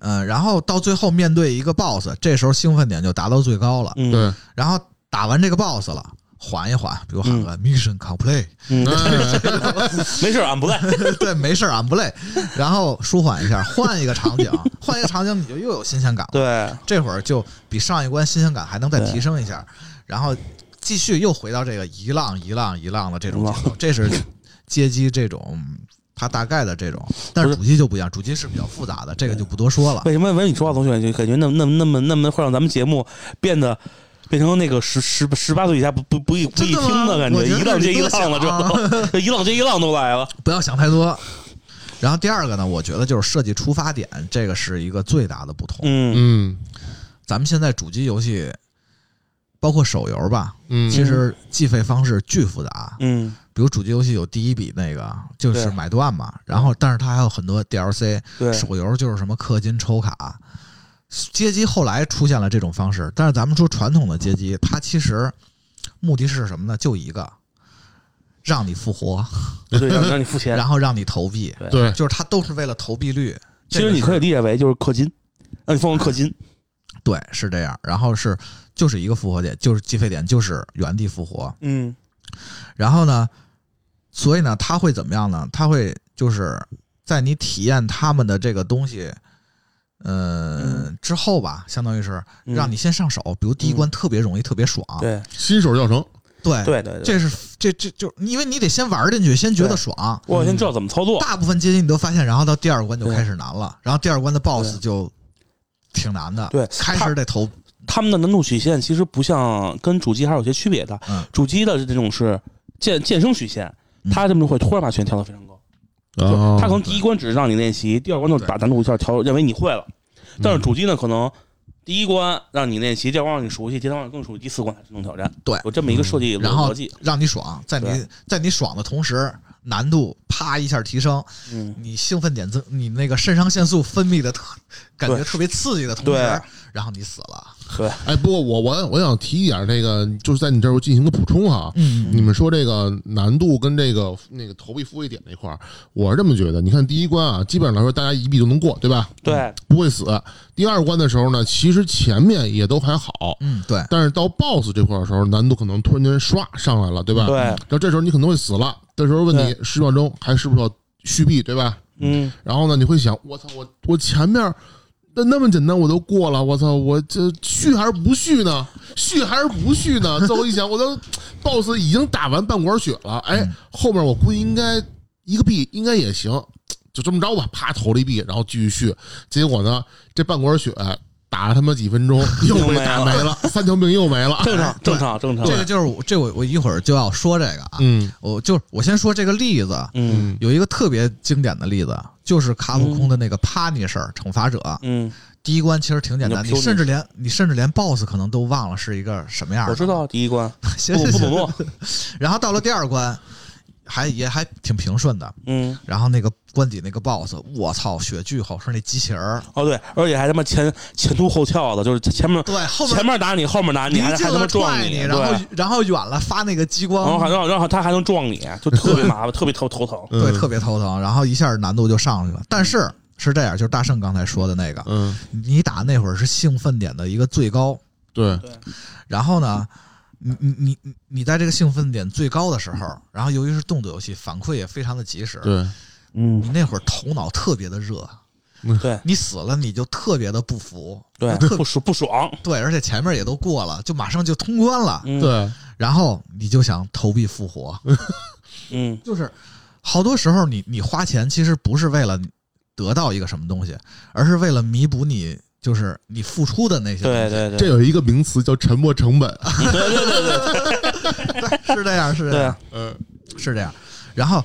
[SPEAKER 1] 嗯，然后到最后面对一个 BOSS，这时候兴奋点就达到最高了。
[SPEAKER 3] 嗯，
[SPEAKER 2] 对，
[SPEAKER 1] 然后打完这个 BOSS 了，缓一缓，比如喊个 Mission
[SPEAKER 3] [LAUGHS]
[SPEAKER 1] Complete，
[SPEAKER 3] 嗯，
[SPEAKER 2] 哎
[SPEAKER 3] 没事，俺
[SPEAKER 1] [LAUGHS]
[SPEAKER 3] 不赖。
[SPEAKER 1] 对，没事儿，俺不累。然后舒缓一下，换一个场
[SPEAKER 3] [LAUGHS]
[SPEAKER 1] 景，换一个场景，你就又有新鲜感了。
[SPEAKER 3] 对，
[SPEAKER 1] 这会儿就比上一关新鲜感还能再提升一下，
[SPEAKER 3] 嗯
[SPEAKER 1] 然后继续又回到这个一浪一浪一浪的这种节奏，这是街机这种嗯它大概的这种，但是
[SPEAKER 3] 不是
[SPEAKER 1] 主机就不一样，主机是比较复杂的，这个就不多说了。
[SPEAKER 3] 为什么？为什么你说话总选就感觉那么那么那么那么会让咱们节目变得变成那个十十十八岁以下不不不易不易
[SPEAKER 1] 真的吗
[SPEAKER 3] 听的感觉，
[SPEAKER 1] 我觉得
[SPEAKER 3] 一浪接一浪了，
[SPEAKER 1] 你多
[SPEAKER 3] [LAUGHS] 这这一浪接一浪都来了。
[SPEAKER 1] [LAUGHS] 不要想太多。然后第二个呢，我觉得就是设计出发点，这个是一个最大的不同。
[SPEAKER 3] 嗯
[SPEAKER 2] 嗯
[SPEAKER 1] 咱们现在主机游戏，包括手游吧，
[SPEAKER 2] 嗯，
[SPEAKER 1] 其实计费方式巨复杂。
[SPEAKER 3] 嗯
[SPEAKER 1] 比如主机游戏有第一笔那个就是
[SPEAKER 3] 对嗯
[SPEAKER 1] 买断嘛，然后但是它还有很多 DLC，
[SPEAKER 3] 对，
[SPEAKER 1] 手游就是什么氪金抽卡。街机后来出现了这种方式，但是咱们说传统的街机，它其实目的是什么呢？就一个，让你复活，
[SPEAKER 3] 对，让让你付钱
[SPEAKER 1] 然。后 [LAUGHS] 让你投币，
[SPEAKER 2] 对，
[SPEAKER 1] 就是它都是为了投币率。
[SPEAKER 3] 其实你可以理解为就是氪金，让你疯狂氪
[SPEAKER 1] [LAUGHS]
[SPEAKER 3] 金。
[SPEAKER 1] 对，是这样。然后是就是一个复活点，就是计费点，就是原地复活。
[SPEAKER 3] 嗯
[SPEAKER 1] 然后呢，所以呢，它会怎么样呢？它会就是在你体验他们的这个东西，呃，之后吧，相当于是
[SPEAKER 3] 嗯
[SPEAKER 1] 让你先上手，比如第一关特别容易，特别爽，
[SPEAKER 3] 对
[SPEAKER 2] 新手教程，
[SPEAKER 1] 对
[SPEAKER 3] 对对对，
[SPEAKER 1] 这是这这就因为你得先玩进去，先觉得
[SPEAKER 3] 对
[SPEAKER 1] 爽。
[SPEAKER 3] 我先知道怎么操作。
[SPEAKER 1] 大部分街机你都发现，然后到第二关就
[SPEAKER 3] 对
[SPEAKER 1] 开始难了，然后第二关的 BOSS
[SPEAKER 3] 对
[SPEAKER 1] 就挺难的，
[SPEAKER 3] 对
[SPEAKER 1] 开
[SPEAKER 3] 它
[SPEAKER 1] 始得投，
[SPEAKER 3] 他们的难度曲线其实不像跟主机还是有些区别的
[SPEAKER 1] 嗯。
[SPEAKER 3] 主机的这种是健健升曲线，他这么会突然把曲线调得非常
[SPEAKER 1] 哦
[SPEAKER 3] 高。
[SPEAKER 2] 啊
[SPEAKER 3] 他可能第一关只是让你练习，第二关就把难度一下调，认为你会了。
[SPEAKER 1] 嗯
[SPEAKER 3] 但是主机呢，可能第一关让你练习，第二关让你熟悉，第三关让你更熟悉，第四关才是能挑战。
[SPEAKER 1] 对嗯
[SPEAKER 3] 有这么一个设计
[SPEAKER 1] 然后
[SPEAKER 3] 逻辑。
[SPEAKER 1] 让你爽，在你
[SPEAKER 3] 对
[SPEAKER 1] 在你爽的同时，难度啪一下提升，
[SPEAKER 3] 嗯，
[SPEAKER 1] 你兴奋点增，你那个肾上腺素分泌的特感觉
[SPEAKER 3] 对
[SPEAKER 1] 特别刺激的同时
[SPEAKER 3] 对，
[SPEAKER 1] 然后你死了。
[SPEAKER 3] 对，
[SPEAKER 2] 哎，不过我我我想提一点，这个就是在你这儿进行个补充哈。
[SPEAKER 1] 嗯，
[SPEAKER 2] 你们说这个难度跟这个那个投币付费点这块儿，我是这么觉得。你看第一关啊，基本上来说大家一币都能过，对吧？嗯
[SPEAKER 3] 对，
[SPEAKER 2] 不会死。第二关的时候呢，其实前面也都还好，
[SPEAKER 1] 嗯，对，
[SPEAKER 2] 但是到 BOSS 这块儿的时候，难度可能突然间唰上来了，对吧？
[SPEAKER 3] 对
[SPEAKER 2] 然后这时候你可能会死了，这时候问你十秒钟还是不是要续币，对吧？
[SPEAKER 3] 嗯，
[SPEAKER 2] 然后呢，你会想，我操，我我前面那那么简单我都过了，我操，我这续还是不续呢？续还是不续呢？最后一想，我 [LAUGHS] 都 BOSS 已经打完半管血了，哎，后面我估计应该一个币应该也行，就这么着吧，啪投了一币，然后继续续。结果呢，这半管血打了他妈几分 [LAUGHS] 钟又被打没了，三条命又没了。 [LAUGHS]
[SPEAKER 3] 正常，正常，正常。
[SPEAKER 1] 这个就是我这我我一会儿就要说这个啊，
[SPEAKER 2] 嗯
[SPEAKER 1] 我就是我先说这个例子，
[SPEAKER 3] 嗯
[SPEAKER 1] 有一个特别经典的例子，就是卡普空的那个 Punisher 惩罚者，
[SPEAKER 3] 嗯，
[SPEAKER 1] 第一关其实挺简单，
[SPEAKER 3] 你
[SPEAKER 1] 你
[SPEAKER 3] 就
[SPEAKER 1] 甚至连你甚至连 BOSS 可能都忘了是一个什么样的。
[SPEAKER 3] 我
[SPEAKER 1] [LAUGHS]
[SPEAKER 3] 知，道第一关
[SPEAKER 1] 行行
[SPEAKER 3] 不不怎
[SPEAKER 1] 行。
[SPEAKER 3] 么，
[SPEAKER 1] 然后到了第二关，还也还挺平顺的，
[SPEAKER 3] 嗯，
[SPEAKER 1] 然后那个关底那个 BOSS，我操，血巨厚，是那机器人儿。
[SPEAKER 3] 哦对，而且还他妈前前凸后翘的，就是前面
[SPEAKER 1] 对，后面
[SPEAKER 3] 前面打你，后面打你，
[SPEAKER 1] 离
[SPEAKER 3] 还
[SPEAKER 1] 近
[SPEAKER 3] 还他妈
[SPEAKER 1] 了
[SPEAKER 3] 撞
[SPEAKER 1] 踹你，
[SPEAKER 3] 对
[SPEAKER 1] 然。后嗯然后远了发那个激
[SPEAKER 3] 然
[SPEAKER 2] 哦
[SPEAKER 3] 后还
[SPEAKER 1] 光，
[SPEAKER 3] 让让他还能撞你，就特别麻烦，特别头
[SPEAKER 1] [LAUGHS]
[SPEAKER 3] 头疼。
[SPEAKER 1] 对，
[SPEAKER 2] 嗯
[SPEAKER 1] 特别头疼，然后一下难度就上去了。但是是这样，就是大圣刚才说的那个，
[SPEAKER 2] 嗯，
[SPEAKER 1] 你打那会儿是兴奋点的一个最高，
[SPEAKER 2] 对，
[SPEAKER 1] 然后呢，你你你你你在这个兴奋点最高的时候，然后由于是动作游戏，反馈也非常的及时，
[SPEAKER 2] 对，
[SPEAKER 3] 嗯
[SPEAKER 1] 你，那会儿头脑特别的热，
[SPEAKER 3] 对
[SPEAKER 1] 你死了你就特别的不服，
[SPEAKER 3] 对，
[SPEAKER 1] 特
[SPEAKER 3] 不爽不爽。
[SPEAKER 1] 对，而且前面也都过了，就马上就通关了，
[SPEAKER 3] 嗯
[SPEAKER 2] 对，
[SPEAKER 1] 然后你就想投币复活，
[SPEAKER 3] 嗯
[SPEAKER 1] 就是好多时候你你花钱其实不是为了得到一个什么东西，而是为了弥补你就是你付出的那些东西。
[SPEAKER 3] 对对对，
[SPEAKER 2] 这有一个名词叫沉没成本，
[SPEAKER 1] 对，是这样，是这
[SPEAKER 3] 对
[SPEAKER 1] 样
[SPEAKER 3] 啊，，
[SPEAKER 2] 嗯
[SPEAKER 1] 是这样。然后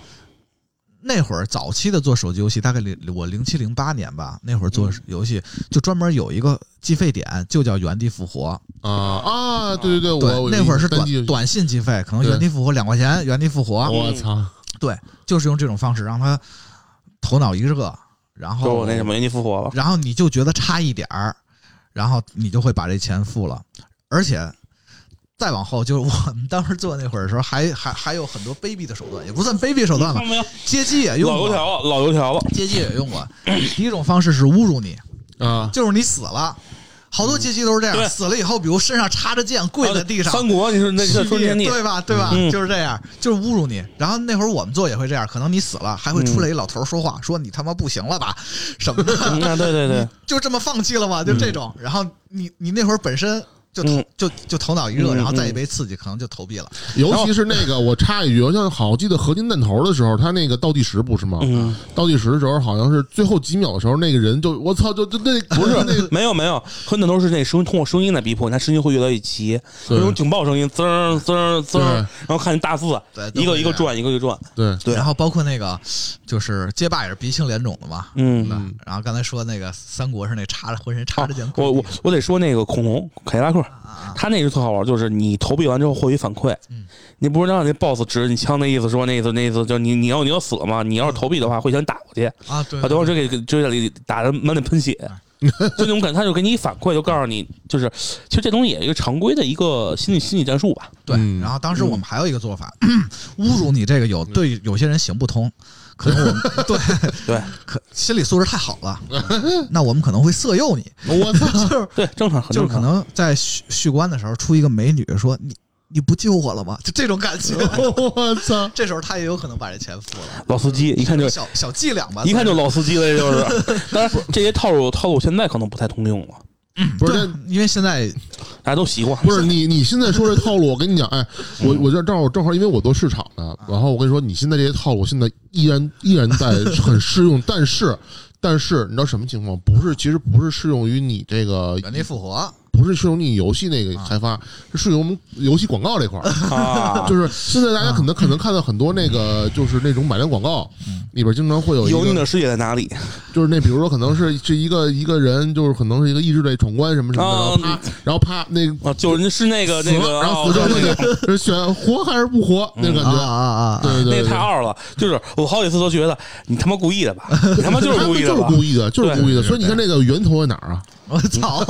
[SPEAKER 1] 那会儿早期的做手机游戏，大概零我零七零八年吧，那会儿做
[SPEAKER 3] 嗯
[SPEAKER 1] 游戏就专门有一个计费点，就叫原地复活。
[SPEAKER 2] 啊啊，对对对，
[SPEAKER 1] 对
[SPEAKER 2] 我，我
[SPEAKER 1] 那会儿是
[SPEAKER 2] 单
[SPEAKER 1] 短
[SPEAKER 2] 机游戏
[SPEAKER 1] 短信计费，可能
[SPEAKER 2] 对
[SPEAKER 1] 原地复活两块钱，原地复活，
[SPEAKER 2] 我操，
[SPEAKER 1] 就是用这种方式让他头脑一热，然
[SPEAKER 3] 就是我
[SPEAKER 1] 后
[SPEAKER 3] 那什么，你复活了，
[SPEAKER 1] 然后你就觉得差一点儿，然后你就会把这钱付了，而且。再往后，就是我们当时做那会儿的时候还，还还有很多卑鄙的手段，也不算卑鄙手段吧
[SPEAKER 3] 看，到没有？
[SPEAKER 1] 接机也用
[SPEAKER 3] 老油
[SPEAKER 1] 过，
[SPEAKER 3] 条了，啊老油条了，
[SPEAKER 1] 接机也用过。第一种方式是侮辱你，
[SPEAKER 2] 啊，
[SPEAKER 1] 就是你死了，好多接机都是这样，
[SPEAKER 3] 对啊
[SPEAKER 1] 死了以后，比如身上插着剑跪在地上，
[SPEAKER 3] 三国，你是那是
[SPEAKER 1] 蓄
[SPEAKER 3] 春
[SPEAKER 1] 力
[SPEAKER 3] 天地，
[SPEAKER 1] 对啊吧？对吧？
[SPEAKER 3] 嗯
[SPEAKER 1] 就是这样，就是侮辱你。然后那会儿我们做也会这样，可能你死了，还会出来一老头儿说话，说你他妈不行了吧，什么的，
[SPEAKER 3] 嗯啊，对对对，
[SPEAKER 1] 就这么放弃了吗？就这种。然后你你那会儿本身就头、
[SPEAKER 3] 嗯
[SPEAKER 1] 就就头脑一热，
[SPEAKER 3] 嗯
[SPEAKER 1] 然后再一被刺激，可能就投币了。
[SPEAKER 2] 尤其是那个，我插一句，我像好记得合金弹头的时候，他那个倒计时不是吗？
[SPEAKER 3] 嗯，
[SPEAKER 2] 倒计时的时候，好像是最后几秒的时候，那个人就我操，就就那不是
[SPEAKER 1] [LAUGHS]
[SPEAKER 2] 那
[SPEAKER 3] 没有没有，很多都是那声通过声音来逼迫，你看声音会越来越齐，
[SPEAKER 2] 对
[SPEAKER 3] 那种警报声音，滋儿滋儿滋
[SPEAKER 2] 对
[SPEAKER 3] 儿，然后看见大字
[SPEAKER 1] 对，
[SPEAKER 3] 一个一个
[SPEAKER 1] 转。
[SPEAKER 3] 转，一个一个转，
[SPEAKER 1] [LAUGHS]
[SPEAKER 2] 对
[SPEAKER 3] 对
[SPEAKER 1] 然后包括那个就是街霸也是鼻青脸肿的嘛。
[SPEAKER 3] 嗯，
[SPEAKER 1] 吧然后刚才说那个三国是那插着浑身插着剑跪
[SPEAKER 3] 我
[SPEAKER 1] 地
[SPEAKER 3] 我我得说那个恐龙凯迪拉克，
[SPEAKER 1] 啊，
[SPEAKER 3] 他那是特好玩，就是你投币完之后获一反馈，
[SPEAKER 1] 嗯
[SPEAKER 3] 你不知道那 boss 指着你枪那意思说那意思那意思就你你要你要死了嘛，你要是投币的话会想打过去，啊，
[SPEAKER 1] 啊对，
[SPEAKER 3] 等会儿就给给追下来打的满脸喷血，
[SPEAKER 2] 嗯
[SPEAKER 3] 就那种感觉，他就给你一反馈，就告诉你就是其实这东西也是一个常规的一个心理心理战术吧，
[SPEAKER 1] 对
[SPEAKER 2] 嗯，
[SPEAKER 1] 然后当时我们还有一个做法，
[SPEAKER 3] 嗯
[SPEAKER 1] [CLEARS THROAT] 侮辱你这个有对有些人行不通，可
[SPEAKER 3] [LAUGHS]
[SPEAKER 1] 能我们对
[SPEAKER 3] 对
[SPEAKER 1] 可心理素质太好
[SPEAKER 3] [LAUGHS]
[SPEAKER 1] 了，那我们可能会色诱你，
[SPEAKER 2] 我操，
[SPEAKER 1] 就是
[SPEAKER 3] 对，正常很
[SPEAKER 1] 就
[SPEAKER 3] 正
[SPEAKER 1] 是可
[SPEAKER 3] 常，
[SPEAKER 1] 能在续续关的时候出一个美女说你你不救我了吗？就这种感
[SPEAKER 3] [LAUGHS]
[SPEAKER 1] 觉，
[SPEAKER 2] 我操，
[SPEAKER 1] 这时候他也有可能把这钱付了，
[SPEAKER 3] 老司机一看就
[SPEAKER 1] 小小伎俩吧，
[SPEAKER 3] 一看就老司机了，
[SPEAKER 2] [LAUGHS]
[SPEAKER 3] 这就是，当然这些套路套路现在可能不太通用了，
[SPEAKER 2] 不是
[SPEAKER 1] 对
[SPEAKER 2] 那。，
[SPEAKER 1] 因为现在
[SPEAKER 3] 大家都习惯，
[SPEAKER 2] 不是你，你现在说这套路，我跟你讲，哎，我我这正好正好，因为我做市场的，然后我跟你说，你现在这些套路现在依然依然在很适用，但是但是你知道什么情况？不是，其实不是适用于你这个，
[SPEAKER 1] 原地复活，
[SPEAKER 2] 不是适用于你游戏那个开发，是适用于我们游戏广告这块
[SPEAKER 3] [LAUGHS]
[SPEAKER 2] 儿。
[SPEAKER 3] 啊，
[SPEAKER 2] 就是现在大家可能可能看到很多那
[SPEAKER 3] 嗯
[SPEAKER 2] 个就是那种买单广告里边经常会有一
[SPEAKER 3] 油腻
[SPEAKER 2] 个，
[SPEAKER 3] 嗯的世界在哪里？
[SPEAKER 2] 就是那比如说可能是是一个一个人就是可能是一个意志类闯关什么什么的，然后啪
[SPEAKER 3] 啊
[SPEAKER 2] 然后啪那个
[SPEAKER 3] 啊，就是是那个那
[SPEAKER 2] 死
[SPEAKER 3] 个，
[SPEAKER 2] 了然后
[SPEAKER 3] 哦
[SPEAKER 2] 死之后
[SPEAKER 3] 对对对嗯
[SPEAKER 2] 那个 [LAUGHS] 是选活还是不活那种感
[SPEAKER 1] 啊
[SPEAKER 2] 觉，
[SPEAKER 1] 啊啊！啊
[SPEAKER 2] 对对
[SPEAKER 3] 那
[SPEAKER 2] 对
[SPEAKER 3] 个太
[SPEAKER 2] 对。
[SPEAKER 3] 二了，就是我好几次都觉得你他妈故意的吧，你他妈就是故意的
[SPEAKER 2] [LAUGHS] 就是
[SPEAKER 3] 吧，
[SPEAKER 2] 故意的，就是故意的。所以你看这个源头在哪儿啊？
[SPEAKER 1] 我操！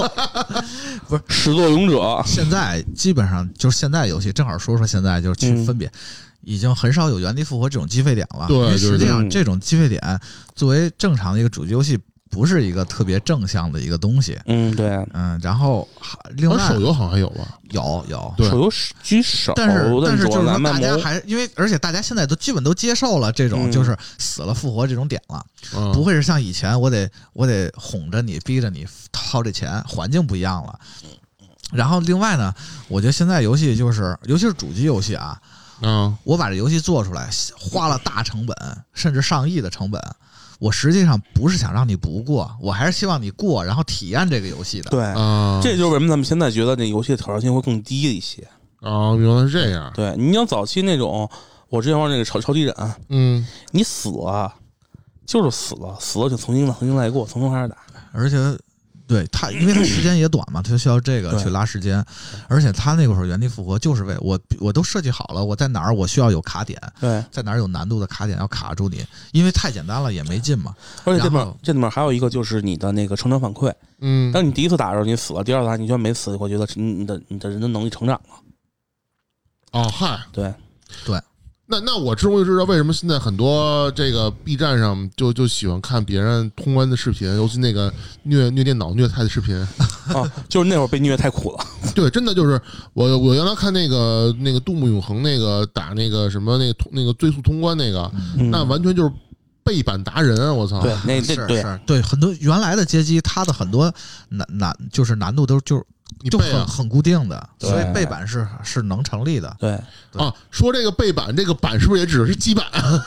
[SPEAKER 3] 始作俑者，
[SPEAKER 1] [LAUGHS] 现在基本上就是现在游戏，正好说说现在就是去
[SPEAKER 3] 嗯
[SPEAKER 1] 分别，已经很少有原地复活这种计费点了。
[SPEAKER 2] 对
[SPEAKER 1] 因为实际
[SPEAKER 3] 对嗯
[SPEAKER 1] 上
[SPEAKER 3] 对
[SPEAKER 1] 这种计费点作为正常的一个主机游戏，不是一个特别正向的一个东西。
[SPEAKER 3] 嗯，对，
[SPEAKER 1] 嗯，然后还另
[SPEAKER 2] 好
[SPEAKER 1] 外
[SPEAKER 3] 哦
[SPEAKER 2] 像哦手游好像还有吧？
[SPEAKER 1] 有有，
[SPEAKER 2] 对
[SPEAKER 3] 手游是居哦手，
[SPEAKER 1] 但是但是
[SPEAKER 3] 左
[SPEAKER 1] 就是
[SPEAKER 3] 蓝
[SPEAKER 1] 说
[SPEAKER 3] 曼
[SPEAKER 1] 大家
[SPEAKER 3] 摩，
[SPEAKER 1] 还因为而且大家现在都基本都接受了这种
[SPEAKER 3] 嗯
[SPEAKER 1] 就是死了复活这种点了，
[SPEAKER 2] 嗯
[SPEAKER 1] 不会是像以前我得我得哄着你逼着你掏这钱，环境不一样了。然后另外呢，我觉得现在游戏就是尤其是主机游戏啊，
[SPEAKER 2] 啊，
[SPEAKER 1] 我把这游戏做出来，花了大成本，甚至上亿的成本。我实际上不是想让你不过，我还是希望你过，然后体验这个游戏的。
[SPEAKER 3] 对，
[SPEAKER 2] 啊，
[SPEAKER 3] 这就是为什么咱们现在觉得这游戏的挑战性会更低一些。
[SPEAKER 2] 啊，原来是这样。
[SPEAKER 3] 对，你像早期那种，我之前玩那个超超级忍，
[SPEAKER 2] 嗯，
[SPEAKER 3] 你死了就是死了，死了就重新重新来过，从头开始打。
[SPEAKER 1] 而且，对它，因为它时间也短嘛，它需要这个
[SPEAKER 3] 对
[SPEAKER 1] 去拉时间。而且它那个时候原地复活就是为我，我都设计好了，我在哪儿我需要有卡点，
[SPEAKER 3] 对，
[SPEAKER 1] 在哪儿有难度的卡点要卡住你，因为太简单了也没劲嘛。
[SPEAKER 3] 而且这
[SPEAKER 1] 然
[SPEAKER 3] 里面
[SPEAKER 1] 后
[SPEAKER 3] 这里面还有一个就是你的那个成长反馈，
[SPEAKER 2] 嗯，
[SPEAKER 3] 当你第一次打的时候你死了，第二次打你居然没死，我觉得嗯你你的你的人的能力成长了。
[SPEAKER 2] 哦，嗨，
[SPEAKER 3] 对， [LAUGHS]
[SPEAKER 2] 那那我终于知道为什么现在很多这个 B 站上就就喜欢看别人通关的视频，尤其那个虐虐电脑、虐菜的视频。 [LAUGHS]
[SPEAKER 3] 啊，就是那会儿被虐太苦了。
[SPEAKER 2] 对，真的就是我我原来看那个那个《杜牧永恒》那个打那个什么那个通那个最速通关那个，
[SPEAKER 3] 嗯
[SPEAKER 2] 那完全就是背板达人啊！我操，
[SPEAKER 3] 对，那
[SPEAKER 1] 是
[SPEAKER 3] 那对
[SPEAKER 1] 是，对很多原来的街机，它的很多难难就是难度都就是
[SPEAKER 2] 你
[SPEAKER 1] 就
[SPEAKER 2] 背
[SPEAKER 1] 很
[SPEAKER 2] 啊
[SPEAKER 1] 很固定的，
[SPEAKER 3] 对
[SPEAKER 1] 所以背板是是能成立的。
[SPEAKER 3] 对，
[SPEAKER 1] 很
[SPEAKER 2] 啊！说这个背板，这个板是不是也指的是基板？啊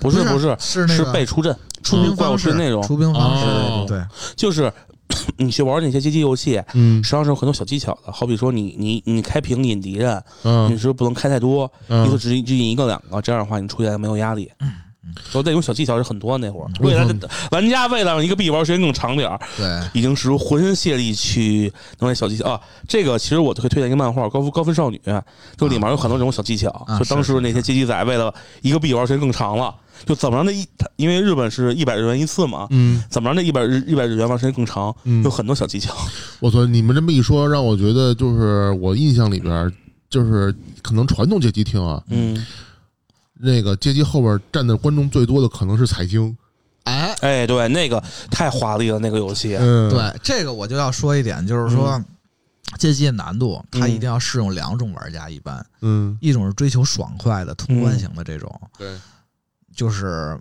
[SPEAKER 3] 不是
[SPEAKER 1] 不
[SPEAKER 3] 不是，
[SPEAKER 1] 是那个
[SPEAKER 3] 被出阵
[SPEAKER 1] 出
[SPEAKER 3] 出
[SPEAKER 1] 兵
[SPEAKER 3] 怪物
[SPEAKER 1] 方
[SPEAKER 3] 是
[SPEAKER 1] 式
[SPEAKER 3] 那种，
[SPEAKER 1] 出兵方式，
[SPEAKER 2] 哦
[SPEAKER 1] 对，
[SPEAKER 3] 就是 [COUGHS] 你去玩那些街机游戏，实
[SPEAKER 2] 嗯
[SPEAKER 3] 际上是有很多小技巧的。好比说你你你开屏引敌人，
[SPEAKER 2] [LAUGHS]
[SPEAKER 3] 你
[SPEAKER 2] 嗯
[SPEAKER 3] 是不能开太多，
[SPEAKER 2] 嗯
[SPEAKER 3] 你就只只引一个两个，这样的话你出现没有压力。
[SPEAKER 2] 嗯
[SPEAKER 3] 所以那种小技巧是很多的那会儿，为了 [LAUGHS] 玩家为了让一个币玩时间更长点儿，
[SPEAKER 1] 对，
[SPEAKER 3] 已经是浑身解力去弄那小技巧啊。这个其实我就可以推荐一个漫画《高分高分少女》，就里面有很多这种小技巧。
[SPEAKER 1] 啊
[SPEAKER 3] 就当时那些街机仔为了一个币玩时间更长了，就怎么让这一，因为日本是一百日元一次嘛，
[SPEAKER 2] 嗯，
[SPEAKER 3] 怎么让这一百日一百日元玩时间更长，
[SPEAKER 2] 嗯
[SPEAKER 3] 有很多小技巧。
[SPEAKER 2] 我操！你们这么一说，让我觉得就是我印象里边儿，就是可能传统街机厅啊，
[SPEAKER 3] 嗯，
[SPEAKER 2] 那个街机后边站的观众最多的可能是财经。
[SPEAKER 1] 哎，
[SPEAKER 3] 哎，对，那个太华丽了，那个游戏。
[SPEAKER 2] 嗯，，
[SPEAKER 1] 对这个我就要说一点，就是说这些难度，它
[SPEAKER 3] 嗯
[SPEAKER 1] 一定要适用两种玩家，一般
[SPEAKER 2] 嗯，
[SPEAKER 1] 一种是追求爽快的通关型的这种，
[SPEAKER 3] 嗯
[SPEAKER 2] 对，
[SPEAKER 1] 就是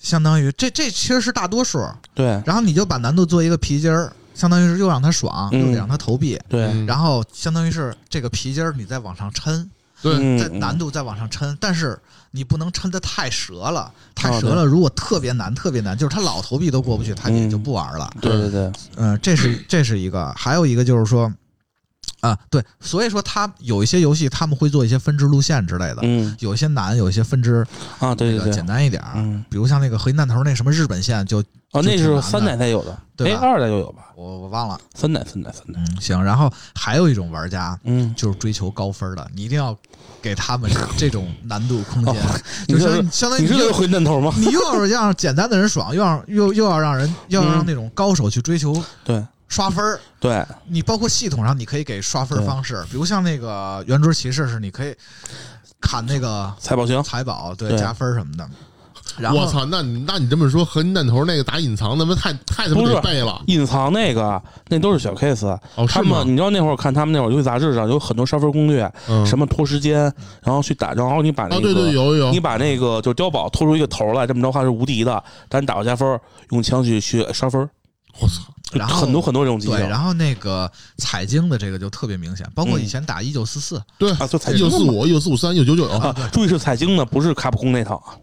[SPEAKER 1] 相当于这这其实是大多数，
[SPEAKER 3] 对
[SPEAKER 1] 然后你就把难度做一个皮筋儿，相当于是又让他爽，
[SPEAKER 3] 嗯
[SPEAKER 1] 又得让他投币。
[SPEAKER 3] 对，
[SPEAKER 2] 嗯
[SPEAKER 1] 然后相当于是这个皮筋儿，你再往上抻，
[SPEAKER 2] 对，
[SPEAKER 3] 嗯
[SPEAKER 1] 再难度再往上抻，但是你不能抻得太折了，太
[SPEAKER 3] 哦
[SPEAKER 1] 折了，如果特别难，特别难，就是他老投币都过不去，他
[SPEAKER 3] 嗯
[SPEAKER 1] 也就不玩了。
[SPEAKER 3] 对对对，
[SPEAKER 1] 嗯，这
[SPEAKER 3] [COUGHS]
[SPEAKER 1] 是这是一个，还有一个就是说，啊，对，所以说他有一些游戏他们会做一些分支路线之类的，
[SPEAKER 3] 嗯
[SPEAKER 1] 有一些难，有一些分支
[SPEAKER 3] 啊，对
[SPEAKER 1] 这
[SPEAKER 3] 对
[SPEAKER 1] 个
[SPEAKER 3] 对
[SPEAKER 1] 简，单一点儿，
[SPEAKER 3] 嗯
[SPEAKER 1] 比如像那个合金弹头那什么日本线就
[SPEAKER 3] 啊，
[SPEAKER 1] 挺
[SPEAKER 3] 那
[SPEAKER 1] 难
[SPEAKER 3] 是
[SPEAKER 1] 的
[SPEAKER 3] 三代才有的，
[SPEAKER 1] 对
[SPEAKER 3] 哎，
[SPEAKER 1] 吧
[SPEAKER 3] 二代就有吧？
[SPEAKER 1] 我我忘了，
[SPEAKER 3] 三代，三代，三代。
[SPEAKER 1] 嗯，行。然后还有一种玩家
[SPEAKER 3] 嗯，
[SPEAKER 1] 就是追求高分的，你一定要给他们这种难度空间，
[SPEAKER 3] 哦
[SPEAKER 1] 就
[SPEAKER 3] 你这
[SPEAKER 1] 相相当于
[SPEAKER 3] 你是
[SPEAKER 1] 又
[SPEAKER 3] 有回
[SPEAKER 1] [LAUGHS]
[SPEAKER 3] 弹头吗？
[SPEAKER 1] 你又要让简单的人爽，又要又又要让人又
[SPEAKER 3] 嗯
[SPEAKER 1] 要让那种高手去追求
[SPEAKER 3] 对
[SPEAKER 1] 刷分儿。
[SPEAKER 3] 对，
[SPEAKER 1] 你包括系统上，你可以给刷分
[SPEAKER 3] 对
[SPEAKER 1] 方式，比如像那个圆桌骑士是，你可以砍那个
[SPEAKER 3] 财宝行，
[SPEAKER 1] 财宝，对
[SPEAKER 3] 对
[SPEAKER 1] 加分什么的。然
[SPEAKER 2] 我
[SPEAKER 1] 后
[SPEAKER 2] 操！那你那你这么说，和你弹头那个打隐藏，他妈太太他妈
[SPEAKER 3] 不是
[SPEAKER 2] 得背了。
[SPEAKER 3] 隐藏那个那都是小 case。
[SPEAKER 2] 哦，
[SPEAKER 3] 嗯他
[SPEAKER 2] 是吗
[SPEAKER 3] 们？你知道那会儿看他们那会儿游戏杂志上有很多刷分攻略，
[SPEAKER 2] 嗯
[SPEAKER 3] 什么拖时间，然后去打，然后你把那
[SPEAKER 2] 啊，
[SPEAKER 3] 个
[SPEAKER 2] 对对，有有
[SPEAKER 1] 哦
[SPEAKER 3] 你
[SPEAKER 2] 有，
[SPEAKER 3] 把那个就是碉堡拖出一个头来，这么着话是无敌的，但你打到加分，用枪去去刷分，
[SPEAKER 2] 我操！
[SPEAKER 3] 就
[SPEAKER 1] 然后
[SPEAKER 3] 很多很多这种技巧
[SPEAKER 1] 对，然后那个彩晶的这个就特别明显，包
[SPEAKER 3] 嗯
[SPEAKER 1] 括以前打一九四四，
[SPEAKER 2] 对
[SPEAKER 3] 啊，就彩
[SPEAKER 2] 一
[SPEAKER 3] 晶
[SPEAKER 2] 九
[SPEAKER 3] 嘛
[SPEAKER 2] 四五、一九四五三、一九九九，
[SPEAKER 3] 啊，注意是彩晶的，不是卡普空那套啊。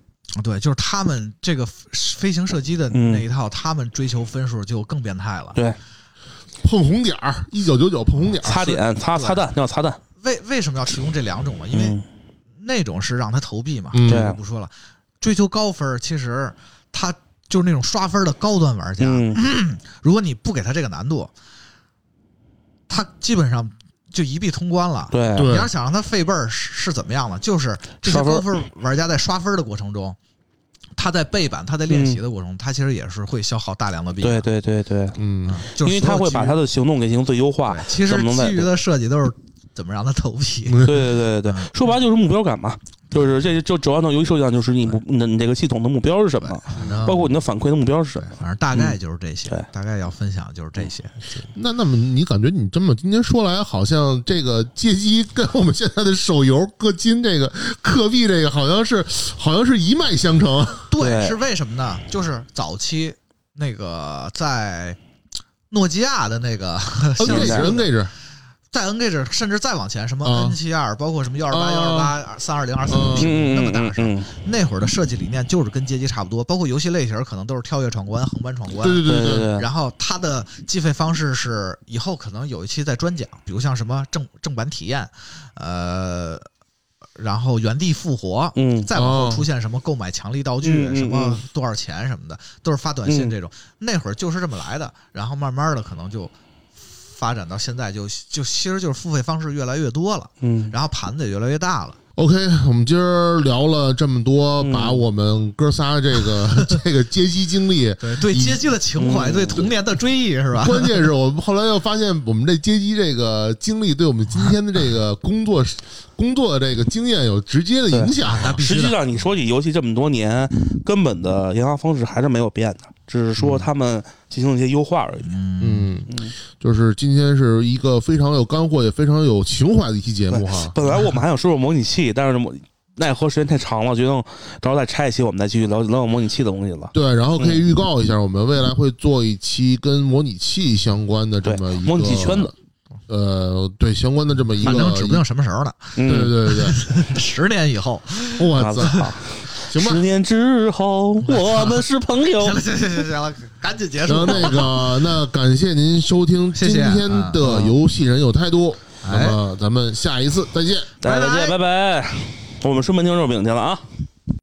[SPEAKER 1] 对，就是他们这个飞行射击的
[SPEAKER 3] 嗯
[SPEAKER 1] 那一套，他们追求分数就更变态了。
[SPEAKER 3] 对，
[SPEAKER 2] 碰红点儿，一九九九碰红点儿，
[SPEAKER 3] 擦点擦擦弹，那叫擦弹。
[SPEAKER 1] 为为什么要提供这两种嘛？因为
[SPEAKER 3] 嗯，
[SPEAKER 1] 那种是让他投币嘛，
[SPEAKER 2] 嗯
[SPEAKER 1] 这个不说了。追求高分儿，其实他就是那种刷分儿的高端玩家。
[SPEAKER 3] 嗯，
[SPEAKER 1] 如果你不给他这个难度，他基本上就一币通关了。
[SPEAKER 3] 对
[SPEAKER 2] 对
[SPEAKER 1] 你要是想让他费倍儿是是怎么样了？就是这些
[SPEAKER 3] 刷分
[SPEAKER 1] 高分玩家在刷分儿的过程中，他在背板、他在练习的过程中，他其实也是会消耗大量的币。
[SPEAKER 3] 嗯对对对对，
[SPEAKER 2] 嗯，
[SPEAKER 1] 就是
[SPEAKER 3] 因为他会把他
[SPEAKER 1] 的
[SPEAKER 3] 的行动给进行最优化。
[SPEAKER 1] 啊其实
[SPEAKER 3] 怎么能嗯在
[SPEAKER 1] 其余的设计都是怎么让他投币。
[SPEAKER 3] 对对对对，对，
[SPEAKER 1] 嗯
[SPEAKER 3] 说白了就是目标感嘛，就是这就指望到游戏设计上，就是你目你的你这个系统的目标是什么，
[SPEAKER 1] 反正
[SPEAKER 3] 包括你的反馈的目标是什么。
[SPEAKER 1] 反正大概就是这些
[SPEAKER 3] 嗯对，嗯
[SPEAKER 1] 大概要分享的就是这些。
[SPEAKER 2] 那那么你感觉你这么今天说来，好像这个街机跟我们现在的手游氪金这个氪币这个，好像是好像是一脉相承。啊
[SPEAKER 1] 对，
[SPEAKER 3] 对
[SPEAKER 1] 是为什么呢？就是早期那个在诺基亚的那个
[SPEAKER 2] N
[SPEAKER 1] 像
[SPEAKER 2] G G
[SPEAKER 3] 现在
[SPEAKER 2] N G G，
[SPEAKER 1] 在 N G 这甚至再往前，什么
[SPEAKER 2] 啊
[SPEAKER 1] N 七二，包括什么幺二八、幺二八、三二零、二四
[SPEAKER 2] 嗯
[SPEAKER 1] 零，那么大
[SPEAKER 3] 嗯嗯
[SPEAKER 1] 声。
[SPEAKER 3] 嗯
[SPEAKER 1] 那会儿的设计理念就是跟街机差不多，包括游戏类型可能都是跳跃闯关、横版闯关。
[SPEAKER 2] 对对
[SPEAKER 3] 嗯，对
[SPEAKER 2] 对，
[SPEAKER 3] 对对，
[SPEAKER 1] 然后它的计费方式是以后可能有一期再专讲，比如像什么正正版体验，呃，然后原地复活，
[SPEAKER 3] 嗯
[SPEAKER 1] 再往后
[SPEAKER 2] 哦
[SPEAKER 1] 出现什么购买强力道具、
[SPEAKER 3] 嗯嗯
[SPEAKER 1] 什么
[SPEAKER 3] 嗯
[SPEAKER 1] 多少钱什么的，都是发短信这种。那会儿就是这么来的，然后慢慢的可能就发展到现在就，就其实就是付费方式越来越多了，
[SPEAKER 3] 嗯，
[SPEAKER 1] 然后盘子也越来越大了。
[SPEAKER 2] OK，我们今儿聊了这么多，
[SPEAKER 3] 嗯
[SPEAKER 2] 把我们哥仨这个这个街机经历，
[SPEAKER 1] 对对，
[SPEAKER 2] 以
[SPEAKER 1] 街机的情怀，
[SPEAKER 3] 嗯
[SPEAKER 1] 对童年的追忆是吧？
[SPEAKER 2] 关键是我们后来又发现，我们这街机这个经历对我们今天的这个工作工作的这个经验有直接的影响。
[SPEAKER 1] 那必
[SPEAKER 3] 实
[SPEAKER 1] 须
[SPEAKER 3] 际
[SPEAKER 1] 的。
[SPEAKER 3] 上你说起游戏这么多年，根本的研发方式还是没有变的，只是说他们进行了一些优化而已。
[SPEAKER 1] 嗯，
[SPEAKER 2] 嗯，就是今天是一个非常有干货也非常有情怀的一期节目哈。
[SPEAKER 3] 本来我们还想说说模拟器，但是模奈何时间太长了，决定到时候再拆一期，我们再继续聊聊模拟器的东西了。
[SPEAKER 2] 对，然后可以预告一下，我们未来会做一期跟模拟器相关的这
[SPEAKER 3] 对
[SPEAKER 2] 么一，个
[SPEAKER 3] 模拟器圈子，，
[SPEAKER 2] 呃，对相关的这么一个，
[SPEAKER 1] 反正指不定什么时候呢，
[SPEAKER 2] 对对对
[SPEAKER 3] 嗯，
[SPEAKER 2] 对
[SPEAKER 1] 十年以后。
[SPEAKER 3] [LAUGHS]
[SPEAKER 2] 对，我
[SPEAKER 3] 啊
[SPEAKER 2] 操！
[SPEAKER 3] 好
[SPEAKER 2] 行吧
[SPEAKER 3] 十。年之后，我们是朋友
[SPEAKER 1] [LAUGHS] 行。了，行行行行了，赶紧结
[SPEAKER 2] 然后
[SPEAKER 1] 束。
[SPEAKER 2] 那个，那感谢您收听今
[SPEAKER 1] 谢谢啊
[SPEAKER 2] 天的游戏人有态度。
[SPEAKER 1] 哎
[SPEAKER 2] 那么咱们下一次再见。
[SPEAKER 3] 大家再见，
[SPEAKER 1] 拜
[SPEAKER 3] 拜拜。我们顺便听肉饼去了啊。